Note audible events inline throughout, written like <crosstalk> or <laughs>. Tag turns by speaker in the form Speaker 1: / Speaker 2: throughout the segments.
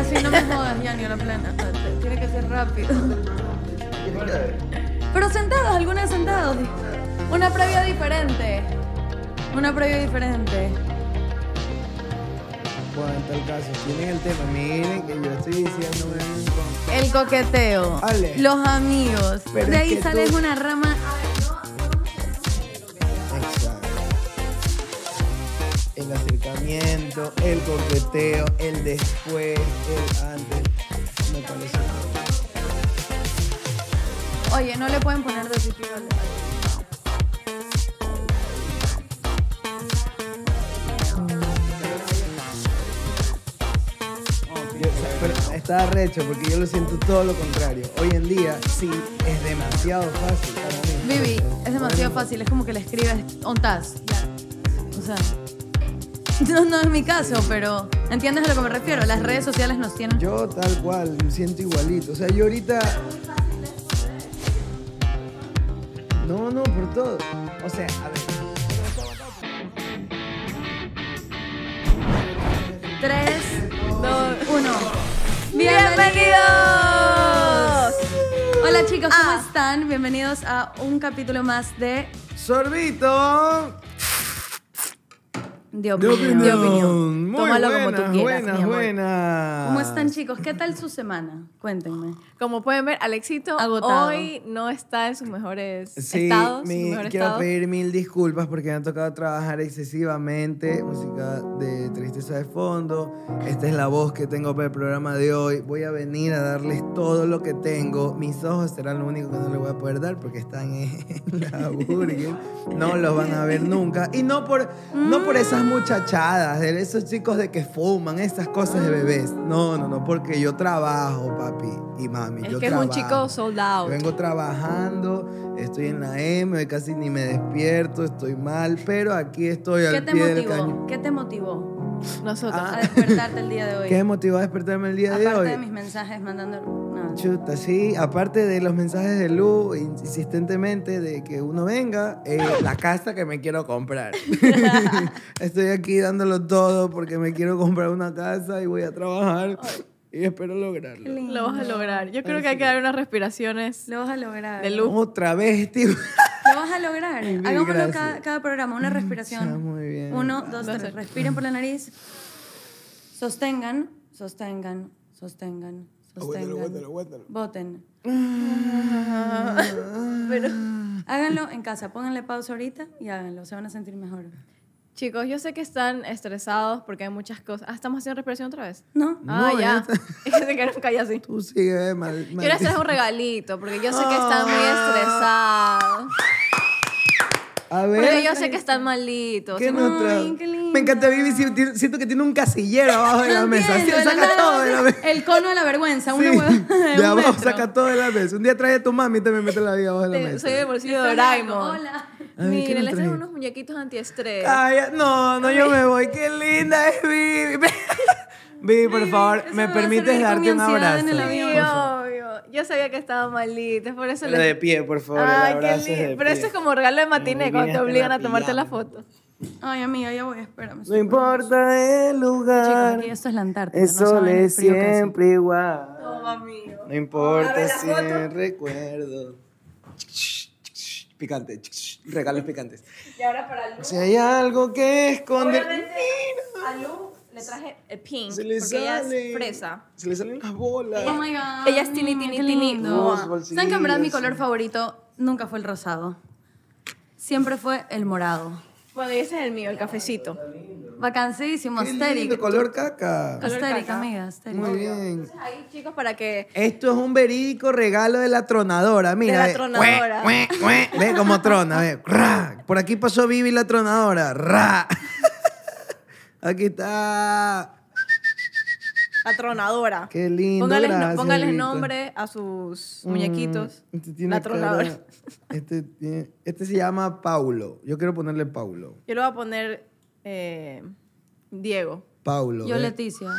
Speaker 1: Sí, no me jodas, Yanio, la plana. Tiene que ser rápido. Pero sentados, alguna vez sentados. Una previa diferente. Una previa diferente.
Speaker 2: Bueno, en tal caso, tienen el tema. Miren que yo estoy diciéndome un con-
Speaker 1: El coqueteo.
Speaker 2: Ale.
Speaker 1: Los amigos.
Speaker 2: Pero
Speaker 1: de
Speaker 2: es
Speaker 1: ahí
Speaker 2: que
Speaker 1: sale
Speaker 2: tú-
Speaker 1: una rama.
Speaker 2: Exacto. El acercamiento, el coqueteo, el después, el antes. Me parece.
Speaker 1: Oye, no le pueden poner de sitio al-
Speaker 2: Yo- o sea, pero está recho porque yo lo siento todo lo contrario. Hoy en día, sí, es demasiado fácil para mí.
Speaker 1: Vivi, es demasiado fácil. Es como que le escribes ontas. O sea. <laughs> No, no es mi caso, pero ¿entiendes a lo que me refiero? Las redes sociales nos tienen.
Speaker 2: Yo tal cual, me siento igualito. O sea, yo ahorita. No, no, por todo. O sea, a ver.
Speaker 1: Tres, dos, uno. ¡Bienvenidos! Hola chicos, ¿cómo están? Bienvenidos a un capítulo más de
Speaker 2: Sorbito.
Speaker 1: De Opinión.
Speaker 2: De
Speaker 1: De opinión.
Speaker 2: Muy
Speaker 1: Tómalo como
Speaker 2: buenas,
Speaker 1: tú quieras,
Speaker 2: buenas,
Speaker 1: mi amor.
Speaker 2: buenas.
Speaker 1: ¿Cómo están chicos? ¿Qué tal su semana? Cuéntenme.
Speaker 3: Como pueden ver, Alexito
Speaker 1: Agotado.
Speaker 3: hoy no está en sus mejores
Speaker 2: Sí,
Speaker 3: estados.
Speaker 2: me-
Speaker 3: su mejor
Speaker 2: quiero
Speaker 3: estado.
Speaker 2: pedir mil disculpas porque me ha tocado trabajar excesivamente. Música de tristeza de fondo. Esta es la voz que tengo para el programa de hoy. Voy a venir a darles todo lo que tengo. Mis ojos serán lo único que no les voy a poder dar porque están en
Speaker 3: <laughs>
Speaker 2: la burger. No los van a ver nunca. Y no por, no por
Speaker 3: Mm.
Speaker 2: esas muchachadas, de esos chicos de que fuman, esas cosas de bebés. No, no, no, porque yo trabajo, papi y mami.
Speaker 3: Es
Speaker 2: yo
Speaker 3: que es un
Speaker 2: trabajo.
Speaker 3: chico sold out.
Speaker 2: Yo vengo trabajando, estoy en la M, hoy casi ni me despierto, estoy mal, pero aquí estoy
Speaker 1: ¿Qué
Speaker 2: al
Speaker 1: te
Speaker 2: pie del cañón.
Speaker 1: motivó? ¿Qué te motivó
Speaker 2: Ah.
Speaker 3: Nosotros.
Speaker 1: a despertarte el día de hoy?
Speaker 2: <laughs> ¿Qué me motivó a despertarme el día de
Speaker 1: Aparte
Speaker 2: hoy?
Speaker 1: de mis mensajes mandando. No.
Speaker 2: Chuta, sí, aparte de los mensajes de Lu, in- insistentemente de que uno venga, eh, la casa que me
Speaker 1: <laughs>
Speaker 2: quiero comprar. Estoy aquí dándolo todo porque me quiero comprar una casa y voy a trabajar y espero lograrlo.
Speaker 3: Lo vas a lograr. Yo creo que hay que dar unas respiraciones
Speaker 1: Lo vas a lograr.
Speaker 3: de
Speaker 1: Lo
Speaker 3: luz.
Speaker 2: Otra vez, tío. <laughs>
Speaker 1: vas a lograr.
Speaker 2: Mil
Speaker 1: Hagámoslo
Speaker 2: gracias.
Speaker 1: cada, cada programa. Una
Speaker 2: Está
Speaker 1: respiración.
Speaker 2: muy bien.
Speaker 1: Uno,
Speaker 3: Ah,
Speaker 1: dos, tres. Respiren por la nariz. Sostengan, sostengan, sostengan, sostengan.
Speaker 3: <laughs>
Speaker 1: Voten. Pero háganlo en casa. Pónganle pausa ahorita y háganlo. Se van a sentir mejor.
Speaker 3: Chicos, yo sé que están estresados porque hay muchas cosas. Ah, estamos haciendo respiración otra vez.
Speaker 1: ¿No?
Speaker 2: No,
Speaker 3: Ah, ya.
Speaker 2: ya está.
Speaker 3: <laughs> Es que se quedaron callados así.
Speaker 2: Tú sigue mal.
Speaker 3: Yo les
Speaker 2: maldito.
Speaker 3: traje un regalito porque yo sé que están muy
Speaker 2: Ah.
Speaker 3: estresados.
Speaker 2: A
Speaker 3: Porque
Speaker 2: ver.
Speaker 3: yo sé que están malitos.
Speaker 2: ¿Qué
Speaker 3: Sí,
Speaker 2: nos
Speaker 1: Ay,
Speaker 2: trajo?
Speaker 1: qué lindo.
Speaker 2: Me encanta Vivi, si- ti- siento que tiene un casillero abajo de la mesa. Sí,
Speaker 1: Entiendo, de la
Speaker 2: saca
Speaker 1: nada,
Speaker 2: todo de la mesa.
Speaker 1: El cono de la vergüenza. Una
Speaker 2: Sí,
Speaker 1: hueva de,
Speaker 2: <laughs> de
Speaker 1: <laughs> un
Speaker 2: abajo
Speaker 1: metro.
Speaker 2: saca todo de la mesa. Un día trae a tu mami y también mete la vida abajo de la
Speaker 3: te-
Speaker 2: mesa.
Speaker 3: Soy del bolsillo de Doraemon.
Speaker 1: Hola.
Speaker 2: A ver, ¿qué Ah,
Speaker 3: Miren,
Speaker 2: nos
Speaker 3: les
Speaker 2: trajiste?
Speaker 3: traje unos muñequitos antiestrés.
Speaker 2: Ay, no, no, yo me voy. Qué linda es Vivi. <laughs> Vivi, por favor,
Speaker 1: eso
Speaker 2: ¿me
Speaker 1: me va a
Speaker 2: permites
Speaker 1: servir con mi
Speaker 2: darte un
Speaker 1: ansiedad
Speaker 2: abrazo?
Speaker 1: en el
Speaker 3: Sí,
Speaker 1: avión.
Speaker 2: Por favor.
Speaker 3: obvio. Yo sabía que estaba malita, por eso
Speaker 2: Pero
Speaker 3: les-
Speaker 2: de pie, por favor. el
Speaker 3: Ay, qué
Speaker 2: abrazo es
Speaker 3: lindo.
Speaker 2: de
Speaker 3: Pero
Speaker 2: pie.
Speaker 3: esto es como regalo de matiné
Speaker 2: Como
Speaker 3: cuando te
Speaker 2: vinieras
Speaker 3: obligan
Speaker 2: con
Speaker 3: a
Speaker 2: la
Speaker 3: tomarte la
Speaker 2: pijama.
Speaker 3: foto.
Speaker 1: Ay, amiga, ya voy, espérame.
Speaker 2: No importa el
Speaker 1: Chicos,
Speaker 2: lugar,
Speaker 1: aquí esto es la Antártida.
Speaker 2: el
Speaker 1: no
Speaker 2: sol
Speaker 1: saben el
Speaker 2: es
Speaker 1: frío que hace.
Speaker 2: siempre igual.
Speaker 3: Toma, amigo.
Speaker 2: No importa si recuerdo. Picante, regalos picantes.
Speaker 3: Y ahora para Lu.
Speaker 2: Si hay algo que esconde.
Speaker 3: Obviamente, a Lu le traje el pink
Speaker 2: Se le
Speaker 3: porque ella es
Speaker 2: sale.
Speaker 3: fresa.
Speaker 2: Se le salen las bolas.
Speaker 1: Oh my god.
Speaker 3: Ella es tini,
Speaker 1: mm,
Speaker 3: tini,
Speaker 1: qué
Speaker 3: tini.
Speaker 1: lindo.
Speaker 2: Los bolsillos,
Speaker 1: ¿Saben que en verdad mi
Speaker 2: sí.
Speaker 1: color favorito nunca fue el rosado? Siempre fue el morado.
Speaker 3: Bueno, y ese es el mío, el cafecito.
Speaker 1: Vacancísimo,
Speaker 2: Qué lindo,
Speaker 1: astérico.
Speaker 2: color caca.
Speaker 3: Color
Speaker 1: Astérico,
Speaker 3: caca.
Speaker 1: amiga, astérico.
Speaker 2: Muy bien.
Speaker 3: Ahí, chicos, para que
Speaker 2: Esto es un verídico regalo de la tronadora, mira.
Speaker 3: De la
Speaker 2: ve.
Speaker 3: tronadora.
Speaker 2: Cue,
Speaker 3: <laughs>
Speaker 2: cue, cue. Ve cómo trona, ve. Ra. Por aquí pasó Vivi la tronadora. Ra. Aquí está.
Speaker 3: atronadora.
Speaker 2: Qué lindo.
Speaker 3: Póngales,
Speaker 2: gracias,
Speaker 3: póngales
Speaker 2: Vivita.
Speaker 3: nombre a sus muñequitos.
Speaker 2: Mm, este tiene
Speaker 3: la tronadora.
Speaker 2: cara- Este, tiene- este se llama Paulo. Yo quiero ponerle Paulo.
Speaker 3: Yo le voy a poner eh, Diego.
Speaker 2: Paulo.
Speaker 1: Yo,
Speaker 2: ¿eh?
Speaker 1: Leticia.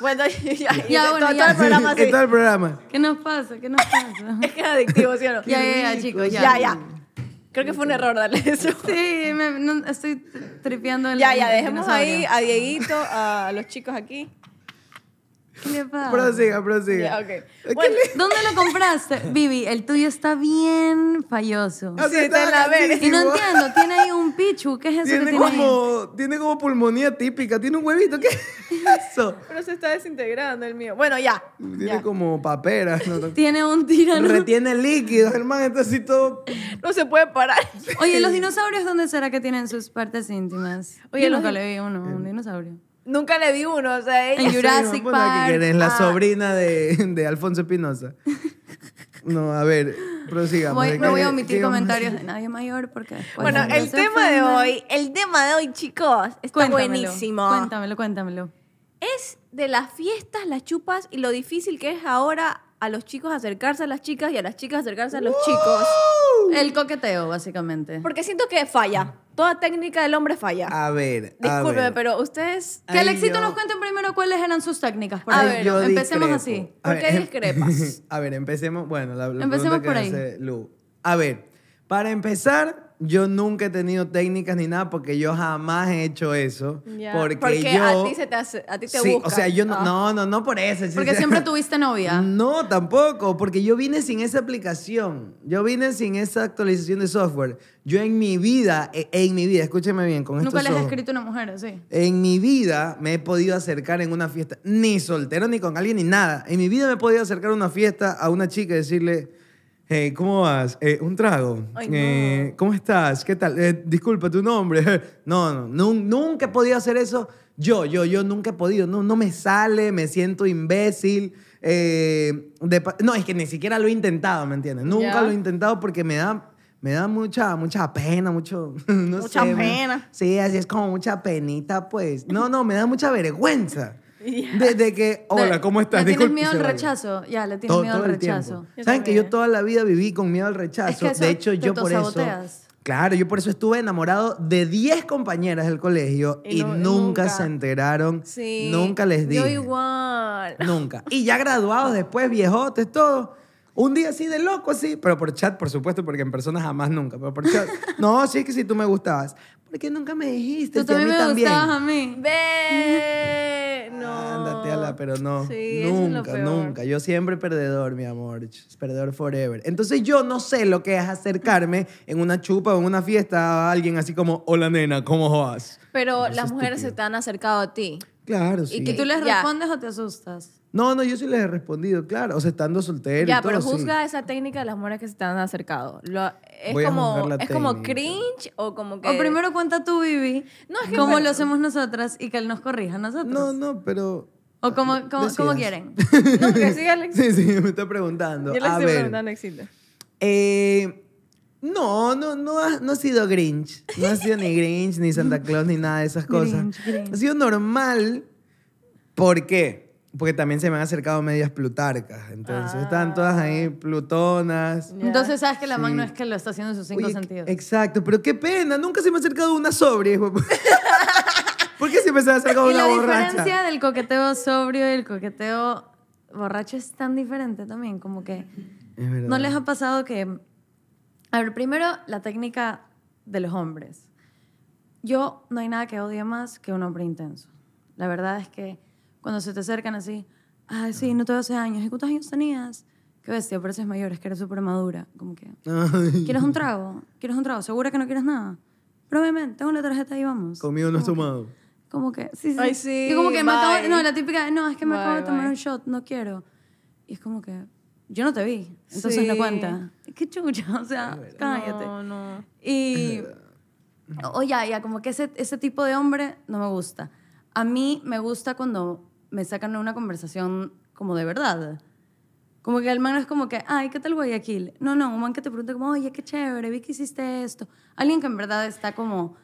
Speaker 3: Bueno, <laughs> ya,
Speaker 1: Ya, bueno,
Speaker 3: todo,
Speaker 1: ya.
Speaker 3: todo
Speaker 2: <laughs>
Speaker 3: el programa
Speaker 2: ¿Qué
Speaker 3: sí.
Speaker 2: tal el programa?
Speaker 1: ¿Qué nos pasa? ¿Qué nos pasa? <laughs>
Speaker 3: Es que es adictivo, ¿sí o no?
Speaker 1: ya, ya, ya, chicos, ya.
Speaker 3: Ya, ya. Creo que fue un error darle eso.
Speaker 1: Sí, me- no, estoy tripeando en
Speaker 3: Ya,
Speaker 1: la-
Speaker 3: ya,
Speaker 1: el
Speaker 3: dejemos ahí
Speaker 1: dinosaurio.
Speaker 3: a Dieguito, a los chicos aquí.
Speaker 1: ¿Qué le pasa?
Speaker 2: Prosiga, prosiga.
Speaker 3: Ya,
Speaker 2: ¿Qué
Speaker 3: ok. Bueno,
Speaker 2: le-
Speaker 1: ¿Dónde lo
Speaker 2: <laughs>
Speaker 1: compraste? Vivi, el tuyo está bien falloso.
Speaker 2: O sea,
Speaker 3: sí, está en la verga.
Speaker 1: Y no
Speaker 2: grandísimo.
Speaker 1: entiendo, tiene ahí un pichu. ¿Qué es eso que
Speaker 2: Tiene
Speaker 1: tiene ahí?
Speaker 2: como, tiene como pulmonía típica, tiene un huevito, ¿qué es eso?
Speaker 3: pero se está desintegrando el mío. Bueno, ya.
Speaker 2: Tiene
Speaker 3: ya.
Speaker 2: como
Speaker 1: <laughs>
Speaker 2: paperas, ¿no?
Speaker 1: Tiene un tirano.
Speaker 2: Retiene líquidos, hermano, está así todo...
Speaker 3: No se puede
Speaker 1: <laughs>
Speaker 3: parar.
Speaker 1: Oye, ¿los dinosaurios dónde será que tienen sus partes íntimas?
Speaker 3: Oye,
Speaker 1: Oye,
Speaker 3: los
Speaker 1: nunca
Speaker 3: di-
Speaker 1: le vi uno, un dinosaurio.
Speaker 3: Nunca le vi uno, o sea, ella...
Speaker 1: En Jurassic
Speaker 2: Sí, puta,
Speaker 1: Park,
Speaker 2: que eres pues, la
Speaker 1: ah.
Speaker 2: sobrina de, de
Speaker 1: <laughs>
Speaker 2: Alfonso Espinosa. No, a ver, prosigamos.
Speaker 1: Voy-
Speaker 2: ¿De
Speaker 1: no
Speaker 2: qué-
Speaker 1: voy a
Speaker 2: qué
Speaker 1: omitir
Speaker 2: íbamos a
Speaker 1: comentarios de
Speaker 2: decir?
Speaker 1: nadie mayor porque después
Speaker 3: Bueno,
Speaker 1: pues no
Speaker 3: el
Speaker 1: se
Speaker 3: tema de
Speaker 1: ofendan.
Speaker 3: hoy, el tema de hoy, chicos, está
Speaker 1: Cuéntamelo,
Speaker 3: buenísimo.
Speaker 1: Cuéntamelo, cuéntamelo.
Speaker 3: Es de las fiestas, las chupas y lo difícil que es ahora a los chicos acercarse a las chicas y a las chicas acercarse a los chicos.
Speaker 1: El coqueteo, básicamente.
Speaker 3: Porque siento que falla. Toda técnica del hombre falla.
Speaker 2: Ah, A ver, a
Speaker 3: Discúlpeme,
Speaker 2: ver.
Speaker 3: pero ustedes...
Speaker 1: Que
Speaker 2: Ahí
Speaker 1: Alexito
Speaker 2: yo-
Speaker 1: nos cuente primero cuáles eran sus técnicas. Por
Speaker 3: A
Speaker 1: ahí.
Speaker 3: ver,
Speaker 2: yo
Speaker 1: empecemos
Speaker 2: discrepo.
Speaker 1: así.
Speaker 2: A
Speaker 3: ¿Por
Speaker 2: ver,
Speaker 3: qué
Speaker 2: em-
Speaker 3: discrepas?
Speaker 2: <laughs> A ver, empecemos. Bueno, la, la
Speaker 1: Empecemos
Speaker 2: pregunta que
Speaker 1: por ahí.
Speaker 2: hace Lu. A ver, para empezar, yo nunca he tenido técnicas ni nada porque yo jamás he hecho eso.
Speaker 3: Ya.
Speaker 2: Porque,
Speaker 3: a
Speaker 2: yo.
Speaker 3: ti se te hace, a ti te
Speaker 2: sí,
Speaker 3: busca.
Speaker 2: o sea, yo no,
Speaker 3: Ah.
Speaker 2: no, no, no por eso. sí,
Speaker 1: Porque
Speaker 2: sí.
Speaker 1: siempre
Speaker 2: <laughs>
Speaker 1: tuviste novia.
Speaker 2: No, tampoco, porque yo vine sin esa aplicación, yo vine sin esa actualización de software. Yo en mi vida, e- en mi vida, escúcheme bien, con
Speaker 1: Nunca
Speaker 2: estos
Speaker 1: le has
Speaker 2: ojos,
Speaker 1: escrito a una mujer así.
Speaker 2: En mi vida me he podido acercar en una fiesta, ni soltero, ni con alguien, ni nada. En mi vida me he podido acercar a una fiesta a una chica y decirle, "Hey, ¿cómo vas? Eh, un trago.
Speaker 3: Ay, no.
Speaker 2: Eh, ¿Cómo estás? ¿Qué tal? Eh, disculpa tu nombre. <laughs> No, no, nun- nunca he podido hacer eso. Yo, yo, yo nunca he podido. No, no me sale, me siento imbécil. Eh, de pa- no, es que ni siquiera lo he intentado, ¿me entiendes? Nunca
Speaker 3: Ya.
Speaker 2: lo he intentado porque me da, me da mucha, mucha pena, mucho... <laughs> no
Speaker 3: Mucha
Speaker 2: me-
Speaker 3: pena.
Speaker 2: Sí, así es como mucha penita, pues. No, no, me da mucha vergüenza.
Speaker 3: Ya.
Speaker 2: Desde que, hola,
Speaker 1: Le-
Speaker 2: ¿cómo estás?
Speaker 1: Le tienes
Speaker 2: Disculpe,
Speaker 1: miedo
Speaker 2: se
Speaker 1: al
Speaker 2: vaya.
Speaker 1: rechazo. Ya, le tienes
Speaker 2: Todo,
Speaker 1: miedo
Speaker 2: todo
Speaker 1: al
Speaker 2: el
Speaker 1: rechazo.
Speaker 2: tiempo.
Speaker 3: Yo
Speaker 2: Saben que
Speaker 3: también.
Speaker 2: yo toda la vida viví con miedo al rechazo.
Speaker 1: Es que eso
Speaker 2: de hecho,
Speaker 1: te
Speaker 2: yo por eso.
Speaker 1: autosaboteas.
Speaker 2: Claro, yo por eso estuve enamorado de 10 compañeras del colegio y,
Speaker 3: Y no-
Speaker 2: nunca,
Speaker 3: nunca.
Speaker 2: se enteraron.
Speaker 3: Sí.
Speaker 2: Nunca les dije.
Speaker 3: Yo igual.
Speaker 2: Nunca. Y ya graduados después, viejotes, todo. Un día así de loco, así, pero por chat, por supuesto, porque en persona jamás nunca, pero por
Speaker 1: <laughs>
Speaker 2: chat. No, sí es que si tú me gustabas. ¿Por qué nunca me dijiste?
Speaker 1: Tú
Speaker 2: Si Este a
Speaker 1: también
Speaker 2: mí
Speaker 1: me
Speaker 2: también.
Speaker 1: gustabas a mí.
Speaker 3: Ve.
Speaker 2: <laughs>
Speaker 3: No.
Speaker 2: Ándate a la, pero no.
Speaker 3: Sí, eso es lo
Speaker 2: nunca,
Speaker 3: peor.
Speaker 2: nunca. Yo siempre perdedor, mi amor. Ch, Perdedor forever. Entonces yo no sé lo que es acercarme en una chupa o en una fiesta a alguien así como, hola nena, ¿cómo vas?
Speaker 3: Pero
Speaker 2: Es
Speaker 3: las mujeres se
Speaker 2: estúpido.
Speaker 3: te han acercado a ti.
Speaker 2: Claro, sí.
Speaker 1: ¿Y tú les
Speaker 3: Ya.
Speaker 1: respondes o te asustas?
Speaker 2: No, no, yo sí les he respondido, claro. O sea, estando soltero
Speaker 3: ya,
Speaker 2: y todo,
Speaker 3: pero
Speaker 2: sí.
Speaker 3: juzga esa técnica de las mujeres que se te han acercado. Lo- es
Speaker 2: Voy a juzgar
Speaker 3: como,
Speaker 2: la
Speaker 3: es como
Speaker 2: técnica.
Speaker 3: cringe o como que.
Speaker 1: O primero cuenta tú, Vivi,
Speaker 3: No, es que
Speaker 1: cómo
Speaker 3: bueno.
Speaker 1: lo hacemos nosotras y que él nos corrija a nosotros.
Speaker 2: No, no, pero...
Speaker 1: o como, como, como
Speaker 2: Decidas. <laughs>
Speaker 1: quieren.
Speaker 3: No, que siga Alex.
Speaker 2: Sí, sí, me está preguntando.
Speaker 3: Yo le
Speaker 2: a
Speaker 3: estoy
Speaker 2: ver,
Speaker 3: preguntando, Alexito.
Speaker 2: eh, no, no, no ha, no ha sido Grinch. No ha sido ni Grinch, ni Santa Claus, ni nada de esas cosas.
Speaker 1: Grinch, Grinch.
Speaker 2: Ha sido normal. ¿Por qué? Porque también se me han acercado medias plutarcas. Entonces,
Speaker 1: Ah.
Speaker 2: están todas ahí plutonas.
Speaker 3: Ya.
Speaker 1: Entonces sabes que la
Speaker 2: Sí.
Speaker 1: man no es que lo está haciendo en sus cinco
Speaker 2: Oye,
Speaker 1: sentidos.
Speaker 2: Exacto, pero qué pena. Nunca se me ha acercado una sobria. hijo de pu- <laughs> ¿Por qué siempre se me ha acercado
Speaker 1: Y
Speaker 2: una
Speaker 1: la
Speaker 2: borracha?
Speaker 1: diferencia del coqueteo sobrio y el coqueteo borracho es tan diferente también, como que
Speaker 2: Es verdad.
Speaker 1: no les ha pasado que... A ver, primero la técnica de los hombres. Yo no hay nada que odie más que un hombre intenso. La verdad es que cuando se te acercan así, ay, sí, no te veo hace años, ¿y cuántos años tenías? Qué bestia, pareces mayor, es que eres súper madura, como que...
Speaker 2: Ay,
Speaker 1: ¿Quieres un trago? ¿Quieres un trago? ¿Segura que no quieres nada? Pruébeme, tengo la tarjeta y vamos.
Speaker 2: Conmigo no has
Speaker 1: Como que-
Speaker 2: tomado.
Speaker 1: Como que, sí, sí.
Speaker 3: Ay, sí,
Speaker 1: Y como que me acabo,
Speaker 3: bye.
Speaker 1: no, la típica, no, es que me
Speaker 3: Bye,
Speaker 1: acabo de tomar
Speaker 3: bye.
Speaker 1: un shot, no quiero. Y es como que, yo no te vi, entonces
Speaker 3: Sí.
Speaker 1: no cuenta. Qué chucha, o sea, cállate.
Speaker 3: No, no.
Speaker 1: Y, o ya, ya, como que ese, ese tipo de hombre no me gusta. A mí me gusta cuando me sacan una conversación como de verdad. Como que el man es como que, ay, ¿qué tal Guayaquil? No, no, un man que te pregunta como, oye, qué chévere, vi que hiciste esto. Alguien que en verdad está como...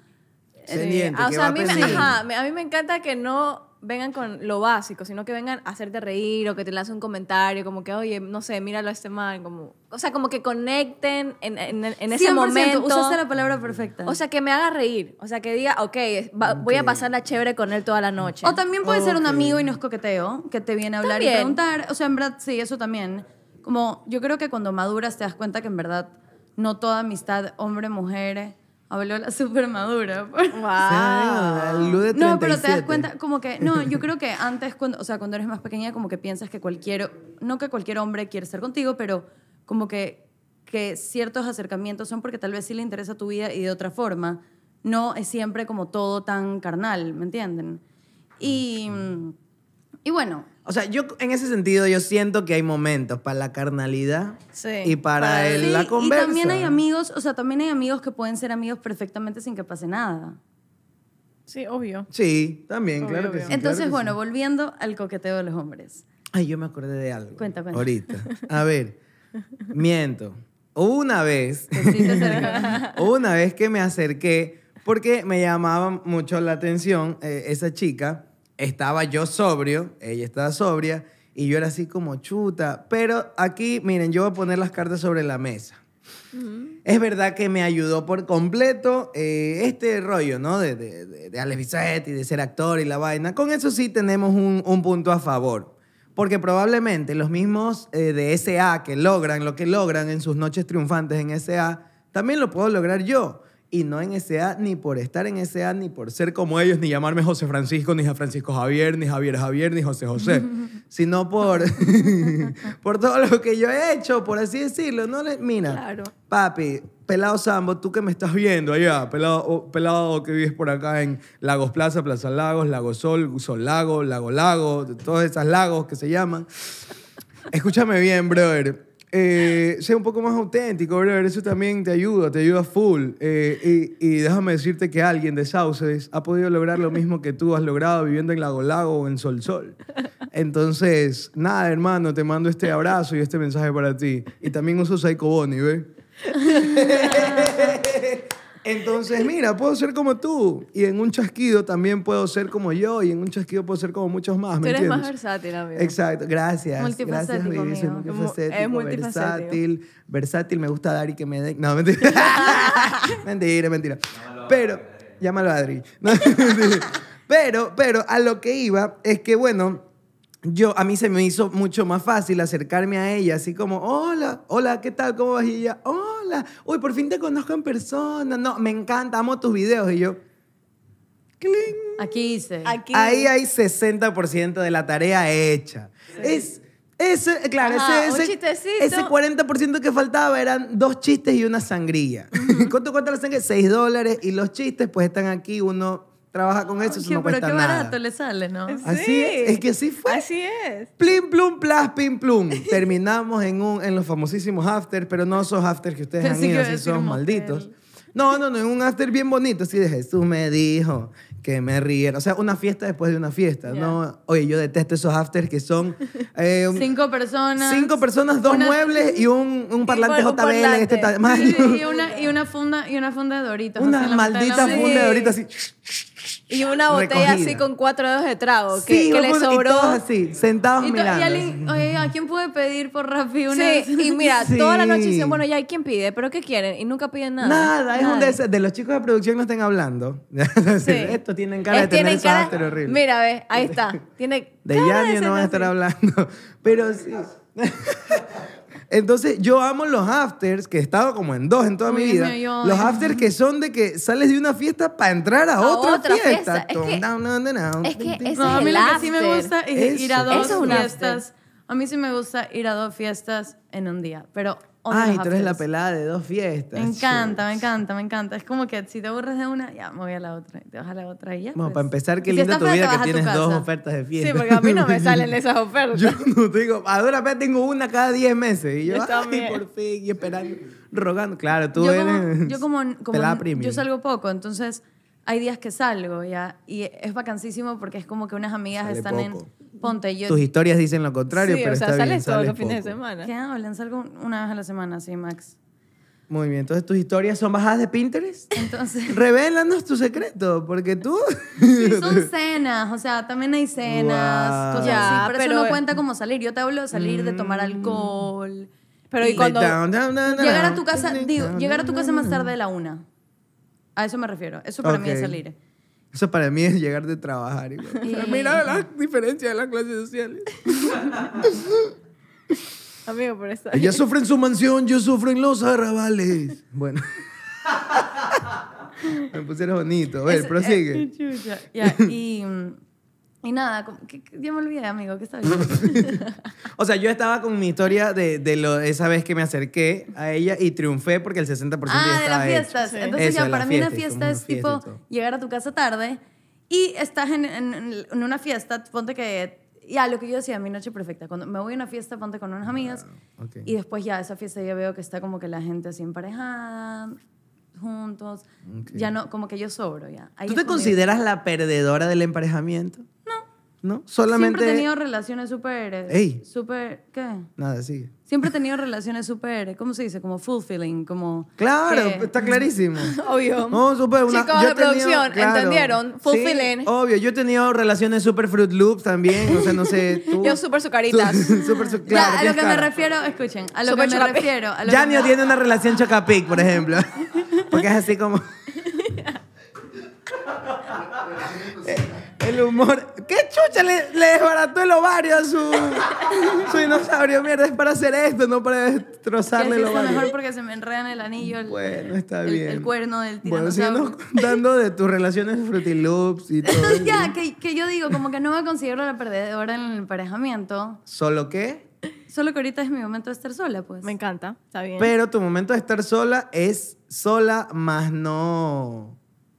Speaker 1: Eh,
Speaker 3: Sí.
Speaker 2: Pendiente,
Speaker 3: Ah, o
Speaker 2: que
Speaker 3: sea,
Speaker 2: va
Speaker 3: a mí, me,
Speaker 2: pendiente.
Speaker 3: ajá, me- a mí me encanta que no vengan con lo básico, sino que vengan a hacerte reír o que te lancen un comentario, como que, oye, no sé, míralo a este man. Como, o sea, como que conecten en, en- en ese
Speaker 1: 100%,
Speaker 3: momento.
Speaker 1: Usaste la palabra perfecta.
Speaker 3: O sea, que me haga reír. O sea, que diga, ok, va- voy a pasarla chévere con él toda la noche.
Speaker 1: O también puede ser un
Speaker 2: Ok.
Speaker 1: amigo y nos coqueteo, que te viene a hablar y
Speaker 3: También.
Speaker 1: preguntar. O sea, en verdad, sí, eso también. Como yo creo que cuando maduras te das cuenta que en verdad no toda amistad hombre-mujer. Habló la <laughs> super madura.
Speaker 2: Ah, la luz de
Speaker 1: No, pero te das
Speaker 2: 37.
Speaker 1: cuenta, como que, no, yo creo que antes, cuando, o sea, cuando eres más pequeña, como que piensas que cualquier, no que cualquier hombre quiere estar contigo, pero como que, que ciertos acercamientos son porque tal vez sí le interesa tu vida y de otra forma. No es siempre como todo tan carnal, ¿me entienden? Y, y bueno,
Speaker 2: O sea, yo en ese sentido yo siento que hay momentos para la carnalidad
Speaker 3: Sí.
Speaker 2: y para, el-
Speaker 1: Sí,
Speaker 2: la conversa.
Speaker 1: Y también hay amigos, o sea, también hay amigos que pueden ser amigos perfectamente sin que pase nada.
Speaker 3: Sí, obvio.
Speaker 2: Sí, también,
Speaker 3: Obvio,
Speaker 2: claro que
Speaker 3: obvio.
Speaker 2: sí.
Speaker 1: Entonces,
Speaker 2: claro que
Speaker 1: bueno, volviendo al coqueteo de los hombres.
Speaker 2: sí. Ay, yo me acordé de algo.
Speaker 1: Cuenta, cuenta.
Speaker 2: Ahorita. A ver, miento.
Speaker 1: <laughs>
Speaker 2: Una vez,
Speaker 1: Que sí te
Speaker 2: <laughs>
Speaker 1: acercas.
Speaker 2: una vez que me acerqué, porque me llamaba mucho la atención eh, esa chica, estaba yo sobrio, ella estaba sobria, y yo era así como chuta. Pero aquí, miren, yo voy a poner las cartas sobre la mesa. Es verdad que me ayudó por completo eh, este rollo, ¿no? De, de, de- de Alex Bizet y de ser actor y la vaina. Con eso sí tenemos un, un punto a favor. Porque probablemente los mismos eh, de SA que logran lo que logran en sus noches triunfantes en SA, también lo puedo lograr yo. Y no en SA, ni por estar en SA, ni por ser como ellos, ni llamarme José Francisco, ni a Francisco Javier, ni Javier Javier, ni José José. sino por, <laughs> por todo lo que yo he hecho, por así decirlo. No le, mira,
Speaker 3: Claro.
Speaker 2: Papi, pelado Sambo, tú que me estás viendo allá, pelado, o- pelado que vives por acá en Lagos Plaza, Plaza Lagos, Lago Sol, Sol Lago, Lago Lago, de todos esos lagos que se llaman. Escúchame bien, brother. Eh, sé un poco más auténtico, brother. Eso también te ayuda, te ayuda full. Eh, y, y déjame decirte que alguien de Sauces ha podido lograr lo mismo que tú has logrado viviendo en Lago Lago o en Sol Sol. Entonces, nada, hermano, te mando este abrazo y este mensaje para ti. Y también uso Psycho Bonnie, ¿ves? <laughs> Entonces, mira, puedo ser como tú. Y en un chasquido también puedo ser como yo. Y en un chasquido puedo ser como muchos más,
Speaker 3: Tú
Speaker 2: ¿me
Speaker 3: eres
Speaker 2: entiendes?
Speaker 3: más versátil, amigo.
Speaker 2: Exacto, gracias.
Speaker 1: Multifacético,
Speaker 2: gracias, baby, soy
Speaker 1: amigo.
Speaker 2: multifacético,
Speaker 3: Es multifacético.
Speaker 2: versátil, versátil, me gusta dar y que me den. No, mentira. mentira, mentira. Pero, llámalo a Adri. No, <laughs> mentira. pero, pero a lo que iba es que, bueno, yo, a mí se me hizo mucho más fácil acercarme a ella, así como, hola, hola, ¿qué tal? ¿Cómo vas? Y ella, hola, uy, por fin te conozco en persona. No, me encanta, amo tus videos. Y yo, cling.
Speaker 1: Aquí hice.
Speaker 3: Aquí.
Speaker 2: Ahí hay 60% de la tarea hecha. Es, ese, claro,
Speaker 3: Ajá, un
Speaker 2: ese, ese,
Speaker 3: chistecito.
Speaker 2: ese 40% que faltaba eran dos chistes y una sangría. <laughs> ¿Cuánto cuesta la sangría? 6 dólares y los chistes pues están aquí, uno trabaja con eso, eso
Speaker 1: Oye,
Speaker 2: no
Speaker 1: pero
Speaker 2: cuesta
Speaker 1: qué barato
Speaker 2: nada.
Speaker 1: le sale, ¿no?
Speaker 2: Así es, es que así fue.
Speaker 3: Así es.
Speaker 2: Plim, plum, plas, pim,
Speaker 1: <laughs>
Speaker 2: plum. Terminamos en, un, en los famosísimos after, pero no esos after que ustedes
Speaker 1: Pensé
Speaker 2: han
Speaker 1: que iba
Speaker 2: ido,
Speaker 1: a
Speaker 2: si
Speaker 1: decir
Speaker 2: son
Speaker 1: un motel.
Speaker 2: malditos. No, no, no, en un after bien bonito, así de Jesús me dijo que me riera. O sea, una fiesta después de una fiesta,
Speaker 3: Ya.
Speaker 2: ¿no? Oye, yo detesto esos afters que son... eh, un-
Speaker 1: <laughs> Cinco personas.
Speaker 2: cinco personas, dos
Speaker 1: una-
Speaker 2: muebles y un, un parlante
Speaker 3: por- un
Speaker 2: JBL de este
Speaker 3: parlante.
Speaker 2: tamaño.
Speaker 1: Sí, <laughs> y una, y una funda y una funda de Doritos. así
Speaker 2: <laughs> Una
Speaker 1: en la mitad de la
Speaker 2: maldita
Speaker 1: mesa.
Speaker 3: Sí.
Speaker 2: funda de ahorita así.
Speaker 3: Y una botella
Speaker 2: Recogida.
Speaker 3: así con cuatro dedos de trago que,
Speaker 2: Sí,
Speaker 3: que le
Speaker 2: vamos, Y
Speaker 3: sobró.
Speaker 2: todos así, sentados
Speaker 1: Y to- y
Speaker 2: mirando.
Speaker 1: alguien- oye, ¿a quién puede pedir por Rappi una?
Speaker 3: Sí,
Speaker 2: <laughs>
Speaker 3: y mira,
Speaker 2: Sí.
Speaker 3: toda la noche dicen, bueno, ya, ¿y quién pide? ¿Pero qué quieren? Y nunca piden nada.
Speaker 2: Nada, es un
Speaker 3: Nada.
Speaker 2: des- De los chicos de producción no estén hablando. <laughs>
Speaker 3: Sí.
Speaker 2: Estos tienen cara de
Speaker 3: Es- tienen
Speaker 2: tener
Speaker 3: cara-
Speaker 2: carácter horrible.
Speaker 3: Mira, ve, ahí
Speaker 2: <laughs>
Speaker 3: está. Tiene
Speaker 2: de
Speaker 3: cara
Speaker 2: Yanio
Speaker 3: ser
Speaker 2: no van a
Speaker 3: así.
Speaker 2: estar hablando. <laughs> Pero sí. Entonces, yo amo los afters, que he estado como en dos en toda mi
Speaker 1: Uy, Dios
Speaker 2: vida.
Speaker 1: mío, yo-
Speaker 2: los afters que son de que sales de una fiesta para entrar a,
Speaker 3: A
Speaker 2: otra,
Speaker 3: otra
Speaker 2: fiesta.
Speaker 3: fiesta. Es que-
Speaker 2: Dun, dun, dun, dun.
Speaker 3: es que ese
Speaker 1: No, a
Speaker 3: es
Speaker 1: mí
Speaker 3: el
Speaker 1: lo que sí me
Speaker 3: after.
Speaker 1: gusta es
Speaker 2: Eso.
Speaker 1: ir a dos
Speaker 3: Eso es un after.
Speaker 1: fiestas. A mí sí me gusta ir a dos fiestas en un día, pero odio
Speaker 2: Ay,
Speaker 1: los
Speaker 2: tú eres la
Speaker 1: afters.
Speaker 2: pelada de dos
Speaker 1: Me
Speaker 2: fiestas.
Speaker 1: encanta, me encanta, me encanta. Es como que si te aburres de una, ya me voy a la otra, y te vas a la otra y ya.
Speaker 2: Bueno,
Speaker 1: pues.
Speaker 2: para empezar, qué
Speaker 1: Y si
Speaker 2: linda
Speaker 1: estás
Speaker 2: tu
Speaker 1: fea,
Speaker 2: vida
Speaker 1: te
Speaker 2: que
Speaker 1: vas a tu
Speaker 2: tienes dos
Speaker 1: casa.
Speaker 2: ofertas de fiesta.
Speaker 3: Sí, porque a mí
Speaker 2: <laughs>
Speaker 3: no me salen esas ofertas.
Speaker 2: Yo no te digo, a duras penas tengo una cada 10 meses. Y yo,
Speaker 3: Yo
Speaker 2: ay,
Speaker 3: también.
Speaker 2: por fin, y esperando, rogando. Claro, tú
Speaker 1: yo como,
Speaker 2: eres.
Speaker 1: yo como, como
Speaker 2: pelada
Speaker 1: n-
Speaker 2: premium.
Speaker 1: yo salgo poco, entonces hay días que salgo ya y es vacancísimo porque es como que unas amigas
Speaker 2: Sale
Speaker 1: están
Speaker 2: poco.
Speaker 1: en ponte yo
Speaker 2: Tus historias dicen lo contrario,
Speaker 3: sí,
Speaker 2: pero
Speaker 3: o sea,
Speaker 2: está bien.
Speaker 3: sales todos
Speaker 2: sales
Speaker 3: los fines de
Speaker 2: poco.
Speaker 1: ¿Qué
Speaker 3: semana.
Speaker 1: hablan? Salgo una vez a la semana, sí, Max.
Speaker 2: Muy bien, entonces tus historias son bajadas de Pinterest. <laughs>
Speaker 1: Entonces,
Speaker 2: Revélanos tu secreto, porque
Speaker 1: <laughs>
Speaker 2: tú.
Speaker 1: son cenas, o sea, también hay cenas,
Speaker 2: Wow.
Speaker 1: cosas
Speaker 3: Ya,
Speaker 1: así, pero,
Speaker 3: pero-
Speaker 1: eso no cuenta como salir. Yo te hablo de salir, de
Speaker 2: Mm.
Speaker 1: tomar alcohol.
Speaker 3: Pero y
Speaker 1: Sí.
Speaker 3: cuando...
Speaker 2: Down, down, down,
Speaker 1: Llegar a
Speaker 2: down.
Speaker 1: tu casa, digo, llegar a tu casa más tarde de la una. A eso me refiero. Eso para mí es
Speaker 2: Ok.
Speaker 1: salir.
Speaker 2: Eso para mí es llegar de trabajar. igual.
Speaker 1: Y- <laughs>
Speaker 2: <laughs> Mira las diferencias de las clases sociales.
Speaker 3: Amigo, por
Speaker 2: <laughs>
Speaker 3: eso.
Speaker 2: Ella sufre en su mansión, yo sufro en los arrabales. Bueno. <laughs> Me pusieron bonito. A ver,
Speaker 1: Es-
Speaker 2: prosigue.
Speaker 1: eh, chucha. Ya, y, mm, y nada, como que- que- ya me olvidé, amigo, ¿qué estaba diciendo?
Speaker 2: O sea, yo estaba con mi historia de, de lo- esa vez que me acerqué a ella y triunfé porque el 60%
Speaker 1: ah,
Speaker 2: ya
Speaker 1: de las
Speaker 2: estaba hecho.
Speaker 1: fiestas.
Speaker 3: Sí.
Speaker 1: Entonces,
Speaker 2: Eso, de
Speaker 1: ya,
Speaker 2: las
Speaker 1: para mí una
Speaker 2: fiestas,
Speaker 1: fiesta
Speaker 2: como
Speaker 1: es
Speaker 2: una fiesta y
Speaker 1: tipo
Speaker 2: todo.
Speaker 1: llegar a tu casa tarde y estás en, en- en una fiesta, ponte que. Ya, lo que yo decía, mi noche perfecta. Cuando me voy a una fiesta, ponte con unas amigas
Speaker 2: Ah, ok.
Speaker 1: y después ya esa fiesta ya veo que está como que la gente así emparejada, juntos. Ya no, como que yo sobro ya. Ahí es
Speaker 2: ¿Tú te
Speaker 1: cuando yo-
Speaker 2: consideras la perdedora del emparejamiento? No. ¿No? Solamente.
Speaker 1: Siempre he tenido relaciones súper... eh,
Speaker 2: Ey.
Speaker 1: Súper... ¿Qué?
Speaker 2: Nada, sigue.
Speaker 1: Siempre he tenido relaciones súper... ¿Cómo se dice? Como fulfilling, como...
Speaker 2: Claro,
Speaker 1: que-
Speaker 2: está
Speaker 1: <laughs>
Speaker 2: clarísimo.
Speaker 3: <laughs>
Speaker 2: <laughs>
Speaker 3: Obvio.
Speaker 2: No, súper, una-
Speaker 3: Chicos
Speaker 2: yo
Speaker 3: de
Speaker 2: he tenido-
Speaker 3: producción,
Speaker 2: claro.
Speaker 3: ¿entendieron? Fulfilling.
Speaker 2: Sí, obvio, yo he tenido relaciones súper Fruit Loops también, o sea,
Speaker 1: <laughs>
Speaker 2: no sé, tú.
Speaker 3: Yo súper sucaritas.
Speaker 2: Tú- Súper su-
Speaker 1: Ya,
Speaker 2: claro,
Speaker 1: a lo
Speaker 2: tienes
Speaker 1: que me
Speaker 2: cara.
Speaker 1: refiero... Escuchen, a lo
Speaker 3: Súper
Speaker 1: que me
Speaker 3: chocapic.
Speaker 1: refiero... A lo que
Speaker 2: Janio
Speaker 1: me-
Speaker 2: tiene una relación chocapic, por
Speaker 1: <laughs>
Speaker 2: ejemplo. Porque es así como. El humor. ¿Qué chucha? Le, le desbarató el ovario a su, su dinosaurio. Mierda, es para hacer esto, no para
Speaker 1: Que
Speaker 2: destrozarle
Speaker 1: así
Speaker 2: el
Speaker 1: está mejor
Speaker 2: ovario.
Speaker 1: porque se me enredan el anillo, el,
Speaker 2: Bueno, está
Speaker 1: el-
Speaker 2: bien.
Speaker 1: el cuerno del
Speaker 2: Bueno,
Speaker 1: tiranosaurio.
Speaker 2: síguenos contando de tus relaciones Fruity Loops
Speaker 1: <laughs>
Speaker 2: y todo.
Speaker 1: Entonces ya, que, que yo digo, como que no me considero la perdedora en el emparejamiento,
Speaker 2: Solo que.
Speaker 1: solo que ahorita es mi momento de estar sola, pues.
Speaker 3: Me encanta, está bien.
Speaker 2: Pero tu momento de estar sola es sola, más no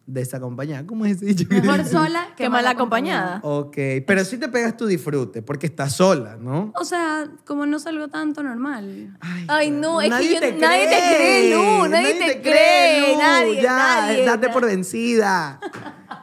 Speaker 2: desacompañada. ¿Cómo es ese dicho? <laughs>
Speaker 3: <laughs>
Speaker 1: Mejor sola que,
Speaker 3: Qué mal acompañada.
Speaker 2: Ok, pero sí te pegas tu disfrute, porque estás sola, ¿no?
Speaker 1: O sea, como no salgo tanto normal.
Speaker 3: Ay, no, es
Speaker 2: Nadie
Speaker 3: que yo-
Speaker 2: te
Speaker 3: nadie te cree, Lu, nadie, te cree,
Speaker 2: Lu,
Speaker 3: nadie,
Speaker 2: ya,
Speaker 3: nadie.
Speaker 2: date por vencida.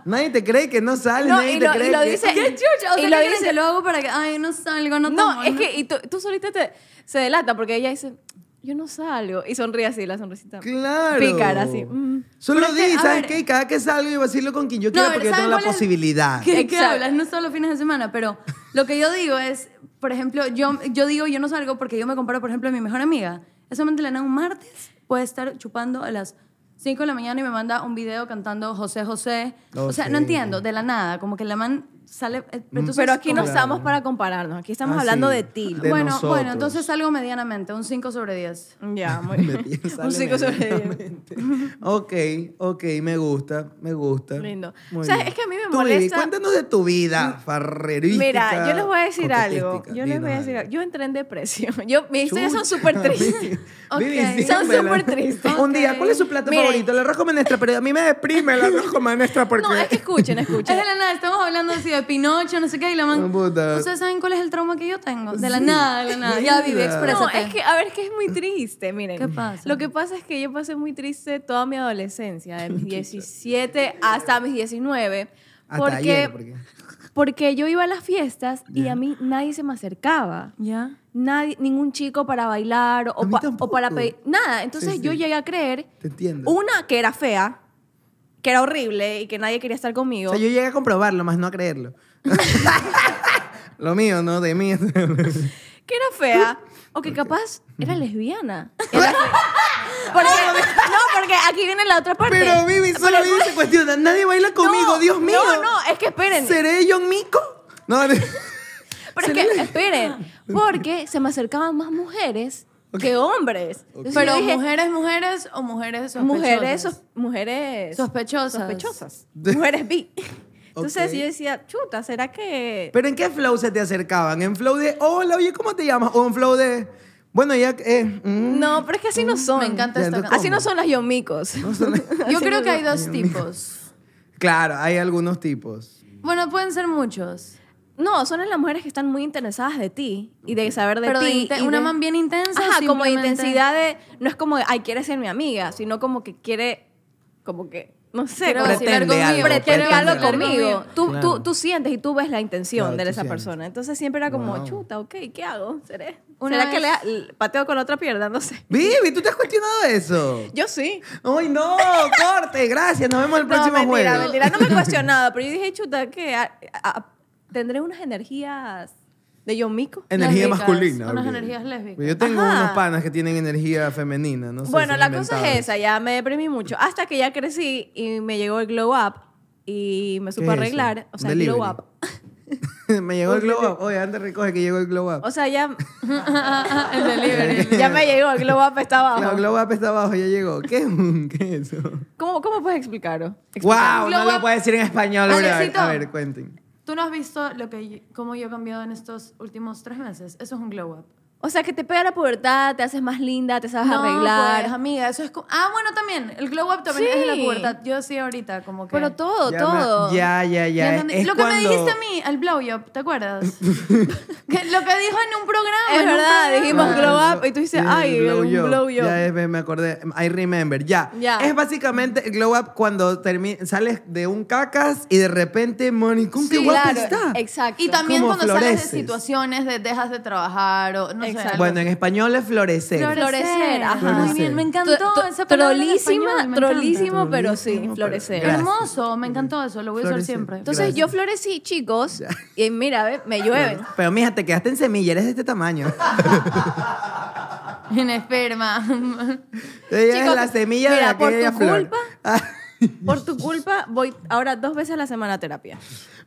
Speaker 2: nadie te cree que no sales,
Speaker 3: No,
Speaker 2: nadie
Speaker 3: y
Speaker 2: te
Speaker 3: lo-
Speaker 2: cree
Speaker 3: y lo
Speaker 2: que- <laughs>
Speaker 3: dice-
Speaker 1: ¡Qué chucha! O
Speaker 3: Y
Speaker 1: sea,
Speaker 3: lo
Speaker 1: lo dice,
Speaker 3: dice-
Speaker 1: lo hago para que, ay, no salgo, no
Speaker 3: No,
Speaker 1: tomo,
Speaker 3: es que y tú, tú solita te, se delata porque ella dice, yo no salgo. Y sonríe así, la sonrisita.
Speaker 2: Claro.
Speaker 3: Pícara, así. Mm.
Speaker 2: Solo
Speaker 1: Pero es que,
Speaker 2: di,
Speaker 1: a
Speaker 2: ¿sabes
Speaker 1: ver-
Speaker 2: qué? Y Cada que salgo y vacilo con quien yo
Speaker 1: No,
Speaker 2: quiera
Speaker 1: a ver,
Speaker 2: porque yo
Speaker 1: ¿saben
Speaker 2: tengo la
Speaker 1: cuál es-
Speaker 2: posibilidad.
Speaker 1: ¿Qué, qué
Speaker 3: Exacto.
Speaker 1: hablas? No solo fines de semana, pero lo que yo digo es, por ejemplo, yo, yo digo yo no salgo porque yo me comparo, por ejemplo, a mi mejor amiga. Esa mantelana un martes puede estar chupando a las 5 de la mañana y me manda un video cantando José José. O sea, no
Speaker 2: Ok. Mm,
Speaker 1: entiendo, de la nada, como que la man sale... eh, entonces,
Speaker 3: Pero aquí no
Speaker 1: como-
Speaker 3: estamos para compararnos, aquí estamos
Speaker 2: Ah,
Speaker 3: hablando
Speaker 2: sí.
Speaker 3: de ti.
Speaker 2: De
Speaker 1: bueno,
Speaker 2: nosotros.
Speaker 1: bueno, entonces salgo medianamente, un 5 sobre 10.
Speaker 2: <laughs>
Speaker 3: Ya, muy
Speaker 2: Me
Speaker 3: bien.
Speaker 2: piensa
Speaker 3: Un 5 sobre 10. <laughs>
Speaker 2: medianamente. Ok, ok, me gusta, me gusta.
Speaker 3: Lindo.
Speaker 2: Muy
Speaker 3: O sea,
Speaker 2: bien.
Speaker 3: es que a mí me
Speaker 2: Tú, Vivi,
Speaker 3: molesta- Mm.
Speaker 2: cuéntanos de tu vida farrerística.
Speaker 3: Mira, yo les voy a decir algo.
Speaker 2: coquetística.
Speaker 3: Yo les voy a
Speaker 2: Dinos
Speaker 3: decir
Speaker 2: algo.
Speaker 3: algo. Yo entré en depresión. <laughs> Yo, mis historias son
Speaker 2: Chucha,
Speaker 3: súper tristes. <laughs>
Speaker 2: Vivi.
Speaker 1: Ok,
Speaker 2: Vivi,
Speaker 1: son
Speaker 2: síguemela.
Speaker 3: súper tristes.
Speaker 2: Un día,
Speaker 1: Ok.
Speaker 2: ¿cuál es su plato
Speaker 3: Miren.
Speaker 2: favorito? La rojo menestra, pero a mí me deprime la rojo menestra porque...
Speaker 3: No, es que escuchen,
Speaker 1: Es de
Speaker 3: escuchen.
Speaker 1: la nada, estamos hablando así de Pinocho, no sé qué, y la man...
Speaker 2: No, puta.
Speaker 1: ¿Ustedes saben cuál es el trauma que yo tengo? De la nada, de la nada. Ya, vive,
Speaker 2: Mira.
Speaker 1: exprésate.
Speaker 3: No, es que, a ver, es que es muy triste, miren.
Speaker 1: ¿Qué pasa?
Speaker 3: Lo que pasa es que yo pasé muy triste toda mi adolescencia,
Speaker 2: <laughs>
Speaker 3: de mis 17 hasta mis 19.
Speaker 2: Hasta
Speaker 3: Porque,
Speaker 2: ayer, porque-
Speaker 3: porque yo iba a las fiestas y a mí nadie se me acercaba.
Speaker 1: ¿Ya?
Speaker 3: Nadie, ningún chico para bailar
Speaker 2: A
Speaker 3: o,
Speaker 2: mí
Speaker 3: pa-
Speaker 2: tampoco.
Speaker 3: o para pedir. Nada, entonces
Speaker 2: Sí, sí.
Speaker 3: yo llegué a creer,
Speaker 2: Te entiendo.
Speaker 3: una, que era fea, que era horrible y que nadie quería estar
Speaker 2: O
Speaker 3: conmigo.
Speaker 2: sea, yo llegué a comprobarlo, más no a creerlo.
Speaker 3: <laughs>
Speaker 2: <laughs> Lo mío, ¿no? De mí.
Speaker 3: que era
Speaker 2: <laughs>
Speaker 3: fea o que capaz era lesbiana. Era fe- Porque- no, porque aquí viene la otra parte.
Speaker 2: Pero Vivi, solo Vivi se cuestiona. Nadie baila conmigo,
Speaker 3: No,
Speaker 2: Dios mío.
Speaker 3: No, no, es que esperen.
Speaker 2: ¿Seré John Mico? No, de- <laughs>
Speaker 3: Pero es que esperen, porque se me acercaban más mujeres que hombres. Entonces
Speaker 1: Pero
Speaker 3: yo dije,
Speaker 1: mujeres, mujeres o mujeres sospechosas.
Speaker 3: mujeres, sos- mujeres
Speaker 1: Sospechosas.
Speaker 2: <laughs>
Speaker 3: sospechosas. mujeres bi. Entonces
Speaker 2: Ok.
Speaker 3: yo decía, chuta, ¿será que
Speaker 2: ¿Pero en qué flow se te acercaban? ¿En flow de, hola, oye, ¿cómo te llamas? ¿O en flow de, bueno, ya, eh, mm,
Speaker 3: No, pero es que así no son.
Speaker 1: Me encanta esta
Speaker 2: Ya, entonces,
Speaker 1: canción.
Speaker 3: Así no son las yomicos. <laughs> Ah,
Speaker 1: Yo creo que hay dos tipos.
Speaker 2: Claro, hay algunos tipos.
Speaker 1: Bueno, pueden ser muchos.
Speaker 3: No, son las mujeres que están muy interesadas de ti y de saber de
Speaker 1: pero de
Speaker 3: ti.
Speaker 1: inte-
Speaker 3: y
Speaker 1: una
Speaker 3: de-
Speaker 1: man bien intensa.
Speaker 3: Ajá, como
Speaker 1: simplemente-
Speaker 3: intensidad de. No es como, de, ay, quiere ser mi amiga, sino como que quiere. Como que. No sé,
Speaker 1: Quiero
Speaker 3: como
Speaker 1: vacilar
Speaker 2: Pretende
Speaker 1: conmigo,
Speaker 2: algo,
Speaker 1: quiero
Speaker 3: pretende
Speaker 2: pretende
Speaker 3: algo
Speaker 1: vacilar
Speaker 3: <laughs> conmigo. Tú,
Speaker 2: Claro.
Speaker 3: tú, tú sientes y tú ves la intención
Speaker 2: Claro,
Speaker 3: de
Speaker 2: tú
Speaker 3: esa
Speaker 2: sientes.
Speaker 3: persona. Entonces siempre era como,
Speaker 2: Wow.
Speaker 3: chuta, ok, ¿qué hago? ¿Seré?
Speaker 1: Una
Speaker 3: ¿Será que
Speaker 1: vez-
Speaker 3: le le pateo con la otra pierna? No sé.
Speaker 2: Vivi, ¿tú te has cuestionado eso?
Speaker 3: Yo sí.
Speaker 2: ¡Ay, no! ¡Corte! Gracias, nos vemos el
Speaker 3: No,
Speaker 2: <laughs> próximo
Speaker 3: mentira,
Speaker 2: jueves.
Speaker 3: mentira. No me he
Speaker 2: <laughs>
Speaker 3: cuestionado, pero yo dije, chuta, que tendré unas energías de Yomiko.
Speaker 2: Energía
Speaker 1: Lésbicas,
Speaker 2: masculina.
Speaker 1: unas
Speaker 2: ok.
Speaker 1: energías lésbicas.
Speaker 2: Yo tengo
Speaker 3: Ajá.
Speaker 2: unos panas que tienen energía femenina, no sé,
Speaker 3: Bueno,
Speaker 2: son
Speaker 3: la cosa
Speaker 2: inventados.
Speaker 3: es esa, ya me deprimí mucho. Hasta que ya crecí y me llegó el glow up y me
Speaker 2: ¿Qué
Speaker 3: supe
Speaker 2: es
Speaker 3: arreglar.
Speaker 2: eso?
Speaker 3: O sea,
Speaker 2: Un
Speaker 3: el glow
Speaker 2: delivery. <laughs>
Speaker 3: up.
Speaker 2: me llegó el glow up. Oye, anda, recoge que llegó el glow up.
Speaker 3: O sea,
Speaker 2: <laughs>
Speaker 3: ya,
Speaker 1: el delivery.
Speaker 3: ya me llegó, el glow up
Speaker 2: <laughs>
Speaker 3: está abajo.
Speaker 2: No, glow up está abajo, ya llegó. ¿Qué, es un- qué es eso?
Speaker 3: ¿Cómo, ¿Cómo puedes explicarlo?
Speaker 2: ¡Wow!
Speaker 1: Glow
Speaker 2: No lo
Speaker 1: up.
Speaker 2: puedes decir en español, bro. A ver,
Speaker 1: Alexito.
Speaker 2: a ver, cuenten.
Speaker 1: ¿Tú no has visto lo que yo- cómo yo he cambiado en estos últimos tres meses? Eso es un glow up.
Speaker 3: O sea, que te pega la pubertad, te haces más linda, te sabes arreglar.
Speaker 1: pues, amiga, eso es como... Ah, bueno, también. El glow up también es en
Speaker 3: Sí.
Speaker 1: la pubertad. Yo sí ahorita como que...
Speaker 3: Pero todo,
Speaker 2: Ya me-
Speaker 3: todo.
Speaker 2: Ya, ya,
Speaker 1: Ya
Speaker 2: ya.
Speaker 1: entendí.
Speaker 2: Es
Speaker 1: lo que me
Speaker 2: cuando-
Speaker 1: dijiste a mí, el blowjob, ¿te
Speaker 2: <laughs>
Speaker 1: acuerdas? Que- lo que dijo en un programa.
Speaker 3: Es
Speaker 1: en un
Speaker 3: verdad,
Speaker 1: programa.
Speaker 3: dijimos
Speaker 2: Claro,
Speaker 3: glow up y tú dices,
Speaker 2: el
Speaker 3: ay, un
Speaker 2: job.
Speaker 3: blow job.
Speaker 2: Ya es, me me acordé, I remember, ya.
Speaker 3: Ya.
Speaker 2: Es básicamente el glow up cuando termi- sales de un cacas y de repente, Moni, ¿cómo que
Speaker 3: Sí,
Speaker 2: guapa
Speaker 3: claro,
Speaker 2: está?
Speaker 3: Exacto.
Speaker 1: Y también
Speaker 2: Como
Speaker 1: cuando sales de
Speaker 2: floreces.
Speaker 1: situaciones de dejas de trabajar o no
Speaker 3: Exacto.
Speaker 1: sé. algo
Speaker 2: Bueno, en español es
Speaker 1: así.
Speaker 2: florecer.
Speaker 3: florecer, ajá.
Speaker 1: Muy bien, me encantó
Speaker 3: Tu- tu-
Speaker 1: esa palabra en
Speaker 3: Trolísima,
Speaker 1: español, me
Speaker 3: trolísimo,
Speaker 2: encanta.
Speaker 3: pero sí,
Speaker 2: Trolísimo,
Speaker 3: florecer.
Speaker 2: pero- Gracias.
Speaker 1: Hermoso, me encantó eso, lo voy a usar
Speaker 2: Florecer.
Speaker 1: siempre.
Speaker 3: Entonces
Speaker 2: Gracias.
Speaker 3: yo florecí, chicos, y mira, ve, me llueven.
Speaker 2: Pero mija, te quedaste en semilla, eres de este
Speaker 3: <laughs>
Speaker 2: tamaño.
Speaker 1: <laughs> en esperma.
Speaker 2: Ella es
Speaker 3: Chicos,
Speaker 2: la semilla
Speaker 3: mira,
Speaker 2: de
Speaker 3: por
Speaker 2: aquella
Speaker 3: tu
Speaker 2: flor.
Speaker 3: culpa.
Speaker 2: <laughs>
Speaker 3: Por tu culpa, voy ahora dos veces a la semana a terapia.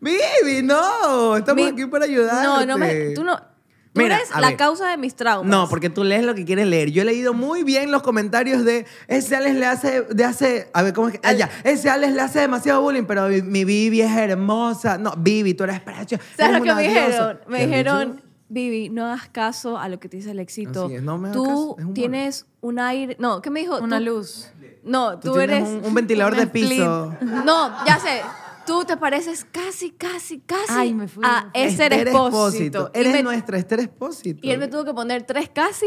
Speaker 2: Vivi, no, estamos
Speaker 3: Mi-
Speaker 2: aquí para ayudarte.
Speaker 3: No, no me. Tú no. pues. Tú
Speaker 2: Mira,
Speaker 3: eres
Speaker 2: a
Speaker 3: la
Speaker 2: ver.
Speaker 3: causa de mis traumas.
Speaker 2: No, porque tú lees lo que quieres leer. Yo he leído muy bien los comentarios de ese Alex le hace, de hace, a ver, ¿cómo es que? Ah, ya, ese Alex le hace demasiado bullying, pero mi, mi Vivi es hermosa. No, Vivi, tú eres preciosa.
Speaker 3: <laughs> ¿Sabes
Speaker 2: eres
Speaker 3: lo que
Speaker 2: una
Speaker 3: me
Speaker 2: diosa.
Speaker 3: dijeron?
Speaker 2: ¿Qué
Speaker 3: Me
Speaker 2: has
Speaker 3: dijeron,
Speaker 2: dicho?
Speaker 3: Vivi, no hagas caso a lo que te dice el éxito.
Speaker 2: Así es, no me hagas caso,
Speaker 3: tú
Speaker 2: es humor.
Speaker 3: tienes un aire. No, ¿qué me dijo?
Speaker 1: Una
Speaker 3: Tú-
Speaker 1: luz.
Speaker 3: No, tú,
Speaker 2: Tú, tienes
Speaker 3: eres.
Speaker 2: un, un
Speaker 3: <laughs>
Speaker 2: ventilador
Speaker 1: un
Speaker 2: de piso.
Speaker 3: No, ya sé. Tú te pareces casi, casi, casi
Speaker 1: Ay, me fui,
Speaker 3: a
Speaker 1: me fui.
Speaker 3: Esther
Speaker 2: Esther
Speaker 3: Espósito. Y
Speaker 2: Eres
Speaker 3: me-
Speaker 2: nuestra Esther Espósito.
Speaker 3: Y él me tuvo que poner tres casi,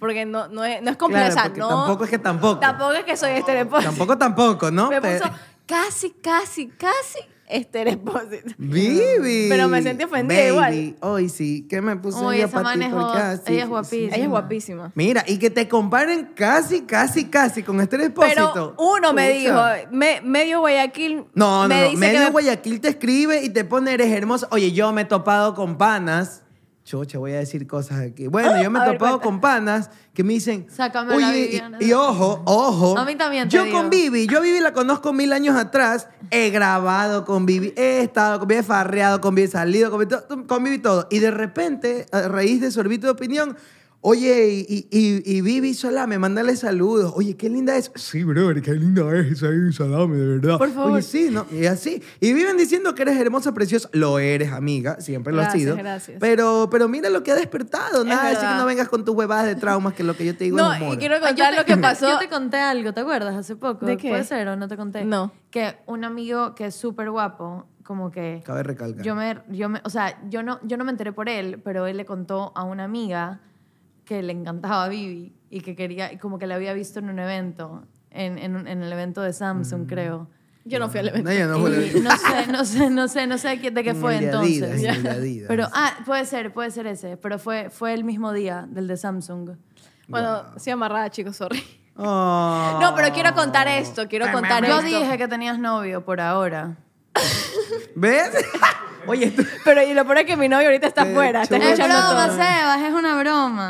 Speaker 3: porque no, no es, no es
Speaker 2: Claro,
Speaker 3: compleja.
Speaker 2: porque
Speaker 3: no,
Speaker 2: tampoco es que tampoco.
Speaker 3: Tampoco es que soy Esther Espósito.
Speaker 2: Tampoco, tampoco, ¿no?
Speaker 3: Me
Speaker 2: Pero-
Speaker 3: puso casi, casi, casi Esther Espósito.
Speaker 2: Vivi.
Speaker 3: Pero me sentí ofendida igual.
Speaker 2: Baby, Hoy sí, ¿qué me puse
Speaker 1: Uy,
Speaker 2: un
Speaker 1: esa man es
Speaker 2: zapatito
Speaker 1: hot.
Speaker 2: acá? Sí,
Speaker 1: Ella es
Speaker 2: sí,
Speaker 1: guapísima.
Speaker 3: Ella es guapísima.
Speaker 2: Mira, y que te comparen casi, casi, casi con este Espósito.
Speaker 3: Pero uno me dijo,
Speaker 2: Chucha.
Speaker 3: me- medio Guayaquil
Speaker 2: No, no,
Speaker 3: me
Speaker 2: no.
Speaker 3: dice
Speaker 2: Medio
Speaker 3: que me-
Speaker 2: Guayaquil te escribe y te pone, eres hermoso. Oye, yo me he topado con panas. Chocha, voy a decir cosas aquí. Bueno, yo me he
Speaker 3: A ver,
Speaker 2: topado
Speaker 3: cuenta.
Speaker 2: con panas que me dicen.
Speaker 1: Sácame la
Speaker 2: Oye,
Speaker 1: Viviana".
Speaker 2: y, y ojo, ojo.
Speaker 1: A mí también te
Speaker 2: Yo
Speaker 1: digo.
Speaker 2: con Vivi, yo a Vivi la conozco mil años atrás. He grabado con Vivi, he estado con Vivi, he farreado con Vivi, he salido con Vivi, to- con Vivi todo. Y de repente, a raíz de su orbito de opinión. Oye, y, y, y Vivi Salame, mándale saludos. Oye, qué linda es. Sí, brother, qué linda es esa Vivi Salame, de verdad.
Speaker 3: Por favor.
Speaker 2: Oye, sí, ¿no? Y así. Y viven diciendo que eres hermosa, preciosa. Lo eres, amiga. Siempre lo has
Speaker 3: Gracias,
Speaker 2: sido.
Speaker 3: gracias.
Speaker 2: Pero, pero mira lo que ha despertado. Nada, de decir
Speaker 3: verdad.
Speaker 2: que no vengas con tus huevadas de traumas, que lo que yo te digo
Speaker 3: No,
Speaker 2: es humor.
Speaker 3: y quiero
Speaker 1: Ay, yo
Speaker 3: contar
Speaker 1: te-
Speaker 3: lo que
Speaker 1: yo te-
Speaker 3: pasó.
Speaker 1: Yo te conté algo, ¿te acuerdas? Hace poco.
Speaker 3: ¿De qué?
Speaker 1: ¿Puede ser o no te conté?
Speaker 3: No.
Speaker 1: Que un amigo que es súper guapo, como que...
Speaker 2: Cabe recalcar.
Speaker 1: Yo me, yo me, o sea, yo no, yo no me enteré por él, pero él le contó a una amiga que le encantaba a Vivi y que quería, y como que la había visto en un evento, en, en, un- en el evento de Samsung,
Speaker 2: Mm.
Speaker 1: creo.
Speaker 3: Yo no fui al evento.
Speaker 2: No, yo no voy a
Speaker 1: Y no sé, no sé, no sé, no sé de qué- de qué
Speaker 2: En
Speaker 1: fue
Speaker 2: el de
Speaker 1: entonces.
Speaker 2: Adidas, en el de Adidas.
Speaker 1: Pero, ah, puede ser, puede ser ese, pero fue, fue el mismo día del de Samsung.
Speaker 3: Bueno, sí amarrada, chicos, sorry.
Speaker 2: Oh.
Speaker 3: No, pero quiero contar esto, quiero contar
Speaker 1: Yo
Speaker 3: esto.
Speaker 1: dije que tenías novio por ahora.
Speaker 2: ¿Ves? Oye, tú-
Speaker 3: Pero y lo peor es que mi novio ahorita está
Speaker 2: Qué
Speaker 3: afuera, está
Speaker 2: chulo.
Speaker 1: Es
Speaker 3: escuchando
Speaker 1: broma,
Speaker 3: todo.
Speaker 1: Sebas, es una
Speaker 2: <laughs>
Speaker 1: broma.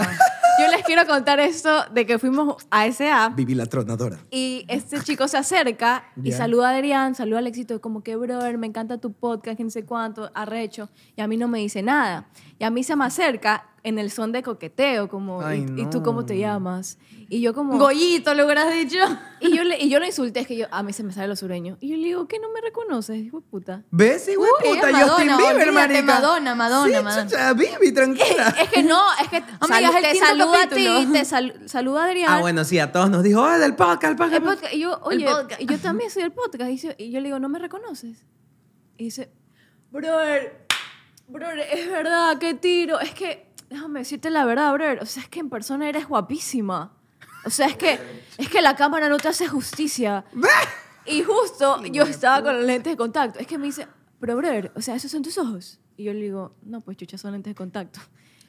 Speaker 3: Yo les quiero contar esto de que fuimos a S.A.
Speaker 2: Vivi la tronadora.
Speaker 3: Y este chico se acerca y
Speaker 2: Ya.
Speaker 3: saluda a Adrián, saluda a Alexito, como que, brother, me encanta tu podcast, que no sé cuánto, arrecho. Y a mí no me dice nada. Y a mí se me acerca en el son de coqueteo, como,
Speaker 2: Ay,
Speaker 3: y, y tú
Speaker 2: no.
Speaker 3: cómo te llamas? Y yo como...
Speaker 1: Goyito, lo hubieras dicho.
Speaker 3: y yo, le, y yo lo insulté, es que yo, a mí se me sale lo sureño. Y yo le digo, ¿qué no me reconoces? Hijo de puta.
Speaker 2: ¿Ves? Hijo de
Speaker 1: Uy,
Speaker 2: puta,
Speaker 1: ella es
Speaker 2: Justin
Speaker 1: Madonna,
Speaker 2: Bieber,
Speaker 1: olvídate,
Speaker 2: marica.
Speaker 1: Madonna, Madonna,
Speaker 2: sí,
Speaker 1: Madonna.
Speaker 2: chucha, Vivi, tranquila.
Speaker 3: Es que no, es que <laughs>
Speaker 1: Amiga, es el
Speaker 3: te
Speaker 1: quinto
Speaker 3: saluda a ti,
Speaker 1: capítulo.
Speaker 3: te sal- saluda a Adrián.
Speaker 2: ah, bueno, sí, a todos nos dijo, ah, del podcast, el podcast.
Speaker 3: eh, El podcast. Y yo, oye,
Speaker 1: podcast.
Speaker 3: y yo también soy el podcast. Y, dice- y yo le digo, ¿no me reconoces? Y dice, brother, brother, es verdad, qué tiro. Es que, déjame decirte la verdad, brother. O sea, es que en persona eres guapísima. O sea, es que, es que la cámara no te hace <laughs> justicia. Y justo yo estaba con los lentes de contacto. Es que me dice, pero brother, o sea, esos son tus ojos. Y yo le digo, no, pues chucha, son lentes de contacto.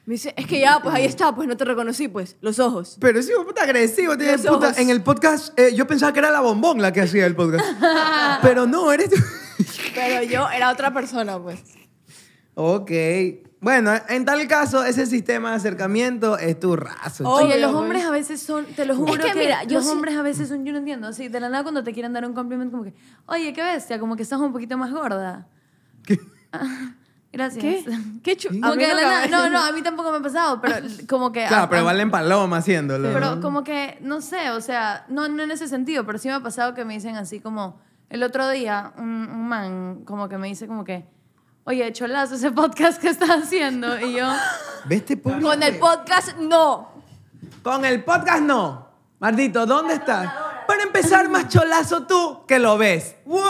Speaker 3: Me dice, es que ya, pues ahí está, pues no te reconocí, pues, los ojos.
Speaker 2: Pero ese hijo de puta agresivo. tiene
Speaker 3: Los
Speaker 2: puta-
Speaker 3: ojos.
Speaker 2: en el podcast, eh, yo pensaba que era la bombón la que hacía el podcast. Pero no, eres tú. <laughs>
Speaker 3: Pero yo era otra persona, pues.
Speaker 2: ok. Bueno, en tal caso, ese sistema de acercamiento es tu raso.
Speaker 3: Obvio,
Speaker 1: Oye, los
Speaker 3: pues.
Speaker 1: hombres a veces son, te lo juro
Speaker 3: que
Speaker 1: que,
Speaker 3: mira, yo
Speaker 1: los
Speaker 3: sí-
Speaker 1: hombres a veces son, yo no entiendo, así de la nada cuando te quieren dar un complemento como que, oye, qué bestia, como que estás un poquito más gorda. Ah, Gracias. <laughs>
Speaker 3: ¿Qué? ¿Qué chu-
Speaker 1: Como
Speaker 3: A mí
Speaker 1: que de la
Speaker 3: nunca-
Speaker 1: nada- no, no, a mí tampoco me ha pasado,
Speaker 3: <laughs>
Speaker 1: pero como que...
Speaker 2: Claro,
Speaker 1: a-
Speaker 2: pero
Speaker 1: a-
Speaker 2: valen paloma haciéndolo.
Speaker 1: ah, Pero
Speaker 2: ¿no?
Speaker 1: como que, no sé, o sea, no, no en ese sentido, pero sí me ha pasado que me dicen así como, el otro día un, un man como que me dice como que, oye, cholazo ese podcast que estás haciendo. Y
Speaker 3: <laughs>
Speaker 1: yo,
Speaker 2: ¿Ves este público?
Speaker 3: Con el podcast, no.
Speaker 2: Con el podcast no. Mardito, ¿dónde estás? Para empezar, más cholazo tú que lo ves. ¡Wow!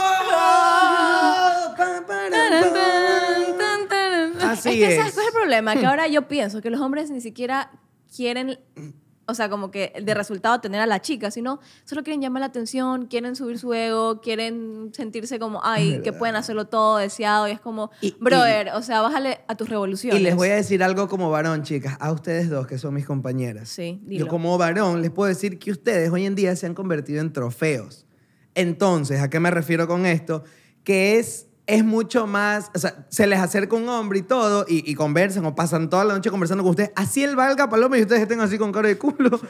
Speaker 2: Pa, para,
Speaker 1: "Taran,
Speaker 2: pa.
Speaker 1: tan, tan, taran".
Speaker 2: Así
Speaker 3: es que
Speaker 2: es.
Speaker 3: ¿sabes cuál es el problema? Que ahora yo pienso que los hombres ni siquiera quieren, o sea, como que de resultado tener a la chica, sino solo quieren llamar la atención, quieren subir su ego, quieren sentirse como, ay, que pueden hacerlo todo deseado. Y es como,
Speaker 2: Y-
Speaker 3: brother, o sea, bájale a tus revoluciones.
Speaker 2: Y les voy a decir algo como varón, chicas, a ustedes dos que son mis compañeras.
Speaker 3: Sí, dilo.
Speaker 2: Yo como varón les puedo decir que ustedes hoy en día se han convertido en trofeos. Entonces, ¿a qué me refiero con esto? Que es, es mucho más, o sea, se les acerca un hombre y todo y, y conversan o pasan toda la noche conversando con ustedes. Así el valga paloma y ustedes estén así con cara de
Speaker 3: <laughs>
Speaker 2: culo.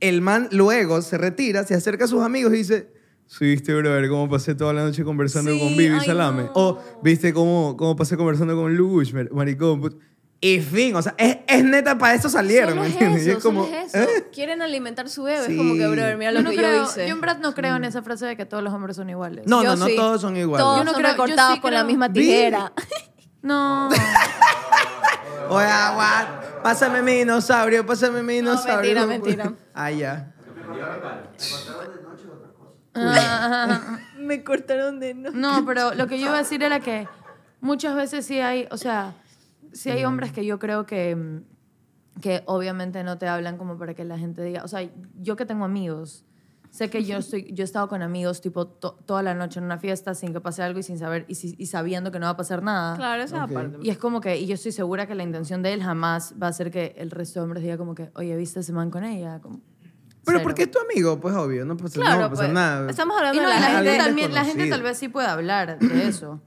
Speaker 2: El man luego se retira, se acerca a sus amigos y dice... Sí, viste, brother, cómo pasé toda la noche conversando
Speaker 3: Sí,
Speaker 2: con Vivi
Speaker 3: ay,
Speaker 2: Salame.
Speaker 3: no.
Speaker 2: O, viste, cómo, cómo pasé conversando con Lush, mar- maricón. put- Y fin, o sea, es, es neta, para eso salieron,
Speaker 3: Solo
Speaker 2: ¿me
Speaker 3: es
Speaker 2: entiendes? Y
Speaker 3: eso,
Speaker 2: es como,
Speaker 3: solo es eso.
Speaker 2: ¿eh?
Speaker 3: Quieren alimentar su ego.
Speaker 2: Sí.
Speaker 3: Es como que, brother, mira
Speaker 1: Yo
Speaker 3: lo
Speaker 1: no
Speaker 3: que
Speaker 1: creo-
Speaker 3: yo hice. Mm.
Speaker 1: yo en verdad no creo en esa frase de que todos los hombres son iguales.
Speaker 2: No,
Speaker 3: Yo
Speaker 2: no, no,
Speaker 3: sí.
Speaker 2: todos son iguales.
Speaker 3: Todos
Speaker 1: Yo no
Speaker 3: son
Speaker 1: creo- yo
Speaker 3: recortados
Speaker 1: sí
Speaker 3: con
Speaker 1: creo-
Speaker 3: la misma
Speaker 2: Vivi.
Speaker 3: tijera.
Speaker 1: No.
Speaker 2: Oye, aguanta, pásame mi dinosaurio, pásame mi
Speaker 3: No,
Speaker 2: dinosaurio.
Speaker 3: mentira, mentira.
Speaker 2: <laughs> Ah, ya.
Speaker 1: Ah,
Speaker 3: Me cortaron de no.
Speaker 1: <laughs> no, pero lo que yo iba a decir era que muchas veces sí hay, o sea, sí hay hombres que yo creo que, mm, que obviamente no te hablan como para que la gente diga, o sea, yo que tengo amigos, sé que yo, estoy, yo he estado con amigos tipo to- toda la noche en una fiesta sin que pase algo y sin saber y, si- y sabiendo que no va a pasar nada.
Speaker 3: Claro, esa
Speaker 2: Ah, Ok.
Speaker 3: parte.
Speaker 1: Y es como que, y yo estoy segura que la intención de él jamás va a ser que el resto de hombres diga como que, oye, ¿viste ese man con ella? Como,
Speaker 2: Pero
Speaker 1: cero.
Speaker 2: porque es tu amigo, pues obvio, no pasa,
Speaker 3: Claro,
Speaker 2: no va a pasar
Speaker 3: pues,
Speaker 2: nada.
Speaker 3: Estamos
Speaker 1: Y
Speaker 3: hablando
Speaker 1: no,
Speaker 3: de
Speaker 1: y la, gente
Speaker 2: alguien
Speaker 1: también, la gente
Speaker 2: desconocido.
Speaker 1: tal vez sí puede hablar de eso.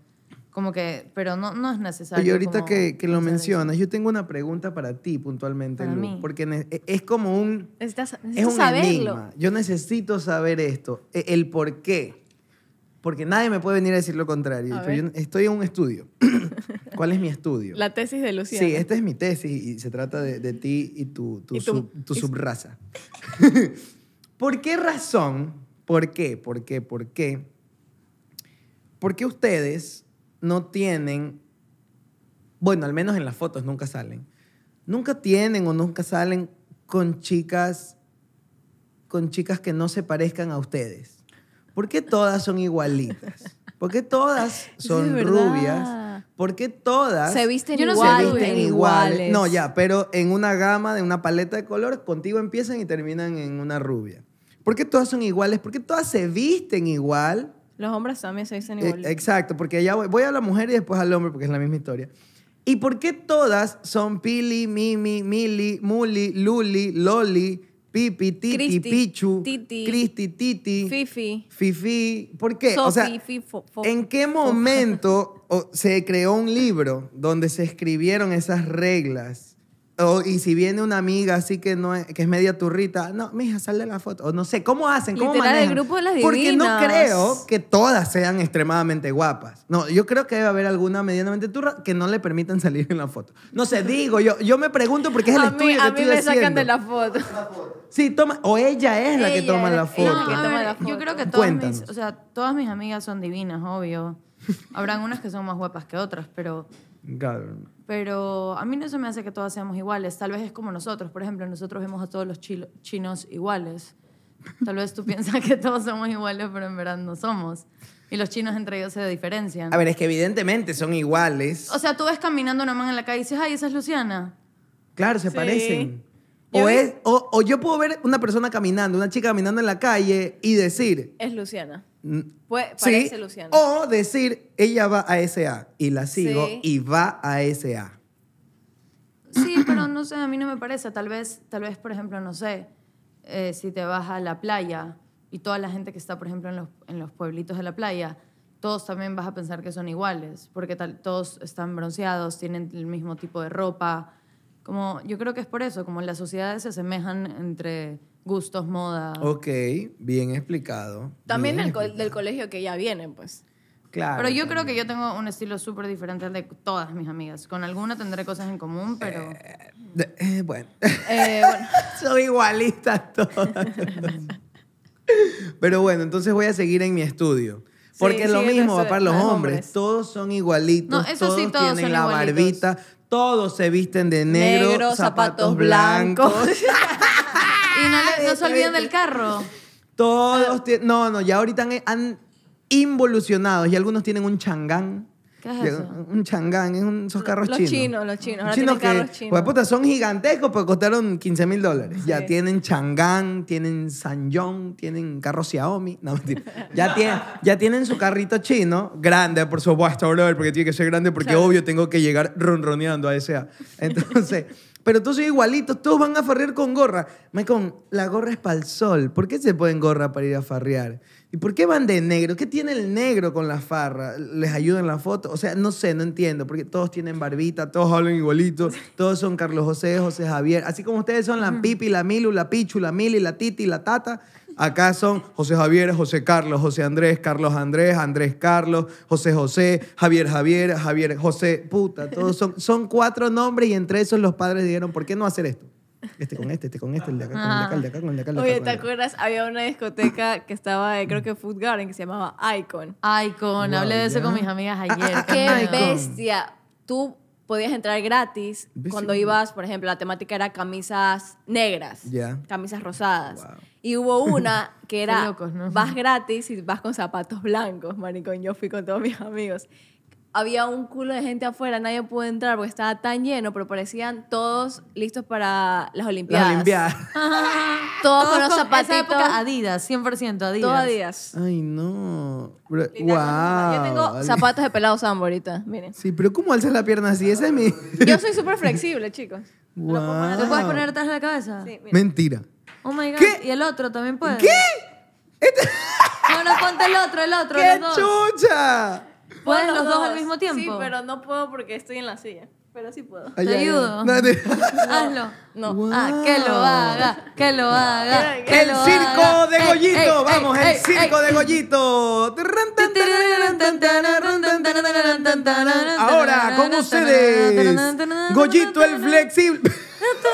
Speaker 1: Como que, pero no, no es necesario.
Speaker 2: Y ahorita
Speaker 1: como
Speaker 2: que, que lo
Speaker 1: pensar eso.
Speaker 2: mencionas, yo tengo una pregunta para ti puntualmente,
Speaker 1: Para
Speaker 2: Lu,
Speaker 1: mí.
Speaker 2: porque ne- es- es como un...
Speaker 3: Necesitas,
Speaker 2: Es
Speaker 3: necesitas
Speaker 2: un
Speaker 3: saberlo.
Speaker 2: enigma. Yo necesito saber esto, e- el por qué. Porque nadie me puede venir a decir lo contrario.
Speaker 3: A
Speaker 2: Pero yo
Speaker 3: ver.
Speaker 2: estoy en un estudio. <clears throat> ¿Cuál es mi estudio?
Speaker 3: La tesis de Lucía.
Speaker 2: Sí, esta es mi tesis y se trata de, de ti y tu, tu
Speaker 3: Y tu-
Speaker 2: sub- tu
Speaker 3: y-
Speaker 2: subraza. <laughs> ¿Por qué razón? ¿Por qué? ¿Por qué? ¿Por qué? ¿Por qué ustedes no tienen, bueno, al menos en las fotos nunca salen, nunca tienen o nunca salen con chicas, con chicas que no se parezcan a ustedes? ¿Por qué todas son igualitas? ¿Por qué
Speaker 3: <laughs>
Speaker 2: todas
Speaker 3: es
Speaker 2: son
Speaker 3: verdad.
Speaker 2: rubias? ¿Por qué todas
Speaker 3: Se visten
Speaker 1: Yo no soy
Speaker 3: igual.
Speaker 1: rubia.
Speaker 2: visten
Speaker 3: iguales.
Speaker 2: iguales. No, ya, pero en una gama de una paleta de colores, contigo empiezan y terminan en una rubia. ¿Por qué todas son iguales? ¿Por qué todas se visten igual?
Speaker 3: Los hombres también se dicen
Speaker 2: Eh,
Speaker 3: igual.
Speaker 2: Exacto, porque ya voy, voy a la mujer y después al hombre porque es la misma historia. ¿Y por qué todas son Pili, Mimi, Mili, Muli, Luli, Loli, Pipi, Titi,
Speaker 3: Cristi,
Speaker 2: Pichu,
Speaker 3: Titi,
Speaker 2: Cristi, Titi,
Speaker 3: Fifi.
Speaker 2: Fifi? ¿Por qué?
Speaker 3: Sofi,
Speaker 2: o sea,
Speaker 3: Fifo, Fo-
Speaker 2: ¿En qué
Speaker 3: <laughs>
Speaker 2: momento o, se creó un libro donde se escribieron esas reglas? O, y si viene una amiga así que no es, que es media turrita, no, mija, sale la foto. O no sé, ¿cómo hacen? ¿Cómo
Speaker 3: Literal, el
Speaker 2: manejan?
Speaker 3: grupo de las
Speaker 2: Porque no
Speaker 3: divinas.
Speaker 2: creo que todas sean extremadamente guapas. No, yo creo que debe haber alguna medianamente turra que no le permitan salir en la foto. No sé, digo, yo, yo me pregunto porque es el
Speaker 3: a
Speaker 2: estudio
Speaker 3: mí,
Speaker 2: que
Speaker 3: a mí
Speaker 2: estoy
Speaker 3: me sacan
Speaker 2: haciendo.
Speaker 3: de la foto.
Speaker 2: Sí, toma, o ella es la que
Speaker 3: Ella
Speaker 2: toma
Speaker 3: es-
Speaker 2: la
Speaker 3: no,
Speaker 2: foto.
Speaker 1: No, a
Speaker 3: toma
Speaker 1: ver,
Speaker 3: la foto.
Speaker 1: Yo creo que todas
Speaker 2: Cuéntanos.
Speaker 1: mis, o sea, todas mis amigas son divinas, obvio. Habrán unas que son más guapas que otras, pero,
Speaker 2: Claro.
Speaker 1: pero a mí no se me hace que todas seamos iguales. Tal vez es como nosotros. Por ejemplo, nosotros vemos a todos los chilo- chinos iguales. Tal vez tú <laughs> piensas que todos somos iguales, pero en verdad no somos. Y los chinos entre ellos se diferencian.
Speaker 2: A ver, es que evidentemente son iguales.
Speaker 1: O sea, tú ves caminando una man en la calle y dices, ay, esa es Luciana.
Speaker 2: Claro, se
Speaker 3: Sí.
Speaker 2: parecen.
Speaker 3: Yo
Speaker 2: O,
Speaker 3: vi-
Speaker 2: es, o, o yo puedo ver una persona caminando, una chica caminando en la calle y decir,
Speaker 3: Es Luciana.
Speaker 2: mm,
Speaker 3: Pue-
Speaker 2: sí, Oh.
Speaker 3: parece Luciana.
Speaker 2: o decir, ella va a SA y la sigo
Speaker 3: Sí.
Speaker 2: y va a SA.
Speaker 1: Sí, pero no sé, a mí no me parece. Tal vez, tal vez por ejemplo, no sé, eh, si te vas a la playa y toda la gente que está, por ejemplo, en los, en los pueblitos de la playa, todos también vas a pensar que son iguales, porque tal, todos están bronceados, tienen el mismo tipo de ropa. Como, yo creo que es por eso, como las sociedades se asemejan entre gustos, moda.
Speaker 2: Ok, bien explicado.
Speaker 3: Ah. También
Speaker 2: bien
Speaker 3: del, co-
Speaker 2: explicado. <laughs>
Speaker 3: del colegio que ya vienen, pues.
Speaker 2: Claro.
Speaker 1: Pero yo creo que yo tengo un estilo súper diferente al de todas mis amigas. Con alguna tendré cosas en común, pero...
Speaker 2: De- eh, bueno, <laughs>
Speaker 3: Eh, bueno,
Speaker 2: son igualistas todas. Pero bueno, entonces voy a seguir en mi estudio. Porque
Speaker 3: Sí,
Speaker 2: es lo
Speaker 3: sigue tu
Speaker 2: mismo va
Speaker 3: estudio.
Speaker 2: para los
Speaker 3: Ah,
Speaker 2: hombres.
Speaker 3: hombres.
Speaker 2: Todos son igualitos.
Speaker 1: No, eso
Speaker 2: todos
Speaker 1: sí, todos
Speaker 2: tienen
Speaker 1: son
Speaker 2: la
Speaker 1: igualitos.
Speaker 2: barbita. Todos se visten de negro,
Speaker 3: negro,
Speaker 2: zapatos, blancos.
Speaker 3: <laughs>
Speaker 1: Y no, le- no se olviden del carro.
Speaker 2: Todos tienen. No, no, ya ahorita han, han involucionado. Y algunos tienen un changán.
Speaker 1: ¿Qué es
Speaker 2: Ya,
Speaker 1: eso?
Speaker 2: Un changán, es un, esos carros
Speaker 3: Los
Speaker 2: chinos.
Speaker 3: chinos, los chinos.
Speaker 2: Un
Speaker 3: Ahora
Speaker 2: chino
Speaker 3: tienen carros
Speaker 2: que, pues,
Speaker 3: chinos.
Speaker 2: hueputa, son gigantescos, pero costaron 15 mil dólares. Ya
Speaker 3: Sí.
Speaker 2: tienen changán, tienen Sanyong, tienen carros Xiaomi. No, mentira. Ya, tienen, ya tienen su carrito chino, grande, por supuesto, brother, porque tiene que ser grande, porque obvio tengo que llegar ronroneando a ese. Entonces, <laughs> pero todos son igualitos, todos van a farrear con gorra. Maicon, la gorra es para el sol. ¿Por qué se ponen gorra para ir a farrear? ¿Y por qué van de negro? ¿Qué tiene el negro con la farra? ¿Les ayuda en la foto? O sea, no sé, no entiendo, porque todos tienen barbita, todos hablan igualito, todos son Carlos José, José Javier. Así como ustedes son la Pipi, la Milu, la Pichu, la Mili, la Titi, la Tata, acá son José Javier, José Carlos, José Andrés, Carlos Andrés, Andrés Carlos, José José, Javier Javier, Javier José, puta, todos son, son cuatro nombres y entre esos los padres dijeron, ¿por qué no hacer esto? Este con este, este con este, el de acá con el de acá, el de acá con el de acá. el de acá, con
Speaker 3: Oye, ¿te
Speaker 2: el de acá.
Speaker 3: acuerdas? Había una discoteca que estaba, eh, creo que Food Garden, que se llamaba Icon.
Speaker 1: Ay, con,
Speaker 2: Wow,
Speaker 1: hablé de eso
Speaker 2: ya.
Speaker 1: con mis amigas
Speaker 2: Ah, ah, ah,
Speaker 1: ayer.
Speaker 3: ¡Qué
Speaker 2: Icon.
Speaker 3: bestia! Tú podías entrar gratis
Speaker 2: Bestia.
Speaker 3: cuando ibas, por ejemplo, la temática era camisas negras,
Speaker 2: Ya.
Speaker 3: camisas rosadas.
Speaker 2: Wow.
Speaker 3: Y hubo una <laughs> que era,
Speaker 1: locos, ¿no?
Speaker 3: vas gratis y vas con zapatos blancos, maricón. Yo fui con todos mis amigos. Había un culo de gente afuera, nadie pudo entrar porque estaba tan lleno, pero parecían todos listos para las Olimpiadas.
Speaker 2: Las Olimpiadas.
Speaker 3: Todos, con los
Speaker 1: con- esa
Speaker 3: zapatitos.
Speaker 1: época Adidas, 100% Adidas.
Speaker 3: Todo Adidas.
Speaker 2: Ay, no. Bro,
Speaker 3: Literal, Yo tengo
Speaker 2: guau.
Speaker 3: zapatos de pelado sambo ahorita, miren.
Speaker 2: Sí, pero ¿cómo alzas la pierna así? Esa es mi.
Speaker 3: Yo soy súper flexible, <laughs> chicos.
Speaker 2: Wow.
Speaker 1: ¿Te puedes poner atrás de la cabeza?
Speaker 3: Sí, miren.
Speaker 2: Mentira.
Speaker 1: Oh my God.
Speaker 2: ¿Qué?
Speaker 1: ¿Y el otro también puede?
Speaker 2: ¿Qué?
Speaker 1: No, no, ponte el otro, el otro,
Speaker 2: ¡Qué
Speaker 1: los dos.
Speaker 2: chucha!
Speaker 1: ¿Puedes
Speaker 3: Puedo
Speaker 1: los dos al mismo tiempo?
Speaker 3: Sí, pero no puedo porque estoy en la silla. Pero sí puedo.
Speaker 2: Ay, ay, ay.
Speaker 1: ayudo.
Speaker 2: No, te-
Speaker 1: Hazlo.
Speaker 3: No.
Speaker 2: Wow.
Speaker 1: Ah, que lo haga, que lo haga. que
Speaker 2: El
Speaker 1: lo
Speaker 2: circo
Speaker 1: haga.
Speaker 2: de
Speaker 1: Ey,
Speaker 2: Gollito,
Speaker 1: ey, ey,
Speaker 2: vamos, el
Speaker 1: ey,
Speaker 2: circo
Speaker 1: ey.
Speaker 2: de Gollito. Tarran, tan, tarararán, tan, tararán, tan, tararán, tan, tararán. Ahora con ustedes, Gollito el flexible.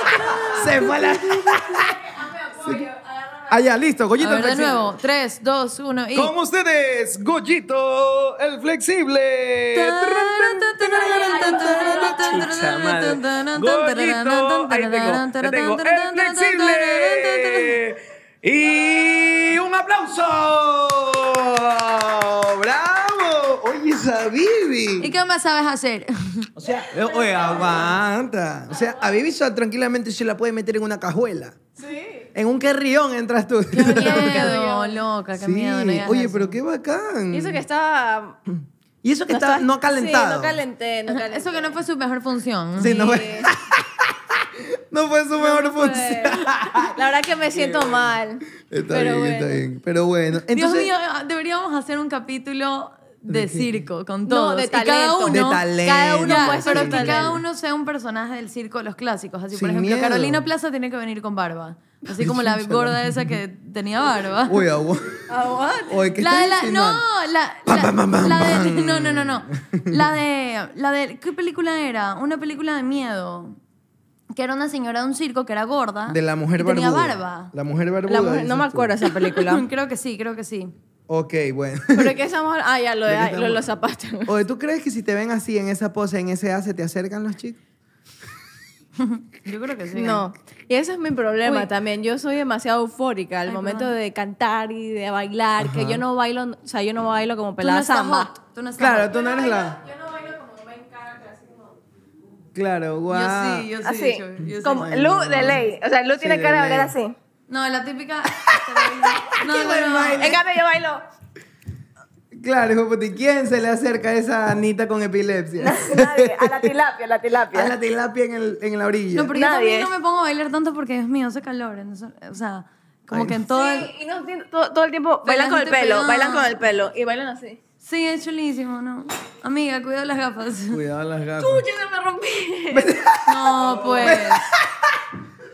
Speaker 2: <laughs> Se fue
Speaker 1: <laughs>
Speaker 2: a la. Allá, listo,
Speaker 1: A
Speaker 2: Gollito el
Speaker 1: ver, de
Speaker 2: flexible.
Speaker 1: nuevo. 3, 2, 1 y.
Speaker 2: Con ustedes, Gollito, el flexible. Chucha madre. Gollito, ahí tengo, ahí tengo, el flexible. Y un aplauso. ¡Bravo! Oye, esa
Speaker 1: ¿Y
Speaker 2: Bibi.
Speaker 1: qué más sabes hacer? <laughs>
Speaker 2: O sea, eh, oye, aguanta. O sea, a Bibi Suárez tranquilamente se la puede meter en una cajuela.
Speaker 3: Sí.
Speaker 2: En un carrión entras tú.
Speaker 1: Qué miedo, loca, qué
Speaker 2: <laughs> Sí.
Speaker 1: miedo. no digas
Speaker 2: Oye,
Speaker 1: eso.
Speaker 2: pero qué
Speaker 1: Mm.
Speaker 2: bacán.
Speaker 3: Y eso que estaba.
Speaker 2: Y eso que está, no ha calentado.
Speaker 3: Sí, no calenté, no calenté.
Speaker 1: Eso que no fue su mejor función.
Speaker 2: Sí, <laughs> no fue,
Speaker 3: Sí.
Speaker 2: no fue su mejor
Speaker 3: Pues,
Speaker 2: función.
Speaker 3: La verdad que me siento mal.
Speaker 2: Está
Speaker 3: pero
Speaker 2: bien,
Speaker 3: bueno.
Speaker 2: está bien. Pero bueno,
Speaker 1: Dios
Speaker 2: entonces,
Speaker 1: mío, deberíamos hacer un capítulo de circo con
Speaker 3: No,
Speaker 1: todos.
Speaker 3: de
Speaker 1: Y cada
Speaker 3: talento.
Speaker 1: uno,
Speaker 2: de talento.
Speaker 3: cada uno
Speaker 1: Ya,
Speaker 3: puede ser
Speaker 1: pero
Speaker 3: un
Speaker 1: que
Speaker 3: talento.
Speaker 1: cada uno sea un personaje del circo de los clásicos. Así,
Speaker 2: Sin
Speaker 1: por ejemplo,
Speaker 2: miedo.
Speaker 1: Carolina Plaza tiene que venir con barba. Así como
Speaker 2: <laughs>
Speaker 1: la
Speaker 2: Chucha,
Speaker 1: gorda esa que tenía barba.
Speaker 2: Uy, agua.
Speaker 3: Aguante.
Speaker 2: Oye, ¿qué
Speaker 1: La
Speaker 2: está
Speaker 1: de la.
Speaker 2: diciendo?
Speaker 1: No, la.
Speaker 2: Pam,
Speaker 1: la-
Speaker 2: pam, pam, pam,
Speaker 1: la de-
Speaker 2: pam.
Speaker 1: No, no, no,
Speaker 2: <laughs>
Speaker 1: no. La de. La de. ¿Qué película era? Una película de miedo. Que era una señora de un circo que era gorda.
Speaker 2: De la mujer
Speaker 1: y tenía
Speaker 2: barbuda.
Speaker 1: barba.
Speaker 2: La mujer barbuda.
Speaker 3: La mujer-
Speaker 2: dices
Speaker 3: no me
Speaker 2: tú.
Speaker 3: acuerdo esa película.
Speaker 1: <laughs> creo que sí, creo que sí.
Speaker 2: Ok,
Speaker 1: <laughs>
Speaker 2: bueno.
Speaker 3: Pero que esa mujer. Ah, ya, lo de,
Speaker 2: ¿De qué
Speaker 3: lo de los
Speaker 2: estamos?
Speaker 3: zapatos.
Speaker 2: Oye, ¿tú crees que si te ven así en esa pose, en ese A, se te acercan los chicos?
Speaker 1: Yo creo que sí.
Speaker 3: No, y ese es mi problema
Speaker 1: Uy.
Speaker 3: también. Yo soy demasiado eufórica al
Speaker 1: Ay,
Speaker 3: momento
Speaker 1: perdón.
Speaker 3: de cantar y de bailar, que yo no bailo, o sea, yo no bailo como
Speaker 1: Tú no
Speaker 3: pelada
Speaker 1: estás
Speaker 3: samba.
Speaker 1: hot. Tú no estás
Speaker 2: Claro,
Speaker 1: hot.
Speaker 2: tú no eres la.
Speaker 3: Yo no bailo como Ben Carter, así como
Speaker 2: Claro, guau.
Speaker 1: Yo sí, yo sí.
Speaker 3: así,
Speaker 1: yo- yo sí.
Speaker 3: como
Speaker 2: Ay,
Speaker 3: Lu
Speaker 2: no.
Speaker 3: de ley, o sea, Lu tiene
Speaker 2: de
Speaker 3: cara de bailar
Speaker 2: ley.
Speaker 3: así.
Speaker 1: No, la
Speaker 2: <laughs>
Speaker 1: típica. No, no,
Speaker 2: buen
Speaker 1: no.
Speaker 2: baile.
Speaker 3: <laughs> En cambio yo bailo.
Speaker 2: Claro, hijo de puta, ¿y quién se le acerca a esa Anita con epilepsia? <laughs>
Speaker 3: Nadie, a la tilapia, a la tilapia.
Speaker 2: a la tilapia en, el- en la orilla.
Speaker 1: No, pero yo también
Speaker 3: Nadie.
Speaker 1: no me pongo a bailar tanto porque, Dios mío, hace calor. entonces, o sea, como
Speaker 2: Ay,
Speaker 1: que en
Speaker 2: no.
Speaker 1: todo el-
Speaker 3: Sí, y no entiendo, todo, todo el tiempo
Speaker 1: Pero
Speaker 3: bailan
Speaker 1: la
Speaker 3: con el
Speaker 1: gente
Speaker 3: pelo,
Speaker 1: pelada.
Speaker 3: bailan con el pelo y bailan así.
Speaker 1: Sí, es chulísimo, ¿no? Amiga, cuida las gafas.
Speaker 2: Cuidado las gafas.
Speaker 1: <laughs>
Speaker 3: Uy, yo no me rompí.
Speaker 1: No, pues.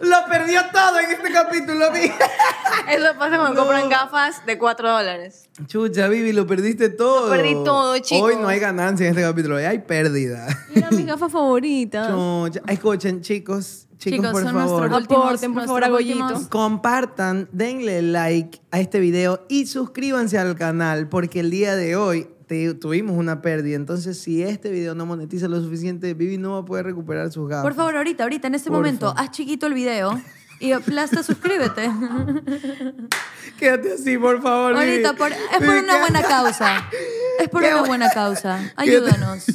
Speaker 2: Lo perdió todo en este capítulo, mía.
Speaker 3: <laughs> Eso pasa cuando
Speaker 2: No.
Speaker 3: compran gafas de 4 dólares.
Speaker 2: Chucha, Vivi, lo perdiste todo.
Speaker 3: Lo perdí todo, chicos.
Speaker 2: Hoy no hay ganancia en este capítulo, hoy hay pérdida.
Speaker 3: Era mi gafa favorita.
Speaker 2: Chucha. Escuchen, chicos, chicos,
Speaker 1: Chicos,
Speaker 2: por
Speaker 1: son
Speaker 2: favor.
Speaker 1: nuestros últimos,
Speaker 3: Aporten, por
Speaker 1: nuestros
Speaker 3: favor, a Goyito.
Speaker 1: últimos-
Speaker 2: Compartan, denle like a este video y suscríbanse al canal porque el día de hoy te- tuvimos una pérdida. Entonces, si este video no monetiza lo suficiente, Vivi no va a poder recuperar sus gafas.
Speaker 1: Por favor, ahorita, ahorita, en este
Speaker 2: Porfa.
Speaker 1: momento, haz chiquito el video y aplasta, suscríbete.
Speaker 2: Quédate así, <laughs> por favor. Vivi.
Speaker 1: ahorita, por- es por
Speaker 2: Vivi,
Speaker 1: una buena
Speaker 2: quédate-
Speaker 1: causa. Es por
Speaker 2: Qué
Speaker 1: una
Speaker 2: bu-
Speaker 1: buena causa.
Speaker 2: <laughs>
Speaker 1: Ayúdanos.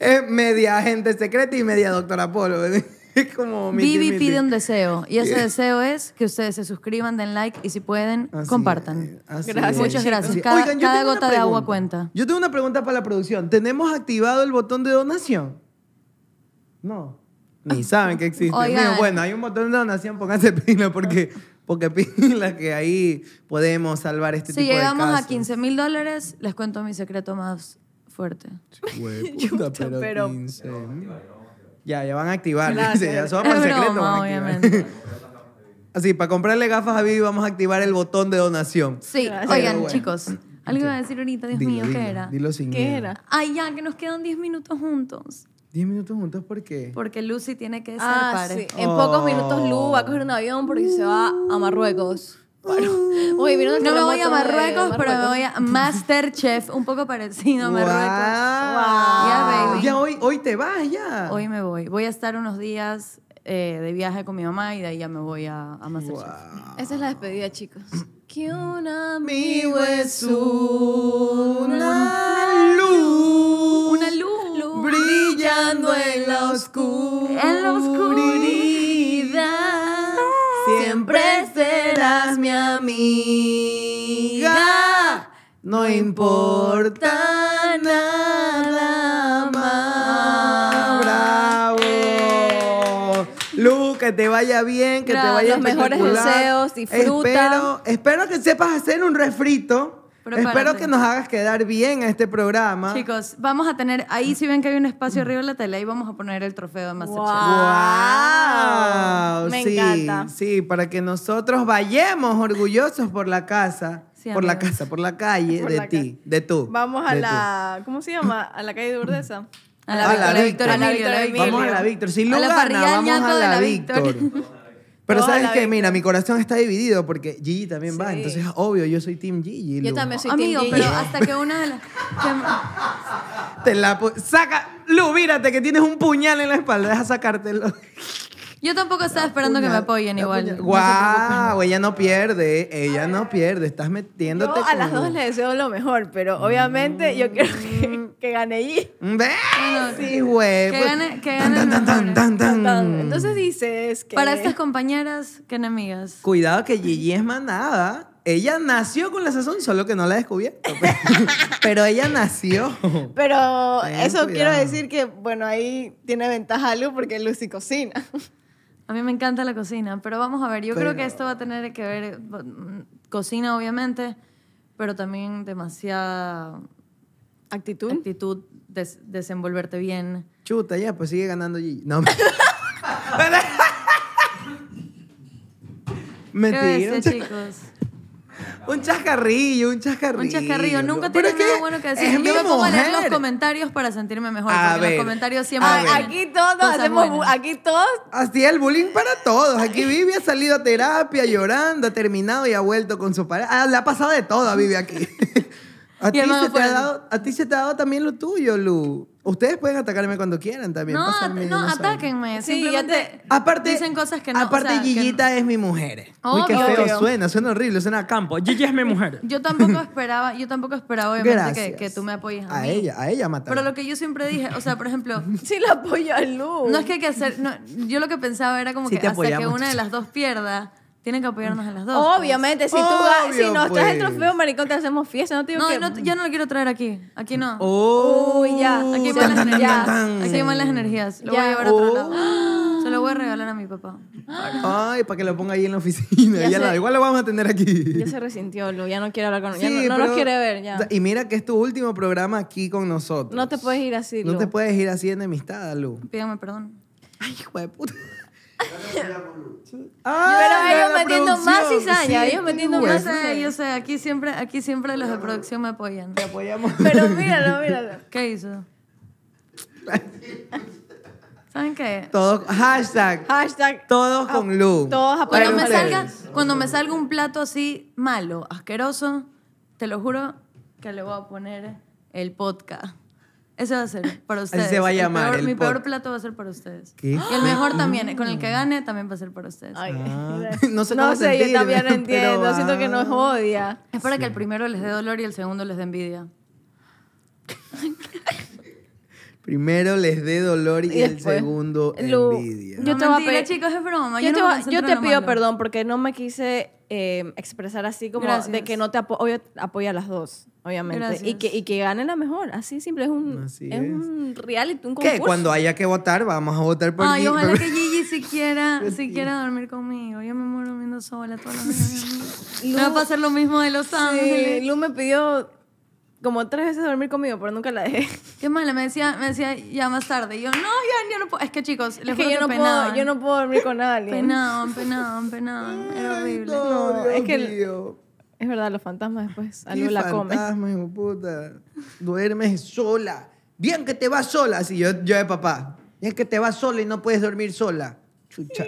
Speaker 2: Es media agente secreta y media doctora Polo. <laughs> Es como mi
Speaker 1: Vivi pide un deseo y ese deseo es que ustedes se suscriban, den like y si pueden,
Speaker 2: Este
Speaker 1: compartan.
Speaker 3: Gracias.
Speaker 1: Muchas gracias.
Speaker 2: Sí.
Speaker 1: Cada-
Speaker 2: yo
Speaker 1: cada
Speaker 2: tengo una
Speaker 1: gota de agua
Speaker 2: pregunta.
Speaker 1: cuenta.
Speaker 2: Yo tengo una pregunta para la producción. ¿Tenemos activado el botón de donación? No. Ni saben que existe.
Speaker 1: Ah. Oigan.
Speaker 2: Bueno, bueno, hay un botón de donación, pónganse <laughs> pila porque, porque pila que ahí podemos salvar este
Speaker 1: Si
Speaker 2: tipo de
Speaker 1: llegamos a
Speaker 2: casos.
Speaker 1: 15 mil dólares, les cuento mi secreto más fuerte. <laughs>
Speaker 2: Hueputa, pero
Speaker 3: pero-
Speaker 2: 15. Ya, ya van a activar. <laughs>
Speaker 3: Gracias.
Speaker 2: dice, ya solo para el
Speaker 1: <laughs> Es broma,
Speaker 2: secreto. van a activar.
Speaker 1: obviamente.
Speaker 2: <laughs> Así, para comprarle gafas a Vivi vamos a activar el botón de donación.
Speaker 1: Sí,
Speaker 3: Gracias.
Speaker 1: oigan,
Speaker 2: Pero bueno.
Speaker 1: chicos, algo iba a decir ahorita, Dios mío,
Speaker 2: dilo,
Speaker 1: ¿qué era?
Speaker 2: Dilo sin
Speaker 3: ¿Qué
Speaker 2: miedo.
Speaker 3: era?
Speaker 1: Ay, ya, que nos quedan 10 minutos juntos.
Speaker 2: 10 minutos juntos, ¿por qué?
Speaker 1: Porque Lucy tiene que
Speaker 3: Ah,
Speaker 1: zarpar.
Speaker 3: sí. En pocos
Speaker 2: Oh.
Speaker 3: minutos Lu va a coger un avión porque se va a Marruecos. Bueno.
Speaker 2: <laughs>
Speaker 3: Oye, ¿vieron el
Speaker 1: No me voy a
Speaker 3: terremoto de
Speaker 1: Marruecos, pero me voy a Masterchef, un poco parecido a
Speaker 2: Wow.
Speaker 1: Marruecos.
Speaker 2: Ya,
Speaker 1: baby.
Speaker 2: hoy, hoy te vas, ya.
Speaker 1: Hoy me voy. Voy a estar unos días eh, de viaje con mi mamá y de ahí ya me voy a, a Masterchef.
Speaker 3: Esa es la despedida, chicos. Que un
Speaker 2: Amigo
Speaker 3: amigo
Speaker 2: es una luz.
Speaker 1: Una luz.
Speaker 2: Brillando en la oscuridad.
Speaker 1: En la oscuridad.
Speaker 2: Siempre serás mi amiga. No importa nada más. ¡Bravo! Lu, que te vaya bien, que te
Speaker 3: Gracias,
Speaker 2: vaya
Speaker 3: los mejores
Speaker 2: espectacular.
Speaker 3: deseos, disfruta.
Speaker 2: Espero, espero que sepas hacer un refrito.
Speaker 1: Prepárate.
Speaker 2: Espero que nos hagas quedar bien a este programa.
Speaker 1: Chicos, vamos a tener, ahí si ven que hay un espacio arriba de la tele, ahí vamos a poner el trofeo de Masterchef.
Speaker 3: Guau.
Speaker 2: ¡Wow!
Speaker 3: Me
Speaker 2: sí,
Speaker 3: encanta.
Speaker 2: Sí, para que nosotros vayamos orgullosos por la casa,
Speaker 1: Sí,
Speaker 2: por la
Speaker 1: amigos.
Speaker 2: casa, por la calle
Speaker 3: <laughs> Por
Speaker 2: de
Speaker 3: la
Speaker 2: ti, de tú.
Speaker 3: Vamos a
Speaker 2: de
Speaker 3: la. ¿cómo se llama? A la calle de
Speaker 2: <laughs>
Speaker 3: Urdesa.
Speaker 1: A
Speaker 2: A
Speaker 1: la,
Speaker 2: la
Speaker 1: Víctor- a la Víctor
Speaker 2: Víctor. A la
Speaker 1: Emilio,
Speaker 3: Víctor
Speaker 2: tú.
Speaker 3: Emilio.
Speaker 2: Vamos a la Víctor. Si Lu
Speaker 1: A la
Speaker 2: gana,
Speaker 1: parrilla del
Speaker 2: vamos
Speaker 1: ñaco
Speaker 2: a
Speaker 1: de
Speaker 2: la
Speaker 1: la
Speaker 2: Víctor. <laughs> Pero
Speaker 3: Todos a
Speaker 2: sabes
Speaker 3: la
Speaker 2: que,
Speaker 3: Víctor.
Speaker 2: mira, mi corazón está dividido porque Gigi también va,
Speaker 3: Sí.
Speaker 2: entonces obvio, yo soy Team Gigi.
Speaker 3: Yo
Speaker 2: Lu.
Speaker 3: también soy
Speaker 1: Amigo,
Speaker 3: Team
Speaker 1: pero
Speaker 3: Gigi.
Speaker 1: hasta que una de las... que-
Speaker 2: Te la pu- saca, Lu, mírate que tienes un puñal en la espalda, deja
Speaker 3: <laughs>
Speaker 2: sacártelo.
Speaker 1: Yo tampoco estaba esperando que me apoyen igual. no se preocupen.
Speaker 2: Guau, ella no pierde, ella no pierde, estás
Speaker 3: Yo
Speaker 2: metiéndote
Speaker 3: a
Speaker 2: con
Speaker 3: las
Speaker 2: Lu.
Speaker 3: dos les deseo lo mejor, pero obviamente yo quiero que, que gane allí.
Speaker 2: ¿Ves?
Speaker 1: no,
Speaker 2: sí, güey.
Speaker 1: que
Speaker 2: pues.
Speaker 1: gane- que
Speaker 2: Tan,
Speaker 1: gane
Speaker 2: tan, tan,
Speaker 1: mejores.
Speaker 2: tan, tan, tan.
Speaker 3: Entonces dices que.
Speaker 1: Para estas compañeras, que enemigas.
Speaker 2: Cuidado que Gigi es manada. Ella nació con la sazón, solo que no la ha descubierto. pues.
Speaker 1: <laughs>
Speaker 2: Pero ella nació.
Speaker 3: Pero
Speaker 2: Ten
Speaker 3: eso quiero
Speaker 2: cuidado.
Speaker 3: decir que, bueno, ahí tiene ventaja Lu porque Lucy cocina.
Speaker 1: A mí me encanta la cocina, pero vamos a ver, yo
Speaker 2: Pero-
Speaker 1: creo que esto va a tener que ver, mm, cocina obviamente, pero también demasiada
Speaker 3: Actitud.
Speaker 1: actitud, des- desenvolverte bien.
Speaker 2: Chuta, ya, pues sigue ganando Gigi.
Speaker 1: <laughs>
Speaker 2: No.
Speaker 1: ¿Qué
Speaker 2: Mentira.
Speaker 1: ves, eh,
Speaker 2: un cha-
Speaker 1: chicos?
Speaker 2: Un chascarrillo, un chascarrillo.
Speaker 1: Un chascarrillo. Nunca
Speaker 2: Pero
Speaker 1: tienes
Speaker 2: es que
Speaker 1: nada bueno que decir.
Speaker 2: es
Speaker 1: Yo
Speaker 2: mi
Speaker 1: me pongo a leer los
Speaker 2: mujer.
Speaker 1: comentarios para sentirme mejor,
Speaker 2: A
Speaker 1: porque
Speaker 2: ver,
Speaker 1: los comentarios siempre...
Speaker 2: a
Speaker 3: Ah,
Speaker 2: ver.
Speaker 1: tienen
Speaker 3: Aquí todos
Speaker 1: cosas
Speaker 3: hacemos, bu-
Speaker 1: buenas.
Speaker 3: aquí todos.
Speaker 2: Así el bullying para todos. Aquí Vivi ha salido a terapia llorando, ha terminado y ha vuelto con su pareja. Ah, le ha pasado de todo a
Speaker 1: <laughs>
Speaker 2: Vivi aquí. A
Speaker 1: Y
Speaker 2: ti,
Speaker 1: el man
Speaker 2: se te ha
Speaker 1: afuera.
Speaker 2: dado, a ti se te ha dado también lo tuyo, Lu. Ustedes pueden atacarme cuando quieran también.
Speaker 1: No, at-
Speaker 2: pásenme, yo
Speaker 1: no,
Speaker 2: saben.
Speaker 1: atáquenme.
Speaker 3: Sí, ya
Speaker 1: simplemente
Speaker 3: te-
Speaker 2: Aparte,
Speaker 1: dicen cosas que no. o
Speaker 2: Aparte,
Speaker 1: sea, que no.
Speaker 2: Gigita es mi mujer. Uy, qué
Speaker 1: Obvio.
Speaker 2: feo suena, suena horrible, suena a campo. Gigi es mi mujer.
Speaker 1: Yo
Speaker 2: <laughs>
Speaker 1: tampoco esperaba, yo tampoco esperaba obviamente
Speaker 2: Gracias.
Speaker 1: que, que tú me apoyes a,
Speaker 2: A
Speaker 1: mí.
Speaker 2: ella, a ella matar.
Speaker 1: Pero lo que yo siempre dije, o sea, por
Speaker 2: <laughs>
Speaker 1: ejemplo,
Speaker 3: <laughs> Sí, la apoyo a Lu.
Speaker 1: no es que hay que hacer, no, yo lo que pensaba era como
Speaker 2: Sí,
Speaker 1: que
Speaker 2: te
Speaker 1: hasta que
Speaker 2: apoyamos.
Speaker 1: una de las dos pierda, tienen que apoyarnos a las dos. pues.
Speaker 3: Obviamente, si tú vas,
Speaker 2: Obvio,
Speaker 3: si nos traes el
Speaker 2: pues.
Speaker 3: trofeo, maricón, te hacemos fiesta. No te digo
Speaker 1: No,
Speaker 3: que.
Speaker 1: no, yo no lo quiero traer aquí, aquí no.
Speaker 2: Oh,
Speaker 3: Uy, ya.
Speaker 1: Aquí van las
Speaker 2: tan,
Speaker 3: Uh,
Speaker 2: tan, tan,
Speaker 1: energías,
Speaker 2: tan, tan.
Speaker 1: aquí van las energías, lo voy a
Speaker 3: Ya.
Speaker 1: llevar a otro
Speaker 2: Oh.
Speaker 1: lado. Se lo voy a regalar a mi papá.
Speaker 2: Ay, para que lo ponga ahí en la oficina.
Speaker 3: <laughs> Ya
Speaker 2: Ya la-
Speaker 3: sé.
Speaker 2: igual lo vamos a tener aquí.
Speaker 3: <laughs> Ya se resintió, Lu. Ya no quiere hablar con nosotros.
Speaker 2: Sí,
Speaker 3: no
Speaker 2: pero-
Speaker 3: nos quiere ver, ya.
Speaker 2: Y mira que es tu último programa aquí con nosotros.
Speaker 3: No te puedes ir así,
Speaker 2: No
Speaker 3: Lu. <laughs>
Speaker 2: te puedes ir así enemistada, Lu.
Speaker 1: Pídame perdón.
Speaker 2: <laughs> Ay, hijo de puta.
Speaker 1: Pero
Speaker 2: era
Speaker 1: ellos
Speaker 2: la
Speaker 1: metiendo más
Speaker 2: producción,
Speaker 3: cizaña,
Speaker 2: sí, pues.
Speaker 3: ellos
Speaker 2: sí,
Speaker 3: metiendo
Speaker 1: Yo
Speaker 2: güey.
Speaker 3: más
Speaker 1: sé, yo sé, aquí siempre, aquí siempre los de producción me apoyan.
Speaker 2: Te apoyamos. <laughs>
Speaker 3: Pero míralo, míralo.
Speaker 1: ¿Qué hizo? ¿Saben qué?
Speaker 2: Todos, hashtag,
Speaker 3: Hashtag.
Speaker 2: todos con Lu.
Speaker 3: Todos
Speaker 1: Cuando
Speaker 3: apoyando.
Speaker 1: me,
Speaker 2: Para
Speaker 1: salga,
Speaker 2: ustedes.
Speaker 1: cuando me salga un plato así malo, asqueroso, te lo juro que le voy a poner el podcast. Ese va a ser para ustedes.
Speaker 2: se va a
Speaker 1: El
Speaker 2: llamar,
Speaker 1: peor-
Speaker 2: el
Speaker 1: mi peor
Speaker 2: pod-
Speaker 1: plato va a ser para ustedes.
Speaker 2: ¿Qué?
Speaker 1: Y el mejor también, eh, con el que gane, también va a ser para ustedes.
Speaker 3: Ay,
Speaker 2: Ah.
Speaker 3: mira.
Speaker 2: No sé
Speaker 3: no
Speaker 2: cómo
Speaker 3: sé yo
Speaker 2: sentirme,
Speaker 3: también no
Speaker 2: pero,
Speaker 3: entiendo. Siento que nos
Speaker 2: ah.
Speaker 3: odia.
Speaker 1: Es para que el primero les dé dolor y el segundo les dé envidia.
Speaker 2: Primero les dé dolor y,
Speaker 3: Y
Speaker 2: el
Speaker 3: después,
Speaker 2: segundo
Speaker 3: Lu,
Speaker 2: envidia.
Speaker 3: Yo
Speaker 1: No,
Speaker 3: te voy a
Speaker 1: mentira,
Speaker 3: pedir-
Speaker 1: chicos, es broma.
Speaker 3: Yo,
Speaker 1: Yo,
Speaker 3: te,
Speaker 1: no me
Speaker 3: va-
Speaker 1: concentro
Speaker 3: yo
Speaker 1: en
Speaker 3: te
Speaker 1: lo
Speaker 3: pido
Speaker 1: malo.
Speaker 3: perdón porque no me quise eh, expresar así como de
Speaker 1: Gracias.
Speaker 3: que no te apoyo, apoyo a las dos, obviamente. Y
Speaker 1: Gracias.
Speaker 3: que, y que gane la mejor, así simple. Es un,
Speaker 2: Así
Speaker 3: es
Speaker 2: es.
Speaker 3: un reality, un concurso.
Speaker 2: ¿Qué? Cuando haya que votar, vamos a votar por
Speaker 1: Ay,
Speaker 2: Gigi.
Speaker 1: ojalá que Gigi si
Speaker 2: <laughs>
Speaker 1: quiera, si quiera dormir conmigo. Yo me muero durmiendo sola todas las
Speaker 2: <laughs>
Speaker 1: noches. Me va a pasar lo mismo de Los
Speaker 3: Sí,
Speaker 1: Ángeles.
Speaker 3: Lu me pidió como tres veces dormir conmigo, pero nunca la
Speaker 1: <laughs>
Speaker 3: dejé.
Speaker 1: Qué mala, me decía, me decía ya más tarde. Y yo, no, ya, yo no puedo. Es que chicos, les
Speaker 3: Es
Speaker 1: juro
Speaker 3: que yo no, puedo,
Speaker 1: penaban.
Speaker 3: yo no puedo dormir con alguien.
Speaker 1: Penaban, penaban,
Speaker 2: <laughs>
Speaker 1: penaban. Era horrible.
Speaker 2: No,
Speaker 3: No,
Speaker 2: Dios
Speaker 3: es que-
Speaker 2: mío.
Speaker 3: Es verdad, los fantasmas después a
Speaker 2: Qué
Speaker 3: Lu la comen.
Speaker 2: fantasma, hijo puta. Duermes sola. Bien que te vas sola. Así yo, yo de papá. Bien que te vas sola y no puedes dormir sola. Chucha.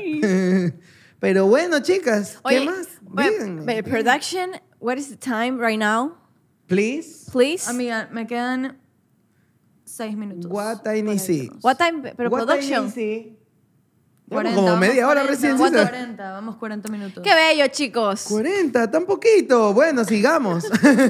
Speaker 2: <laughs> Pero bueno, chicas, ¿qué
Speaker 3: Oye, eh,
Speaker 2: más?
Speaker 3: but-
Speaker 2: Díganme.
Speaker 3: but production, what is the time right now?
Speaker 2: Please.
Speaker 3: Please.
Speaker 1: Amiga, me quedan seis minutos.
Speaker 2: What I need see.
Speaker 3: What time? Pero
Speaker 2: What I
Speaker 3: production.
Speaker 2: need see. Tenemos
Speaker 1: 40,
Speaker 2: Como
Speaker 1: vamos
Speaker 2: media hora
Speaker 1: 40,
Speaker 2: recién.
Speaker 1: Vamos
Speaker 2: César.
Speaker 1: 40, vamos 40 minutos.
Speaker 3: Qué bello, chicos.
Speaker 2: 40, tan poquito. Bueno, sigamos.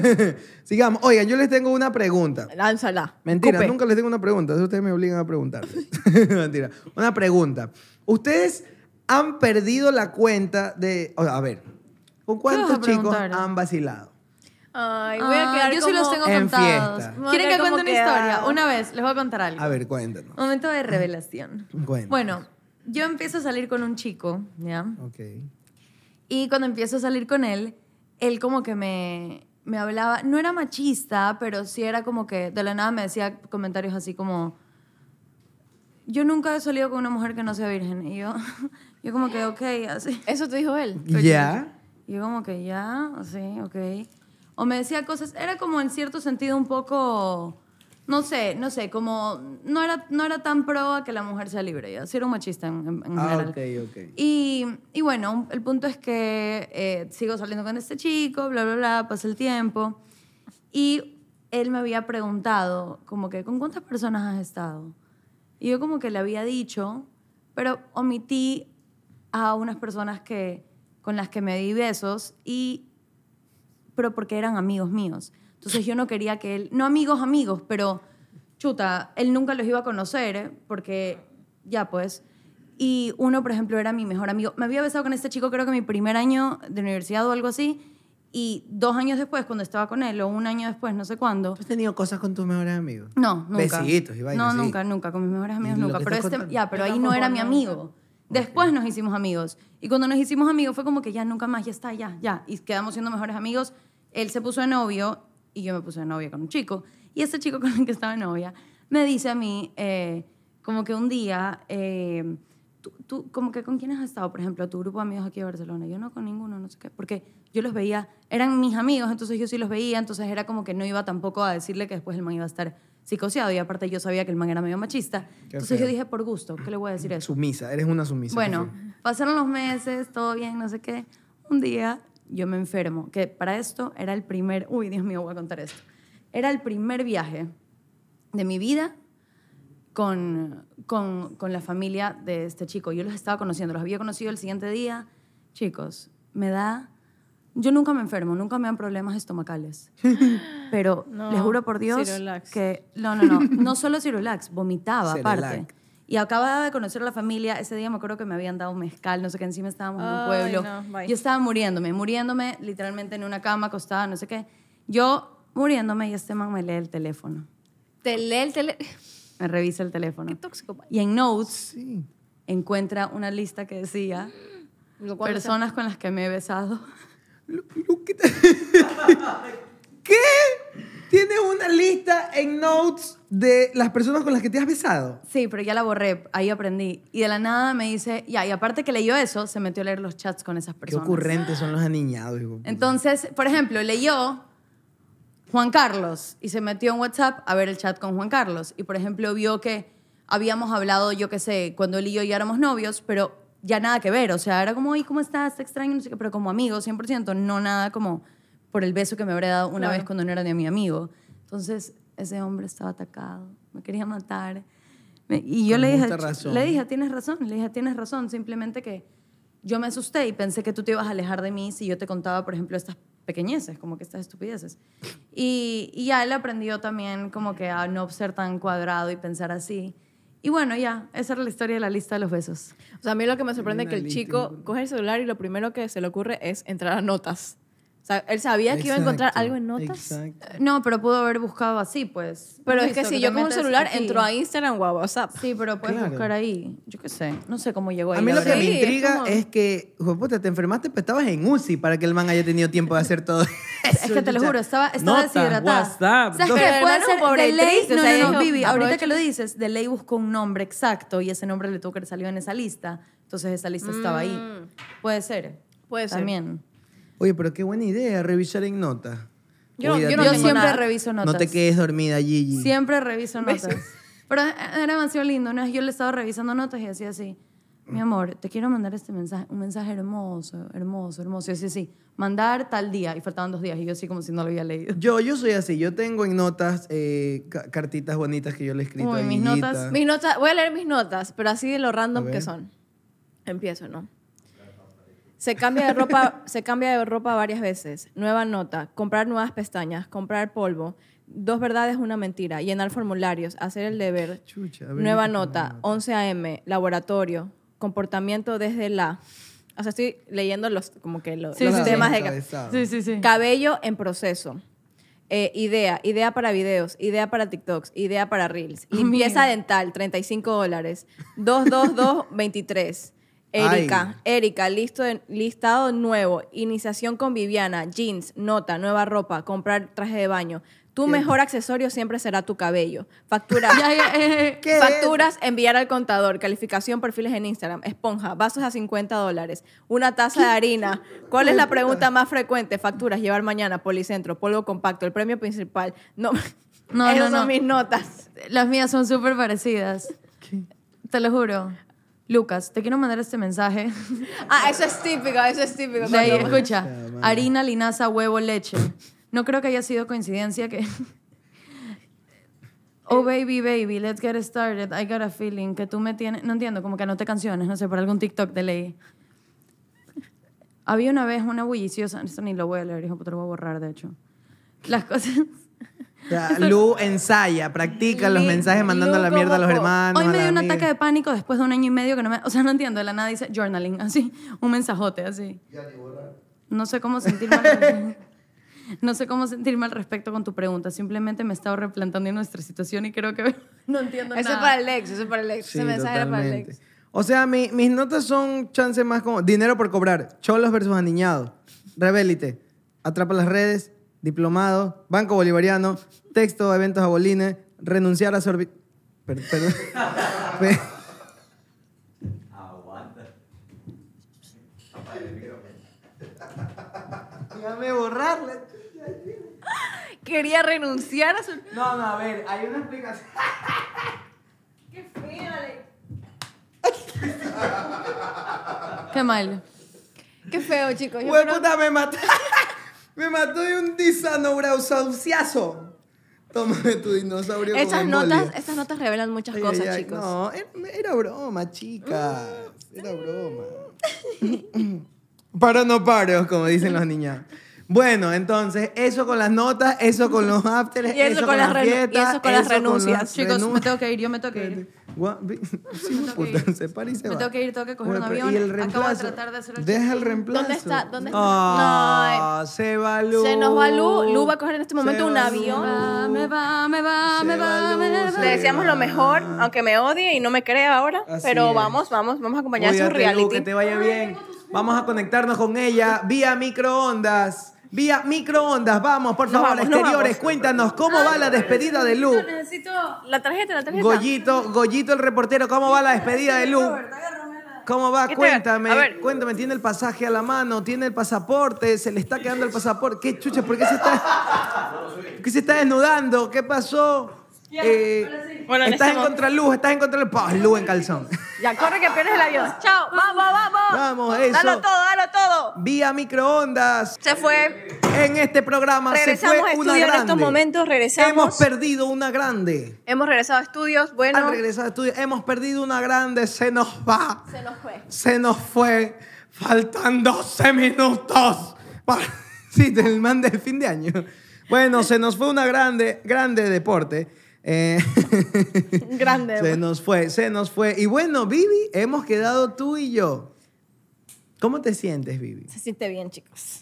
Speaker 2: <laughs> sigamos. Oigan, yo les tengo una pregunta.
Speaker 3: Lánzala.
Speaker 2: Mentira,
Speaker 3: Cupe.
Speaker 2: nunca les tengo una pregunta. Eso ustedes me obligan a preguntar. <laughs> Mentira. Una pregunta. ¿Ustedes han perdido la cuenta de... o sea, a ver, ¿con
Speaker 1: vas a
Speaker 2: cuántos chicos
Speaker 1: preguntar?
Speaker 2: han vacilado?
Speaker 3: Ay,
Speaker 1: Ah,
Speaker 3: voy a quedar
Speaker 1: yo sí
Speaker 3: como-
Speaker 1: los tengo
Speaker 2: En
Speaker 1: contados.
Speaker 2: fiesta.
Speaker 3: Voy a
Speaker 1: ¿Quieren
Speaker 3: quedar
Speaker 1: que
Speaker 3: como
Speaker 1: cuente una
Speaker 3: quedada.
Speaker 1: historia? Una vez, les voy a contar algo.
Speaker 2: A ver, cuéntanos.
Speaker 1: Momento de revelación.
Speaker 2: Cuenta.
Speaker 1: Bueno, yo empiezo a salir con un chico, ¿ya?
Speaker 2: Ok.
Speaker 1: Y cuando empiezo a salir con él, él como que me, me hablaba, no era machista, pero sí era como que de la nada me decía comentarios así como, yo nunca he salido con una mujer que no sea virgen. Y yo, <laughs> yo como que, ok, así.
Speaker 3: Eso te dijo él.
Speaker 2: ¿Ya?
Speaker 1: Y yo como que ya, así, ok. O me decía cosas, era como en cierto sentido un poco, no sé, no sé, como no era, no era tan pro a que la mujer sea libre, ya, sí era un machista en, en- en
Speaker 2: Ah,
Speaker 1: general.
Speaker 2: ok, ok.
Speaker 1: Y, y bueno, el punto es que eh, sigo saliendo con este chico, bla, bla, bla, pasa el tiempo. Y él me había preguntado, como que, ¿con cuántas personas has estado? Y yo como que le había dicho, pero omití a unas personas que, con las que me di besos, y, pero porque eran amigos míos. Entonces yo no quería que él, no amigos, amigos, pero chuta, él nunca los iba a conocer, ¿eh? porque ya pues. Y uno, por ejemplo, era mi mejor amigo. Me había besado con este chico creo que mi primer año de universidad o algo así, y dos años después, cuando estaba con él, o un año después, no sé cuándo,
Speaker 2: ¿Has tenido cosas con tus mejores amigos?
Speaker 1: no, nunca.
Speaker 2: Besitos y vainas,
Speaker 1: No,
Speaker 2: sí.
Speaker 1: nunca, nunca. Con mis mejores amigos
Speaker 2: Y lo
Speaker 1: nunca.
Speaker 2: que
Speaker 1: Pero,
Speaker 2: estás
Speaker 1: este-
Speaker 2: contando.
Speaker 1: ya, pero
Speaker 3: Yo
Speaker 1: ahí no era mi
Speaker 3: tampoco,
Speaker 1: amigo. Después nos hicimos amigos. Y cuando nos hicimos amigos fue como que ya nunca más, ya está, ya, ya. Y quedamos siendo mejores amigos. Él se puso de novio y yo me puse de novia con un chico. Y este chico con el que estaba de novia me dice a mí, eh, como que un día, eh, tú, tú- como que con quién has estado, por ejemplo, tu grupo de amigos aquí de Barcelona. Yo no con ninguno, no sé qué. Porque yo los veía, eran mis amigos, entonces yo sí los veía, entonces era como que no iba tampoco a decirle que después el man iba a estar psicoseado y aparte yo sabía que el man era medio machista. entonces
Speaker 2: feo.
Speaker 1: yo dije, por gusto, ¿qué le voy a decir eso?
Speaker 2: Sumisa, eres una sumisa.
Speaker 1: Bueno, pasaron los meses, todo bien, no sé qué. Un día yo me enfermo, que para esto era el primer, uy, Dios mío, voy a contar esto. Era el primer viaje de mi vida con, con, con la familia de este chico. Yo los estaba conociendo, los había conocido el siguiente día. Chicos, me da... Yo nunca me enfermo, nunca me dan problemas estomacales. Pero
Speaker 3: No,
Speaker 1: les juro por Dios
Speaker 3: Cirolax.
Speaker 1: que... Eh, No,
Speaker 3: <laughs>
Speaker 1: no, no. No solo Cirolax, vomitaba
Speaker 2: Cerelac.
Speaker 1: aparte. Y acababa de conocer a la familia. Ese día me acuerdo que me habían dado un mezcal, no sé qué, encima estábamos en un
Speaker 3: Ay,
Speaker 1: pueblo.
Speaker 3: no, bye.
Speaker 1: yo estaba muriéndome, muriéndome literalmente en una cama acostada, no sé qué. Yo muriéndome y este man me lee el teléfono.
Speaker 3: Te lee el tele.
Speaker 1: Me revisa el teléfono.
Speaker 3: Qué tóxico. pues.
Speaker 1: Y en Notes
Speaker 2: Sí.
Speaker 1: encuentra una lista que decía
Speaker 3: Lo cual es-
Speaker 1: personas con las que me he besado.
Speaker 2: Lu- Lu- <laughs> ¿Qué? te- ¿Qué? Tienes una lista en notes de las personas con las que te has besado.
Speaker 1: <laughs> Sí, pero ya la borré, ahí aprendí. Y de la nada me dice, ya, y aparte que leyó eso, se metió a leer los chats con esas
Speaker 2: Qué
Speaker 1: personas.
Speaker 2: ocurrentes son los aniñados. hijo de puta.
Speaker 1: Entonces, por ejemplo, leyó Juan Carlos y se metió en WhatsApp a ver el chat con Juan Carlos. Y, por ejemplo, vio que habíamos hablado, yo qué sé, cuando él y yo ya éramos novios, pero ya nada que ver. O sea, era como, ¿y cómo estás? Te extraño, no sé qué, pero como amigo, 100%, no nada como por el beso que me habré dado una
Speaker 3: Claro.
Speaker 1: vez cuando no era ni mi amigo. Entonces, ese hombre estaba atacado, me quería matar. Me- y yo
Speaker 2: Con
Speaker 1: le dije,
Speaker 2: justa razón.
Speaker 1: le dije, tienes razón, le dije, tienes razón, simplemente que yo me asusté y pensé que tú te ibas a alejar de mí si yo te contaba, por ejemplo, estas pequeñeces, como que estas estupideces. Y, y ya él aprendió también como que a no ser tan cuadrado y pensar así. Y bueno, ya, esa era la historia de la lista de los besos.
Speaker 3: O sea, a mí lo que me sorprende es que el
Speaker 2: Analítico.
Speaker 3: chico coge el celular y lo primero que se le ocurre es entrar a notas. O sea, él sabía que iba a encontrar
Speaker 2: Exacto,
Speaker 3: algo en notas.
Speaker 2: Exacto.
Speaker 1: Eh, No, pero pudo haber buscado así, pues.
Speaker 3: Pero es
Speaker 1: Listo,
Speaker 3: que si
Speaker 1: te
Speaker 3: yo con un
Speaker 1: metes
Speaker 3: celular
Speaker 1: aquí.
Speaker 3: entro a Instagram o a WhatsApp.
Speaker 1: Sí, pero puedes
Speaker 2: Claro.
Speaker 1: buscar ahí. Yo qué sé, no sé cómo llegó ahí.
Speaker 2: A mí
Speaker 1: la
Speaker 2: lo que
Speaker 1: verdad.
Speaker 2: me
Speaker 3: pues, Sí, es
Speaker 2: intriga
Speaker 3: como-
Speaker 2: es, que, hijo de puta, te enfermaste, pero estabas en UCI para que el man haya tenido tiempo de hacer todo
Speaker 3: <laughs>
Speaker 2: eso.
Speaker 1: Es que te lo
Speaker 2: chucha.
Speaker 1: juro, estaba, estaba
Speaker 2: Notas,
Speaker 1: deshidratada.
Speaker 2: WhatsApp,
Speaker 1: ¿Sabes
Speaker 2: todo.
Speaker 1: qué?
Speaker 3: Pero
Speaker 1: Puede
Speaker 3: era un
Speaker 1: ser
Speaker 3: pobre
Speaker 1: de ley.
Speaker 3: triste, o
Speaker 1: no,
Speaker 3: sea,
Speaker 1: no, no,
Speaker 3: dijo,
Speaker 1: Vivi, ahorita
Speaker 3: aprovecha.
Speaker 1: que lo dices, de ley buscó un nombre exacto y ese nombre le tuvo que haber salido en esa lista. Entonces esa lista estaba ahí. Puede ser.
Speaker 3: Mm. Puede ser.
Speaker 1: También.
Speaker 2: Oye, pero qué buena idea revisar en notas.
Speaker 3: Yo
Speaker 1: Yo,
Speaker 3: no- yo
Speaker 2: Cuídate,
Speaker 3: no tengo
Speaker 1: siempre
Speaker 3: nada.
Speaker 1: reviso
Speaker 2: No
Speaker 1: notas.
Speaker 2: te quedes dormida, Gigi.
Speaker 1: Siempre
Speaker 3: <laughs>
Speaker 1: reviso
Speaker 3: ¿Ves?
Speaker 1: notas. Pero era demasiado lindo. Una vez yo le estaba revisando notas y decía así,
Speaker 3: Mm.
Speaker 1: mi amor, te quiero mandar este mensaje, un mensaje hermoso, hermoso, hermoso. Y así, así, mandar tal día. Y faltaban dos días y yo así como si no lo había leído.
Speaker 2: Yo, yo soy así, yo tengo en notas eh, ca- cartitas bonitas que yo le he escrito
Speaker 1: Uy,
Speaker 2: a
Speaker 1: mis
Speaker 2: Guillita.
Speaker 1: notas,
Speaker 3: Mis notas, voy a leer mis notas, pero así de lo
Speaker 2: A
Speaker 3: random
Speaker 2: ver.
Speaker 3: que son. Empiezo, ¿no? Se cambia de ropa, se cambia de ropa varias veces. Nueva nota, comprar nuevas pestañas, comprar polvo, dos verdades, una mentira, llenar formularios, hacer el deber.
Speaker 2: Chucha, a ver,
Speaker 3: Nueva
Speaker 2: yo tengo
Speaker 3: nota, 11 AM, laboratorio, comportamiento desde la. O sea, estoy leyendo los como que los,
Speaker 1: Sí,
Speaker 3: los
Speaker 1: sí, sí.
Speaker 3: temas de
Speaker 2: Encabezado.
Speaker 1: Sí, sí, sí.
Speaker 3: Cabello en proceso. Eh, idea, idea para videos, idea para TikToks, idea para Reels.
Speaker 1: Amiga.
Speaker 3: Limpieza dental, 35 dólares.
Speaker 1: <laughs>
Speaker 3: 22223. Erika, Erika, listo de- listado nuevo. Iniciación con Viviana, jeans, nota, nueva ropa, comprar traje de baño. Tu
Speaker 2: ¿Qué?
Speaker 3: mejor accesorio siempre será tu cabello. Factura.
Speaker 1: <laughs> Ya, ya, eh, eh.
Speaker 2: ¿Qué
Speaker 3: Facturas, enviar al contador, calificación, perfiles en Instagram, esponja, vasos a 50 dólares, una taza de harina. ¿Cuál es la pregunta más frecuente? Facturas, llevar mañana, policentro, polvo compacto, el premio principal. No,
Speaker 1: No,
Speaker 3: <laughs> esas
Speaker 1: no,
Speaker 3: son
Speaker 1: no.
Speaker 3: mis notas.
Speaker 1: Las mías son súper parecidas. Te lo juro. Lucas, te quiero mandar este mensaje.
Speaker 3: Ah, eso es típico, eso es típico.
Speaker 1: De ahí,
Speaker 3: Cuando-
Speaker 1: escucha.
Speaker 2: Pucha madre.
Speaker 1: Harina, linaza, huevo, leche. No creo que haya sido coincidencia que... <laughs> Oh, baby, baby, let's get started. I got a feeling que tú me tienes... No entiendo, como que anoté canciones, no sé, por algún TikTok de ley. Había una vez una bulliciosa... Esto ni lo voy a leer, hijo, puta, lo voy a borrar, de hecho. Las cosas...
Speaker 2: O sea, Lu ensaya, practica los
Speaker 1: Li-
Speaker 2: mensajes mandando
Speaker 3: Lu
Speaker 2: la mierda a los
Speaker 3: como-
Speaker 2: hermanos.
Speaker 1: Hoy
Speaker 2: a
Speaker 1: me
Speaker 2: las
Speaker 1: dio un
Speaker 2: amigas.
Speaker 1: ataque de pánico después de un año y medio que no me... O sea, no entiendo, de la nada dice journaling, <laughs> así, un mensajote, así. No sé cómo sentirme al respecto. No sé cómo sentirme al respecto con tu pregunta. Simplemente me he estado replantando en nuestra situación y creo que... <laughs> No entiendo
Speaker 3: Eso es para
Speaker 1: nada.
Speaker 3: el ex, eso es para el ex.
Speaker 2: Sí,
Speaker 3: Ese mensaje era para el
Speaker 2: totalmente.
Speaker 3: ex.
Speaker 2: O sea, mi- mis notas son chance más como dinero por cobrar, cholos versus aniñados, rebélite, atrapa las redes, diplomado, banco bolivariano, texto de eventos a bolines, renunciar a sorbi... Per-
Speaker 1: <laughs>
Speaker 2: perdón. Pe- Déjame borrarla.
Speaker 3: Quería renunciar a su...
Speaker 2: No, no, a ver, hay una explicación.
Speaker 3: ¡Qué feo, Alex!
Speaker 1: Qué mal.
Speaker 3: ¡Qué feo, chicos! Yo
Speaker 2: Güey,
Speaker 3: creo-
Speaker 2: puta, me mató. <laughs> me mató de un disanosaurio. Tómame tu dinosaurio. con
Speaker 3: Estas
Speaker 2: embolia.
Speaker 3: notas, estas notas revelan muchas
Speaker 2: Ay,
Speaker 3: cosas,
Speaker 2: ay, ay,
Speaker 3: chicos. Mm,
Speaker 2: No, era, era broma, chicas. Era broma. Paro no paro, como dicen los niñas. Bueno, entonces, eso con las notas, eso con los afters,
Speaker 3: Y eso con las renu- y
Speaker 2: fiestas,
Speaker 3: eso con las renuncias.
Speaker 2: las
Speaker 1: Chicos,
Speaker 2: renun-
Speaker 1: me tengo que ir, yo me tengo que ir.
Speaker 2: Gua- <laughs> vi- Sí, puta, se para y se
Speaker 1: Me
Speaker 2: va.
Speaker 1: tengo que ir, tengo que coger
Speaker 2: Güey,
Speaker 1: un
Speaker 2: pero-
Speaker 1: avión,
Speaker 2: y el
Speaker 1: acabo de
Speaker 2: reemplazo.
Speaker 1: tratar de hacer el
Speaker 2: Deja el
Speaker 1: check-in.
Speaker 2: reemplazo.
Speaker 3: ¿Dónde está? ¿Dónde está?
Speaker 2: Ah, se va Lu.
Speaker 3: Se nos va Lu. Lu va a coger en este momento
Speaker 2: Se
Speaker 3: un
Speaker 2: va
Speaker 3: avión.
Speaker 2: Lu.
Speaker 1: Ah, me va, me va,
Speaker 2: Se
Speaker 1: me va,
Speaker 2: va,
Speaker 1: me
Speaker 2: Lu,
Speaker 1: va.
Speaker 2: se
Speaker 3: Le deseamos lo mejor, aunque me odie y no me crea ahora,
Speaker 2: Así
Speaker 3: pero
Speaker 2: es.
Speaker 3: vamos, vamos, vamos a acompañar su
Speaker 2: Cuídate, Lu,
Speaker 3: reality.
Speaker 2: que te vaya bien. Vamos a conectarnos con ella vía microondas. vía microondas. Vamos, por
Speaker 4: Nos
Speaker 2: favor,
Speaker 4: vamos, nos
Speaker 2: exteriores,
Speaker 4: vamos.
Speaker 2: cuéntanos cómo va la despedida de Lu.
Speaker 5: Necesito...
Speaker 4: La tarjeta, la tarjeta.
Speaker 2: Goyito, Goyito el reportero, ¿cómo va la despedida de Lu? ¿Cómo va?
Speaker 3: Este,
Speaker 4: ¿Qué te-
Speaker 2: Cuéntame,
Speaker 4: a ver.
Speaker 2: cuéntame, tiene el pasaje a la mano, tiene el pasaporte, se le está quedando el pasaporte. ¿Qué chucha? ¿Por qué se está, por qué se está desnudando? ¿Qué pasó? Eh,
Speaker 3: Bueno, en
Speaker 2: estás
Speaker 3: este
Speaker 2: en contraluz, estás en contraluz. ¡Pah! Lu en calzón.
Speaker 4: Ya, corre que pierdes el avión. Chao, vamos, vamos.
Speaker 2: Vamos, eso.
Speaker 4: Dalo todo, dalo todo.
Speaker 2: Vía microondas.
Speaker 3: Se fue.
Speaker 2: En este programa
Speaker 3: Regresamos
Speaker 2: se fue
Speaker 3: a
Speaker 2: una
Speaker 3: estudio en
Speaker 2: grande.
Speaker 3: estos momentos.
Speaker 2: Hemos
Speaker 3: Regresamos.
Speaker 2: perdido una grande.
Speaker 4: Hemos regresado a estudios. Bueno,
Speaker 2: Al regresar a estudio, hemos perdido una grande, se nos va.
Speaker 4: se nos
Speaker 3: <laughs>
Speaker 4: fue.
Speaker 2: se nos fue. Faltan 12 minutos. para- <laughs> Sí, del man del fin de año. Bueno, se nos fue una grande, grande deporte. Eh, <laughs>
Speaker 4: Grande.
Speaker 2: se nos fue, se nos fue. Y bueno, Vivi, hemos quedado tú y yo. ¿Cómo te sientes, Vivi?
Speaker 3: Se siente bien, chicos.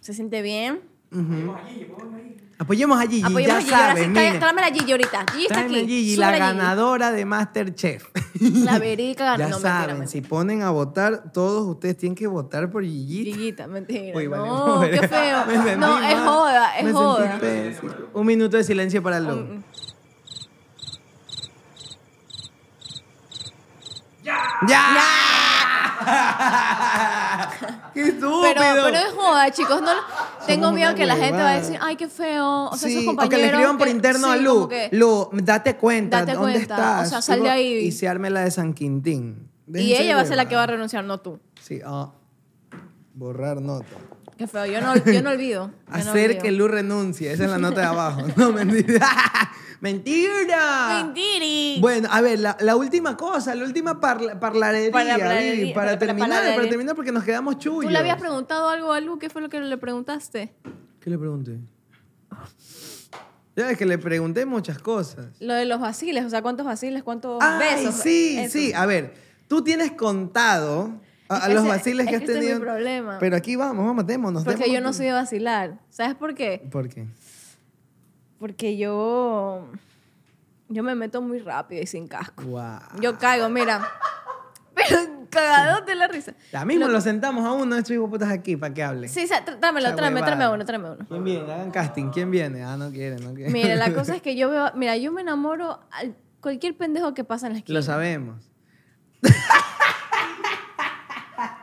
Speaker 3: Se siente bien.
Speaker 2: Apoyemos a Gigi,
Speaker 3: Apoyemos a
Speaker 2: ya
Speaker 3: Gigi. Ahora sí,
Speaker 2: saben,
Speaker 3: trae-
Speaker 2: miren.
Speaker 3: tráeme la Gigi ahorita. Gigi está
Speaker 2: Tráeme
Speaker 3: aquí.
Speaker 2: a Gigi,
Speaker 3: Súbela,
Speaker 2: la ganadora de Masterchef.
Speaker 3: La verica
Speaker 2: <laughs>
Speaker 3: ganó.
Speaker 2: Ya
Speaker 3: No, mentira,
Speaker 2: saben,
Speaker 3: mentira.
Speaker 2: si ponen a votar, todos ustedes tienen que votar por Gigi.
Speaker 3: Giguita, mentira.
Speaker 2: Uy, vale, <laughs>
Speaker 3: no,
Speaker 2: madre.
Speaker 3: qué feo.
Speaker 2: Me sentí
Speaker 3: No, es
Speaker 2: mal.
Speaker 3: joda,
Speaker 2: Me
Speaker 3: es
Speaker 2: sentí
Speaker 3: joda. Mm,
Speaker 2: pésimo. Un minuto de silencio para Lu. ¡Ya! <laughs> ¡Qué estúpido!
Speaker 3: <laughs> Pero, pero es joda, chicos. No, lo- tengo
Speaker 2: Somos
Speaker 3: miedo
Speaker 2: una
Speaker 3: que la gente va a
Speaker 2: huevada.
Speaker 3: decir, ay, qué feo. O sea,
Speaker 2: sí,
Speaker 3: esos
Speaker 2: o que
Speaker 3: compañeros.
Speaker 2: le escriban por interno
Speaker 3: sí,
Speaker 2: a Lu.
Speaker 3: como que-
Speaker 2: Lu, date cuenta,
Speaker 3: Date
Speaker 2: ¿dónde
Speaker 3: cuenta,
Speaker 2: estás?
Speaker 3: o sea, sal de
Speaker 2: Tipo,
Speaker 3: ahí.
Speaker 2: Y se arme la de San Quintín.
Speaker 3: y
Speaker 2: Déjense
Speaker 3: ella va a ser la que va a
Speaker 2: huevadas.
Speaker 3: renunciar, no tú.
Speaker 2: Sí, ah, borrar nota.
Speaker 3: Qué feo. Yo no, yo no olvido. yo no
Speaker 2: Hacer
Speaker 3: olvido.
Speaker 2: que Lu renuncie. Esa es la nota de abajo. No, <laughs> mentira. ¡Mentira!
Speaker 3: Mentiri.
Speaker 2: Bueno, a ver, la, la última cosa, la última parla- parladería,
Speaker 3: Para-
Speaker 2: Vivi,
Speaker 3: parladería,
Speaker 2: para
Speaker 3: para-
Speaker 2: terminar,
Speaker 3: parladería.
Speaker 2: para terminar, porque nos quedamos
Speaker 3: ¿Tú
Speaker 2: chuyos.
Speaker 3: le habías preguntado algo a Lu? ¿Qué fue lo que le preguntaste?
Speaker 2: ¿Qué le pregunté? Ya es que le pregunté muchas cosas.
Speaker 3: Lo de los vaciles, o sea, ¿cuántos vaciles? ¿Cuántos
Speaker 2: Ay,
Speaker 3: Oh, besos?
Speaker 2: sí,
Speaker 3: Eso.
Speaker 2: sí. Ah, A ver, tú tienes contado a,
Speaker 3: Es
Speaker 2: a
Speaker 3: que
Speaker 2: los
Speaker 3: ese-
Speaker 2: vaciles
Speaker 3: es
Speaker 2: que has
Speaker 3: que ese es mi
Speaker 2: tenido.
Speaker 3: problema.
Speaker 2: Pero aquí vamos, vamos, démonos.
Speaker 3: Porque
Speaker 2: démonos.
Speaker 3: yo no soy de vacilar. ¿Sabes por qué?
Speaker 2: ¿Por qué?
Speaker 3: Porque yo. Yo me meto muy rápido y sin casco.
Speaker 2: Guau.
Speaker 3: Yo caigo, mira. <laughs> Pero cagadote la risa.
Speaker 2: Ya mismo lo... sentamos a uno de estos hijoputas aquí para que hablen.
Speaker 3: Sí, o sea, tr- tráemelo,
Speaker 2: Esa
Speaker 3: tráeme,
Speaker 2: huevada.
Speaker 3: tráeme uno,
Speaker 2: <laughs>
Speaker 3: tráeme uno.
Speaker 2: ¿Quién viene? Hagan casting. ¿Quién viene? Ah, no quiere, no quiere.
Speaker 3: Mira, la cosa es que yo veo, mira, yo me enamoro al cualquier pendejo que pasa en la
Speaker 2: <laughs>
Speaker 3: esquina.
Speaker 2: Lo sabemos.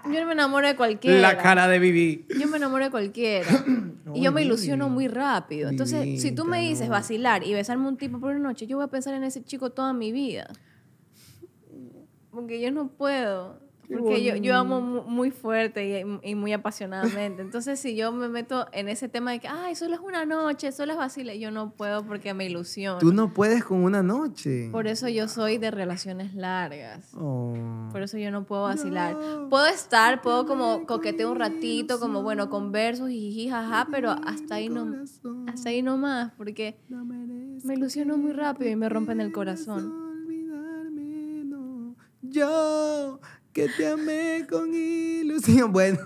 Speaker 3: Yo me enamoro de cualquiera.
Speaker 2: de Vivi.
Speaker 3: Yo me enamoro
Speaker 2: <clears throat>
Speaker 3: de cualquiera. y
Speaker 2: Ay,
Speaker 3: yo me ilusiono muy rápido. Entonces, si tú me
Speaker 2: Vivita,
Speaker 3: dices
Speaker 2: no.
Speaker 3: vacilar y besarme un tipo por una noche, yo voy a pensar en ese chico toda mi vida. Porque yo no puedo. Porque yo, yo amo mu- muy fuerte y, y muy apasionadamente. Entonces, si yo me meto en ese tema de que, ay, solo es una noche, solo es vacilar, yo no puedo porque me ilusiono.
Speaker 2: Tú no puedes con una noche.
Speaker 3: Por e- eso yo soy de relaciones largas.
Speaker 2: Oh.
Speaker 3: Por eso yo no puedo vacilar. Puedo estar, puedo como coquetear un ratito, como bueno, converso, jiji, jaja, Ah, pero hasta ahí no hasta ahí no más, porque
Speaker 2: No merezco
Speaker 3: me ilusiono muy rápido y me rompen el corazón.
Speaker 2: olvidarme, no. Yo que te amé con ilusión. <laughs> Bueno,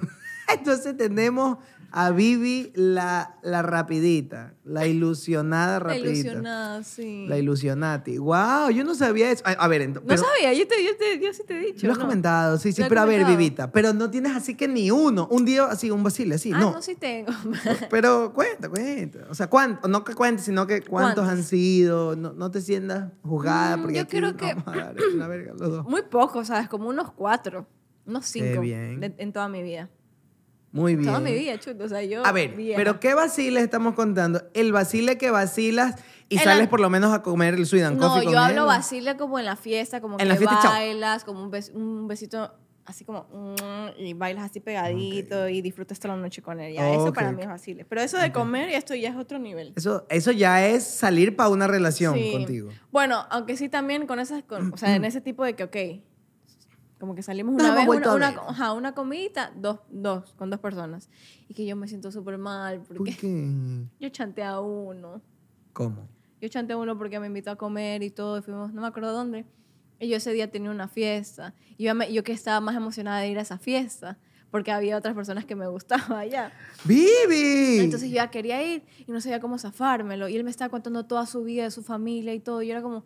Speaker 2: entonces tenemos a Vivi la, la rapidita, la ilusionada
Speaker 3: La
Speaker 2: rapidita.
Speaker 3: ilusionada, sí.
Speaker 2: La ilusionati. Wow, yo no sabía eso. A, a ver, ento-
Speaker 3: no
Speaker 2: pero-
Speaker 3: sabía, yo, te, yo, te- yo sí te he dicho.
Speaker 2: Lo has
Speaker 3: ¿no?
Speaker 2: comentado, sí, sí,
Speaker 3: Lo he
Speaker 2: pero a ver,
Speaker 3: comentado.
Speaker 2: Vivita, pero no tienes así que ni uno, un día así, un vacile así,
Speaker 3: Ah,
Speaker 2: no.
Speaker 3: no, sí tengo. <laughs>
Speaker 2: Pero cuenta, cuenta. O sea, cuánto, no que cuentes, sino que cuántos
Speaker 3: ¿Cuántos?
Speaker 2: han sido, no, no te sientas juzgada
Speaker 3: Mm,
Speaker 2: porque
Speaker 3: yo
Speaker 2: aquí
Speaker 3: creo
Speaker 2: nos
Speaker 3: que-
Speaker 2: vamos a dar en la verga los
Speaker 3: <clears throat>
Speaker 2: dos.
Speaker 3: Muy poco, ¿sabes? Como unos cuatro, unos cinco
Speaker 2: bien.
Speaker 3: de- en toda mi vida.
Speaker 2: Muy bien.
Speaker 3: Toda mi vida, chuto. O sea, yo.
Speaker 2: A ver,
Speaker 3: vieja.
Speaker 2: pero ¿qué vaciles estamos contando? El vacile que vacilas y
Speaker 3: El
Speaker 2: sales
Speaker 3: an-
Speaker 2: por lo menos a comer el Suidan
Speaker 3: No,
Speaker 2: Coffee
Speaker 3: yo
Speaker 2: con él.
Speaker 3: hablo vacile como en la fiesta, como
Speaker 2: En
Speaker 3: que
Speaker 2: la fiesta, chao.
Speaker 3: bailas, como un, bes- un besito así como mm, y bailas así pegadito y disfrutas toda la noche con él. Ya, eso
Speaker 2: Ok,
Speaker 3: para
Speaker 2: ok.
Speaker 3: mí es vacile. Pero eso de comer y esto ya es otro nivel.
Speaker 2: Eso, eso ya es salir para una relación
Speaker 3: Sí.
Speaker 2: contigo.
Speaker 3: Bueno, aunque sí también con esas, con- o sea, en ese tipo de que, ok, como que salimos
Speaker 2: Nos
Speaker 3: una
Speaker 2: hemos
Speaker 3: vez,
Speaker 2: vuelto
Speaker 3: una,
Speaker 2: a
Speaker 3: una,
Speaker 2: ver.
Speaker 3: ajá, una comidita, dos, dos, con dos personas. Y que yo me siento súper mal
Speaker 2: ¿Por
Speaker 3: porque
Speaker 2: qué?
Speaker 3: <laughs> yo chanteé a uno.
Speaker 2: ¿Cómo?
Speaker 3: Yo chanté uno porque me invitó a comer y todo, y fuimos, no me acuerdo dónde. Y yo ese día tenía una fiesta. Y yo, me- yo que estaba más emocionada de ir a esa fiesta, porque había otras personas que me gustaba allá.
Speaker 2: ¡Vivi!
Speaker 3: Entonces yo ya quería ir y no sabía cómo zafármelo. Y él me estaba contando toda su vida, de su familia y todo. Y yo era como,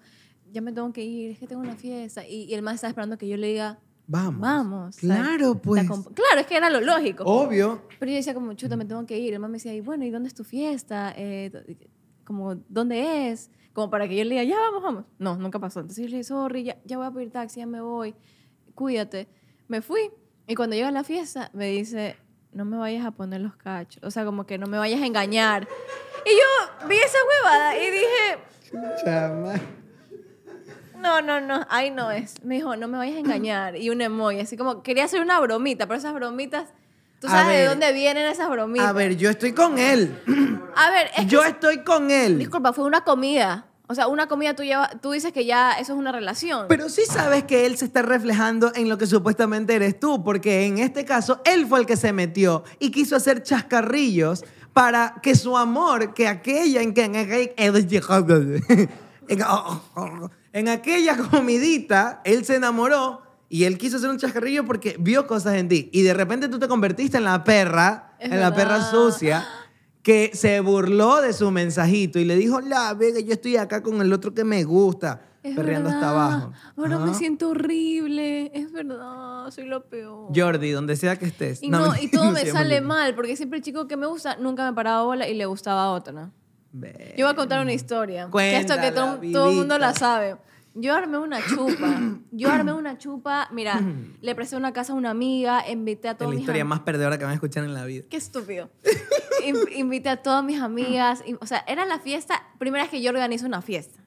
Speaker 3: ya me tengo que ir, es que tengo una fiesta. Y, y el más estaba esperando que yo le diga,
Speaker 2: Vamos.
Speaker 3: Vamos.
Speaker 2: Claro,
Speaker 3: La
Speaker 2: pues.
Speaker 3: comp- Claro, es que era lo lógico.
Speaker 2: Obvio.
Speaker 3: Pero yo decía como, chuta, me tengo que ir. El man me decía, y bueno, ¿y dónde es tu fiesta? Eh, do- como, ¿dónde es? Como para que yo le diga, ya vamos, vamos. No, nunca pasó. Entonces yo le dije, sorry, ya, ya voy a pedir taxi, ya me voy. Cuídate. Me fui. Y cuando llego a la fiesta, me dice, no me vayas a poner los cachos. O sea, como que no me vayas a engañar. Y yo vi esa huevada y dije,
Speaker 2: Chama.
Speaker 3: no, no, no, ahí no es. Me dijo, no me vayas a engañar. Y un emoji, así como, quería hacer una bromita, pero esas bromitas, tú
Speaker 2: A
Speaker 3: sabes de
Speaker 2: ver.
Speaker 3: dónde vienen esas bromitas.
Speaker 2: A ver, yo estoy con él.
Speaker 3: A ver, es que-
Speaker 2: Yo estoy con él.
Speaker 3: disculpa, fue una comida. O sea, una comida tú, lleva- tú dices que ya eso es una relación.
Speaker 2: Pero sí sabes que él se está reflejando en lo que supuestamente eres tú, porque en este caso él fue el que se metió y quiso hacer chascarrillos para que su amor, que aquella en que en aquel- en aquella comidita él se enamoró y él quiso hacer un chascarrillo porque vio cosas en ti y de repente tú te convertiste en la perra,
Speaker 3: Es
Speaker 2: en la perra
Speaker 3: verdad.
Speaker 2: sucia que se burló de su mensajito y le dijo, la vega, yo estoy acá con el otro que me gusta,
Speaker 3: Es
Speaker 2: perreando hasta
Speaker 3: verdad.
Speaker 2: abajo.
Speaker 3: Ahora
Speaker 2: Ajá.
Speaker 3: me siento horrible, es verdad, soy lo peor.
Speaker 2: Jordi, donde sea que estés.
Speaker 3: y no,
Speaker 2: <laughs>
Speaker 3: y todo me
Speaker 2: seas
Speaker 3: sale
Speaker 2: maldito.
Speaker 3: mal, porque siempre el chico que me gusta nunca me paraba bola y le gustaba a otro, ¿no?
Speaker 2: Ve.
Speaker 3: Yo voy a contar una historia. que esto que
Speaker 2: Cuéntala,
Speaker 3: todo, todo el
Speaker 2: vivita.
Speaker 3: mundo la sabe. Yo armé una chupa.
Speaker 2: <clears throat>
Speaker 3: Yo armé una chupa. Mira, le presté una casa a una amiga, invité a
Speaker 2: Es
Speaker 3: todos
Speaker 2: la
Speaker 3: mis
Speaker 2: historia
Speaker 3: am-
Speaker 2: más perdedora que van a escuchar en la vida.
Speaker 3: Qué estúpido. <laughs> In- invité a todas mis amigas. y- o sea, era la fiesta, primera vez que yo organizo una fiesta.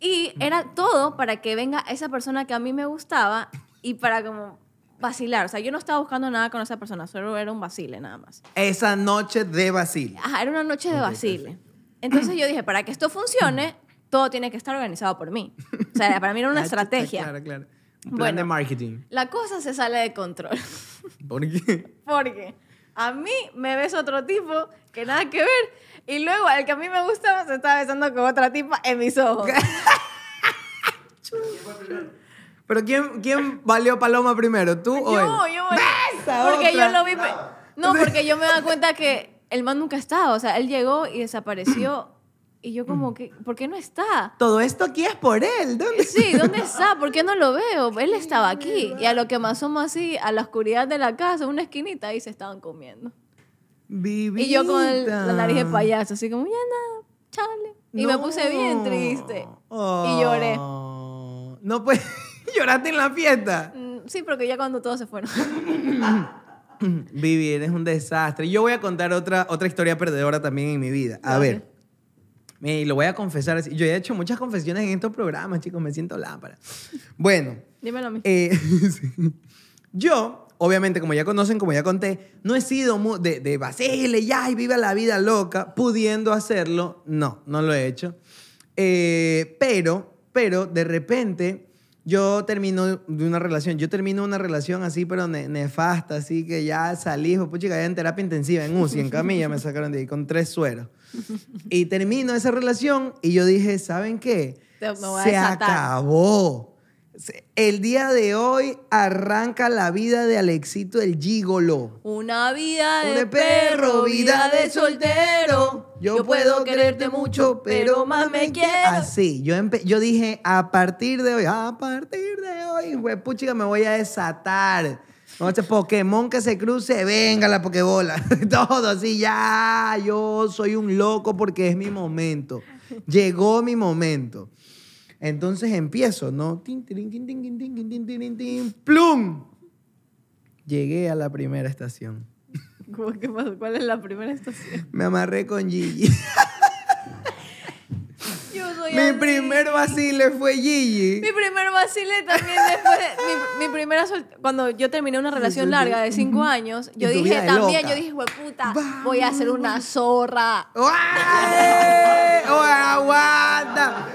Speaker 3: Y era todo para que venga esa persona que a mí me gustaba y para como vacilar. O sea, yo no estaba buscando nada con esa persona, solo era un vacile nada más.
Speaker 2: Esa noche de Basil.
Speaker 3: Ajá, era una noche de vacile. Entonces yo dije, para que esto funcione, todo tiene que estar organizado por mí. O sea, para mí era una
Speaker 2: Ah, chuta,
Speaker 3: estrategia.
Speaker 2: Claro, claro. Un plan
Speaker 3: Bueno.
Speaker 2: de marketing.
Speaker 3: La cosa se sale de control.
Speaker 2: ¿Por qué?
Speaker 3: Porque a mí me ves otro tipo que nada que ver. Y luego el que a mí me gustaba se estaba besando con otra tipa en mis ojos.
Speaker 2: ¿Pero quién, quién valió Paloma primero? <laughs> ¿Tú o él?
Speaker 3: Yo, yo.
Speaker 2: ¡Besa
Speaker 3: Porque
Speaker 2: otra!
Speaker 3: yo lo vi. pe- No, porque yo me daba cuenta que el man nunca estaba. O sea, él llegó y desapareció. Y yo, como que, ¿por qué no está?
Speaker 2: Todo esto aquí es por él. ¿Dónde?
Speaker 3: Sí, ¿dónde está? ¿Por qué no lo veo? Él estaba aquí. Y a lo que me asomo así, a la oscuridad de la casa, una esquinita, ahí se estaban comiendo.
Speaker 2: Vivita.
Speaker 3: Y yo con el- la nariz de payaso, así como, ya nada, chale. Y me
Speaker 2: No.
Speaker 3: puse bien triste.
Speaker 2: Oh.
Speaker 3: Y lloré.
Speaker 2: No, <laughs> pues, lloraste en la fiesta.
Speaker 3: Mm, Sí, porque ya cuando todos se fueron. <laughs>
Speaker 2: Vivi, eres un desastre. Yo voy a contar otra, otra historia perdedora también en mi vida. A ver. Y lo voy a confesar. así. Yo he hecho muchas confesiones en estos programas, chicos. Me siento lámpara. Bueno.
Speaker 3: Dímelo a mí.
Speaker 2: Eh, <laughs> sí. Yo, obviamente, como ya conocen, como ya conté, no he sido mu- de, de vacile, ya, y viva la vida loca, pudiendo hacerlo. No, no lo he hecho. Eh, pero, pero, de repente, yo termino de una relación. Yo termino una relación así, pero ne- nefasta, así que ya salí, hijo, pucha, ya en terapia intensiva, en UCI, en camilla, me sacaron de ahí con tres sueros. Y termino esa relación y yo dije, ¿saben qué?
Speaker 3: Te- me voy a
Speaker 2: Se
Speaker 3: desatar".
Speaker 2: acabó. Se- El día de hoy arranca la vida de Alexito el Gigolo.
Speaker 3: Una vida de,
Speaker 2: De perro, vida de
Speaker 3: soltero.
Speaker 2: Yo, puedo quererte mucho, pero más me quiero. Así, yo, empe- yo dije, a partir de hoy, a partir de hoy, huepuchica, me voy a desatar. No, este Pokémon que se cruce, venga la Pokébola. <laughs> Todo así, ya, yo soy un loco porque es mi momento. Llegó mi momento. Entonces empiezo, ¿no? Tin, tirin, tin, tin, tin, tin, tin, tin, tirin, tin. ¡Plum! Llegué a la primera estación.
Speaker 3: ¿Cómo que pasó? ¿Cuál es la
Speaker 2: <laughs>
Speaker 3: primera estación?
Speaker 2: Me amarré con Gigi.
Speaker 3: <laughs> Yo soy
Speaker 2: Mi
Speaker 3: así.
Speaker 2: primer vacile fue Gigi.
Speaker 3: Mi primer vacile también después. de- mi, mi primera sol- Cuando yo terminé una relación larga de cinco años, yo
Speaker 2: Y tu vida
Speaker 3: dije
Speaker 2: de
Speaker 3: también,
Speaker 2: loca.
Speaker 3: yo dije, puta,
Speaker 2: Vamos.
Speaker 3: voy a ser una zorra.
Speaker 2: ¡Uay! ¡Oh, aguanta!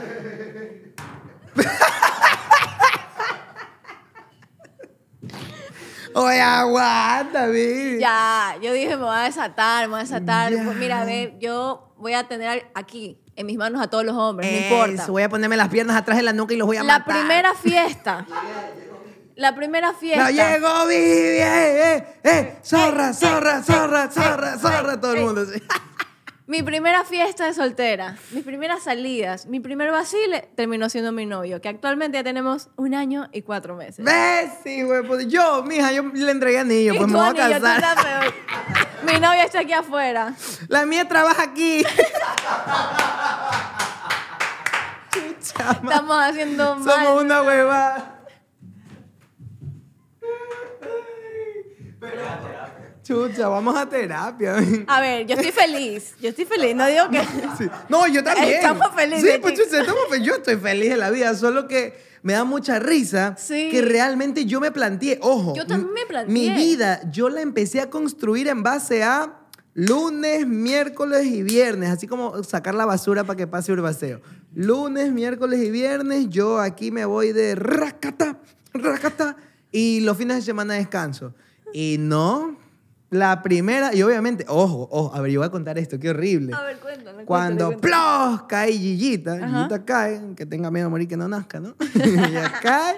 Speaker 2: ¡Oye, aguanta, baby!
Speaker 3: Ya, yo dije, me voy a desatar, me voy a desatar.
Speaker 2: Ya.
Speaker 3: Pues mira, ve, yo voy a tener aquí, en mis manos, a todos los hombres, pues, no
Speaker 2: Eso,
Speaker 3: importa.
Speaker 2: voy a ponerme las piernas atrás de la nuca y los voy a
Speaker 3: La
Speaker 2: matar.
Speaker 3: primera fiesta. La primera fiesta.
Speaker 2: ¡No llegó, Vivi! ¡Eh, eh, eh! ¡Zorra, zorra, zorra, zorra, zorra! Todo el mundo <laughs> así.
Speaker 3: Mi primera fiesta de soltera, mis primeras salidas, mi primer vacile terminó siendo mi novio, que actualmente ya tenemos un año y cuatro meses.
Speaker 2: ¿Ves? Sí, güey. pues yo, mija, yo le entregué anillo,
Speaker 3: Y
Speaker 2: pues me
Speaker 3: tú,
Speaker 2: voy a
Speaker 3: Ani, yo, tú
Speaker 2: casar.
Speaker 3: estás peor. Mi novia está aquí afuera.
Speaker 2: La mía trabaja aquí. Chucha, ma-
Speaker 3: Estamos haciendo mal.
Speaker 2: Somos una hueva. Chucha, vamos a terapia.
Speaker 3: A ver, yo estoy feliz. Yo estoy feliz.
Speaker 2: <laughs>
Speaker 3: No digo que.
Speaker 2: Sí. No, yo también.
Speaker 3: Estamos felices,
Speaker 2: Sí, pues
Speaker 3: chicos.
Speaker 2: chucha, estamos fe- Yo estoy feliz de la vida, solo que me da mucha risa
Speaker 3: Sí.
Speaker 2: que realmente yo me planteé, ojo.
Speaker 3: Yo también me
Speaker 2: mi-
Speaker 3: planteé.
Speaker 2: Mi vida, yo la empecé a construir en base a lunes, miércoles y viernes, así como sacar la basura para que pase urbaceo. Lunes, miércoles y viernes, yo aquí me voy de racata, racata, y los fines de semana descanso. Y no, la primera, y obviamente, ojo, ojo, a ver, yo voy a contar esto, qué horrible.
Speaker 3: A ver, cuéntame.
Speaker 2: Cuando
Speaker 3: cuéntame, cuéntame.
Speaker 2: ¡plos! cae Gigita, Gigita cae, que tenga miedo a morir que no nazca,
Speaker 3: <laughs>
Speaker 2: ¿no? <laughs> ya cae.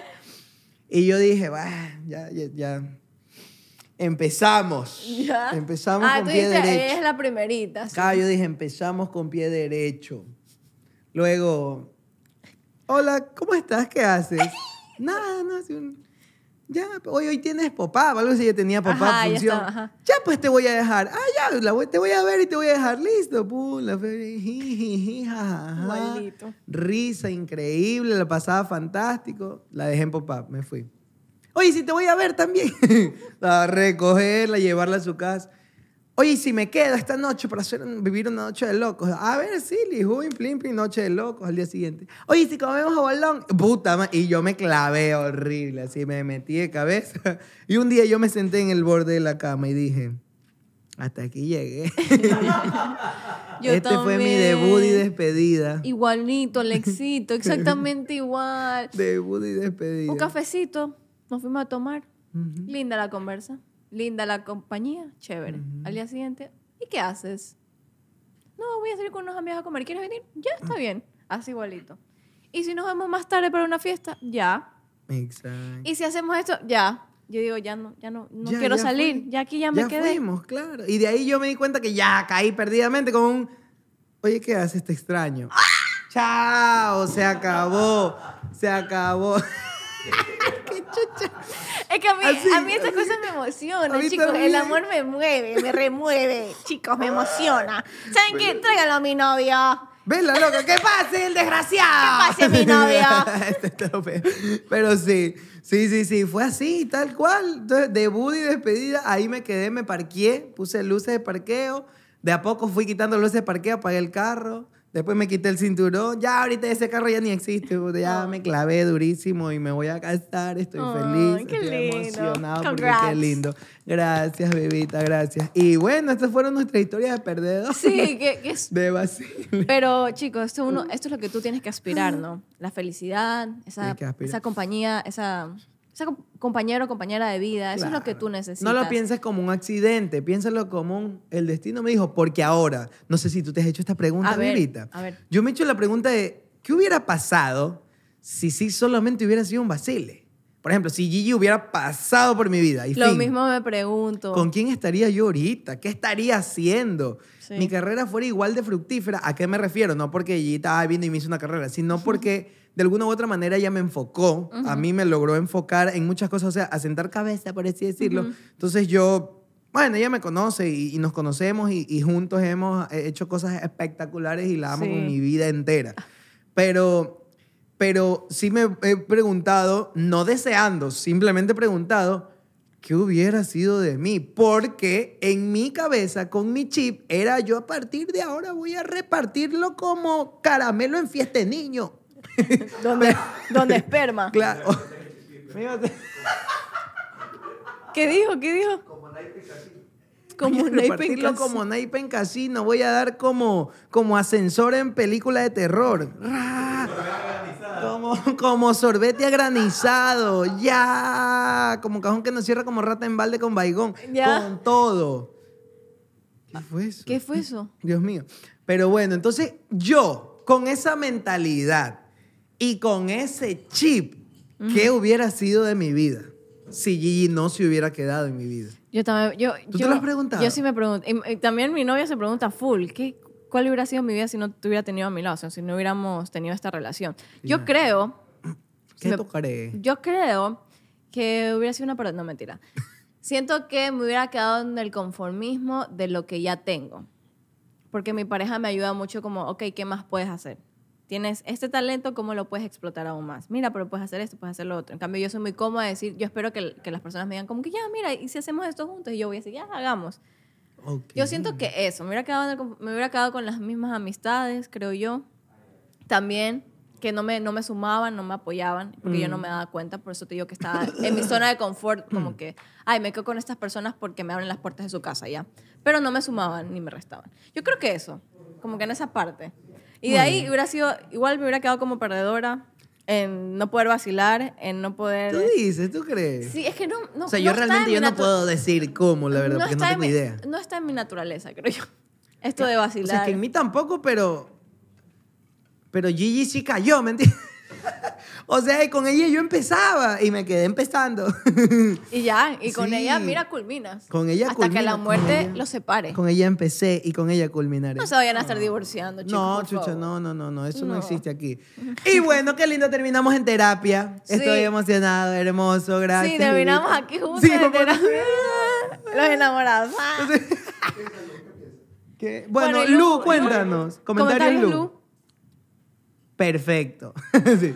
Speaker 2: Y yo dije, va, ya, ya, ya. Empezamos. <laughs>
Speaker 3: Ya.
Speaker 2: Empezamos
Speaker 3: ah,
Speaker 2: con
Speaker 3: tú
Speaker 2: pie
Speaker 3: dijiste,
Speaker 2: derecho.
Speaker 3: ella es la primerita. sí.
Speaker 2: Acá yo dije, empezamos con pie derecho. Luego, hola, ¿cómo estás? ¿Qué
Speaker 3: <laughs>
Speaker 2: haces? Nada, no, sí, un- ya, hoy, hoy tienes papá, o algo así, ya tenía papá,
Speaker 3: Ajá, ya
Speaker 2: función.
Speaker 3: estaba, ajá.
Speaker 2: Ya, pues te voy a dejar. Ah, ya, la voy- te voy a ver y te voy a dejar listo. Pum, la fe- ji, ji, ji, ja, ja, ja.
Speaker 3: Maldito.
Speaker 2: Risa increíble, la pasaba fantástico. La dejé en pop-up, me fui. Oye, si te voy a ver también. <laughs> a recogerla, llevarla a su casa. Oye, si me quedo esta noche para hacer, vivir una noche de locos. A ver, sí, lijuin, plin, plin, noche de locos al día siguiente. Oye, si comemos a balón. Puta ma- Y yo me clavé horrible, así me metí de cabeza. Y un día yo me senté en el borde de la cama y dije, hasta aquí llegué.
Speaker 3: <laughs> Yo
Speaker 2: este fue mi debut y
Speaker 3: también.
Speaker 2: despedida. <laughs>
Speaker 3: Igualito, Alexito, exactamente igual.
Speaker 2: Debut y despedida.
Speaker 3: Un cafecito, nos fuimos a tomar.
Speaker 2: Ujú.
Speaker 3: Linda la conversa, linda la compañía, chévere. Al día siguiente, ¿y qué haces? No, voy a salir con unos amigos a comer. ¿Quieres venir? Ya, está
Speaker 2: Ah.
Speaker 3: bien. Así igualito. ¿Y si nos vemos más tarde para una fiesta? Ya.
Speaker 2: Exacto.
Speaker 3: ¿Y si hacemos esto? Ya. Yo digo, ya no, ya no, no
Speaker 2: Ya,
Speaker 3: quiero
Speaker 2: ya
Speaker 3: salir.
Speaker 2: fue.
Speaker 3: Ya aquí ya me quedé.
Speaker 2: fuimos, claro. Y de ahí yo me di cuenta que ya caí perdidamente con un... Oye, ¿qué haces? Te extraño.
Speaker 3: ¡Ah!
Speaker 2: ¡Chao! Se acabó. Se acabó.
Speaker 3: Es que a mí,
Speaker 2: Así,
Speaker 3: a mí esas
Speaker 2: así.
Speaker 3: cosas me
Speaker 2: A
Speaker 3: emocionan,
Speaker 2: mí
Speaker 3: chicos.
Speaker 2: también.
Speaker 3: El amor me mueve, me remueve. chicos, me emociona. ¿Saben qué? Tráiganlo a mi novio.
Speaker 2: Vela, loca, ¿qué pase el desgraciado?
Speaker 3: ¿Qué pase, mi novio?
Speaker 2: <laughs> Este está feo. Pero sí, sí, sí, sí, fue así, tal cual. Entonces, debut y despedida, ahí me quedé, me parqué, puse luces de parqueo. De a poco fui quitando luces de parqueo, apagué el carro. Después me quité el cinturón. Ya ahorita ese carro ya ni existe. puta, Ya me clavé durísimo y me voy a casar. Estoy
Speaker 3: Ah. Ay,
Speaker 2: feliz.
Speaker 3: qué
Speaker 2: estoy
Speaker 3: lindo.
Speaker 2: emocionado porque qué
Speaker 3: Congrats.
Speaker 2: lindo. Gracias, bebita, gracias. Y bueno, estas fueron nuestras historias de perdedor.
Speaker 3: Sí, que, que
Speaker 2: <laughs>
Speaker 3: es-
Speaker 2: De vacile.
Speaker 3: Pero, chicos, esto, uno, esto es lo que tú tienes que aspirar, ¿no? La felicidad, esa,
Speaker 2: Tienes que aspirar.
Speaker 3: esa compañía, esa, esa com- compañero o compañera de vida. Eso es lo que
Speaker 2: Claro.
Speaker 3: tú necesitas.
Speaker 2: No lo pienses como un accidente, piénsalo como un... El destino me dijo, porque ahora, no sé si tú te has hecho esta pregunta,
Speaker 3: A ver,
Speaker 2: Vivita.
Speaker 3: a ver.
Speaker 2: Yo me he hecho la pregunta de, ¿qué hubiera pasado si sí solamente hubiera sido un vacile? Por ejemplo, si Gigi hubiera pasado por mi vida y
Speaker 3: Lo
Speaker 2: fin.
Speaker 3: mismo me pregunto.
Speaker 2: ¿Con quién estaría yo ahorita? ¿Qué estaría haciendo?
Speaker 3: Sí.
Speaker 2: Mi carrera fuera igual de fructífera. ¿A qué me refiero? No porque Gita ah, vino y me hizo una carrera, sino porque de alguna u otra manera ella me enfocó. A mí me logró enfocar en muchas cosas, o sea, asentar cabeza, por así decirlo. Entonces yo, bueno, ella me conoce y, y nos conocemos y, y juntos hemos eh, hecho cosas espectaculares y la amo
Speaker 3: Sí.
Speaker 2: con mi vida entera. Pero pero sí me he preguntado, no deseando, simplemente preguntado, ¿qué hubiera sido de mí? Porque en mi cabeza, con mi chip, era yo a partir de ahora voy a repartirlo como caramelo en fiesta de niño.
Speaker 3: ¿Dónde,
Speaker 2: <laughs>
Speaker 3: dónde esperma?
Speaker 2: Claro. <laughs>
Speaker 3: ¿Qué dijo? ¿Qué dijo?
Speaker 2: Voy <laughs>
Speaker 3: Como
Speaker 2: a
Speaker 3: un naipe en
Speaker 2: repartirlo
Speaker 3: casa.
Speaker 2: como naipe en casino. Voy a dar como, como ascensor en película de terror. Ra. Como, como sorbete agranizado. Ya. Como cajón que nos cierra como rata en balde con baigón.
Speaker 3: Ya.
Speaker 2: Con todo. ¿Qué fue eso?
Speaker 3: ¿Qué fue eso?
Speaker 2: Dios mío. Pero bueno, entonces yo, con esa mentalidad y con ese chip, ¿qué hubiera sido de mi vida si Gigi no se hubiera quedado en mi vida?
Speaker 3: Yo también. Yo,
Speaker 2: ¿Tú te
Speaker 3: yo,
Speaker 2: lo has preguntado?
Speaker 3: Yo sí me pregunto. Y, y también mi novia se pregunta full. ¿qué, ¿Cuál hubiera sido mi vida si no te hubiera tenido a mi lado? O sea, si no hubiéramos tenido esta relación. Yo creo,
Speaker 2: ¿Qué
Speaker 3: Me-
Speaker 2: tocaré?
Speaker 3: yo creo que hubiera sido una pared. No, mentira. Siento que me hubiera quedado en el conformismo de lo que ya tengo. Porque mi pareja me ayuda mucho como, ok, ¿qué más puedes hacer? Tienes este talento, ¿cómo lo puedes explotar aún más? Mira, pero puedes hacer esto, puedes hacer lo otro. En cambio, yo soy muy cómoda de decir, yo espero que, que las personas me digan como que ya, mira, y si hacemos esto juntos, y yo voy a decir, ya, hagamos.
Speaker 2: Ok.
Speaker 3: Yo siento que eso, me hubiera, quedado en el com- me hubiera quedado con las mismas amistades, creo yo. También que no me, no me sumaban, no me apoyaban, porque
Speaker 2: Mm.
Speaker 3: yo no me daba cuenta, por eso te digo que estaba en mi zona de confort, como que, ay, me quedo con estas personas porque me abren las puertas de su casa, ya. Pero no me sumaban ni me restaban. Yo creo que eso, como que en esa parte. Y de ahí hubiera sido, igual me hubiera quedado como perdedora en no poder vacilar, en no poder...
Speaker 2: ¿Tú dices? ¿Tú crees?
Speaker 3: Sí, es que no... no
Speaker 2: o sea, yo
Speaker 3: no está en
Speaker 2: realmente
Speaker 3: mi
Speaker 2: yo no
Speaker 3: natu-
Speaker 2: puedo decir cómo, la verdad, porque no
Speaker 3: está
Speaker 2: tengo
Speaker 3: en mi-
Speaker 2: idea.
Speaker 3: No está en mi naturaleza,
Speaker 2: <laughs>
Speaker 3: creo yo. Esto de
Speaker 2: O
Speaker 3: vacilar.
Speaker 2: sea, es que en mí tampoco, pero... Pero Gigi sí cayó, ¿me entiendes? <laughs> o sea, con ella yo empezaba y me quedé empezando.
Speaker 3: Y ya, y con
Speaker 2: Sí.
Speaker 3: ella, mira, culminas.
Speaker 2: Con ella
Speaker 3: Hasta
Speaker 2: culmina,
Speaker 3: que la
Speaker 2: con
Speaker 3: muerte
Speaker 2: ella.
Speaker 3: los
Speaker 2: <laughs>
Speaker 3: separe.
Speaker 2: con ella empecé y con ella culminaré.
Speaker 3: No se vayan a estar divorciando, chicos.
Speaker 2: No,
Speaker 3: por
Speaker 2: chucha,
Speaker 3: favor.
Speaker 2: no, no, no, no, eso no. existe
Speaker 3: <laughs>
Speaker 2: aquí. Y bueno, qué lindo, terminamos en terapia.
Speaker 3: Sí.
Speaker 2: Estoy emocionado, hermoso, gracias.
Speaker 3: Sí, terminamos
Speaker 2: Lilita.
Speaker 3: aquí juntos.
Speaker 2: Sí,
Speaker 3: en
Speaker 2: por
Speaker 3: terapia.
Speaker 2: favor.
Speaker 3: <laughs> los enamorados. Ah.
Speaker 2: ¿Qué? Bueno,
Speaker 3: y
Speaker 2: Lu, cuéntanos. Comentarios, Lu.
Speaker 3: Lu.
Speaker 2: Perfecto. <laughs> sí.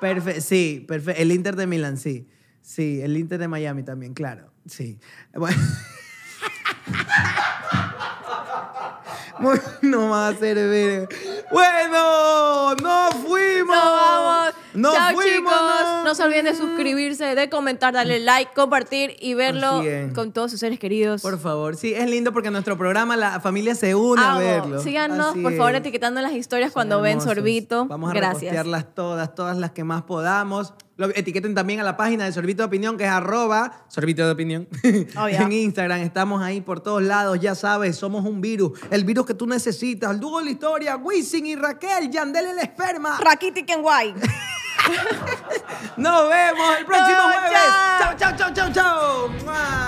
Speaker 2: Perfecto. Sí, perfecto. El Inter de Milán, sí. Sí, el Inter de Miami también, claro. Sí. Bueno. <laughs> Muy- no va a servir. Bueno, no fuimos.
Speaker 3: Nos vamos.
Speaker 2: No
Speaker 3: Chao,
Speaker 2: fuimos.
Speaker 3: chicos.
Speaker 2: no.
Speaker 3: No se olviden de suscribirse, de comentar, darle like, compartir y verlo
Speaker 2: Así es.
Speaker 3: con todos sus seres queridos.
Speaker 2: Por favor, sí, es lindo porque en nuestro programa la familia se une a
Speaker 3: Amo.
Speaker 2: verlo.
Speaker 3: Síganos,
Speaker 2: Así
Speaker 3: por favor,
Speaker 2: es.
Speaker 3: etiquetando las historias
Speaker 2: Son
Speaker 3: cuando ven
Speaker 2: hermosos.
Speaker 3: sorbito.
Speaker 2: Vamos a
Speaker 3: Gracias.
Speaker 2: repostearlas todas, todas las que más podamos. Lo- etiqueten también a la página de Sorbito de Opinión, que es arroba Sorbito de Opinión.
Speaker 3: Oh,
Speaker 2: <laughs>
Speaker 3: ya.
Speaker 2: en Instagram, estamos ahí por todos lados, ya sabes, somos un virus. El virus que tú necesitas. El dúo de la historia, Wisin y Raquel, Yandel el esperma.
Speaker 3: Rakitic en guay.
Speaker 2: Nos vemos el próximo
Speaker 3: No,
Speaker 2: jueves. Chao,
Speaker 3: chao.
Speaker 2: chao, chao, chao, chao. ¡Mua!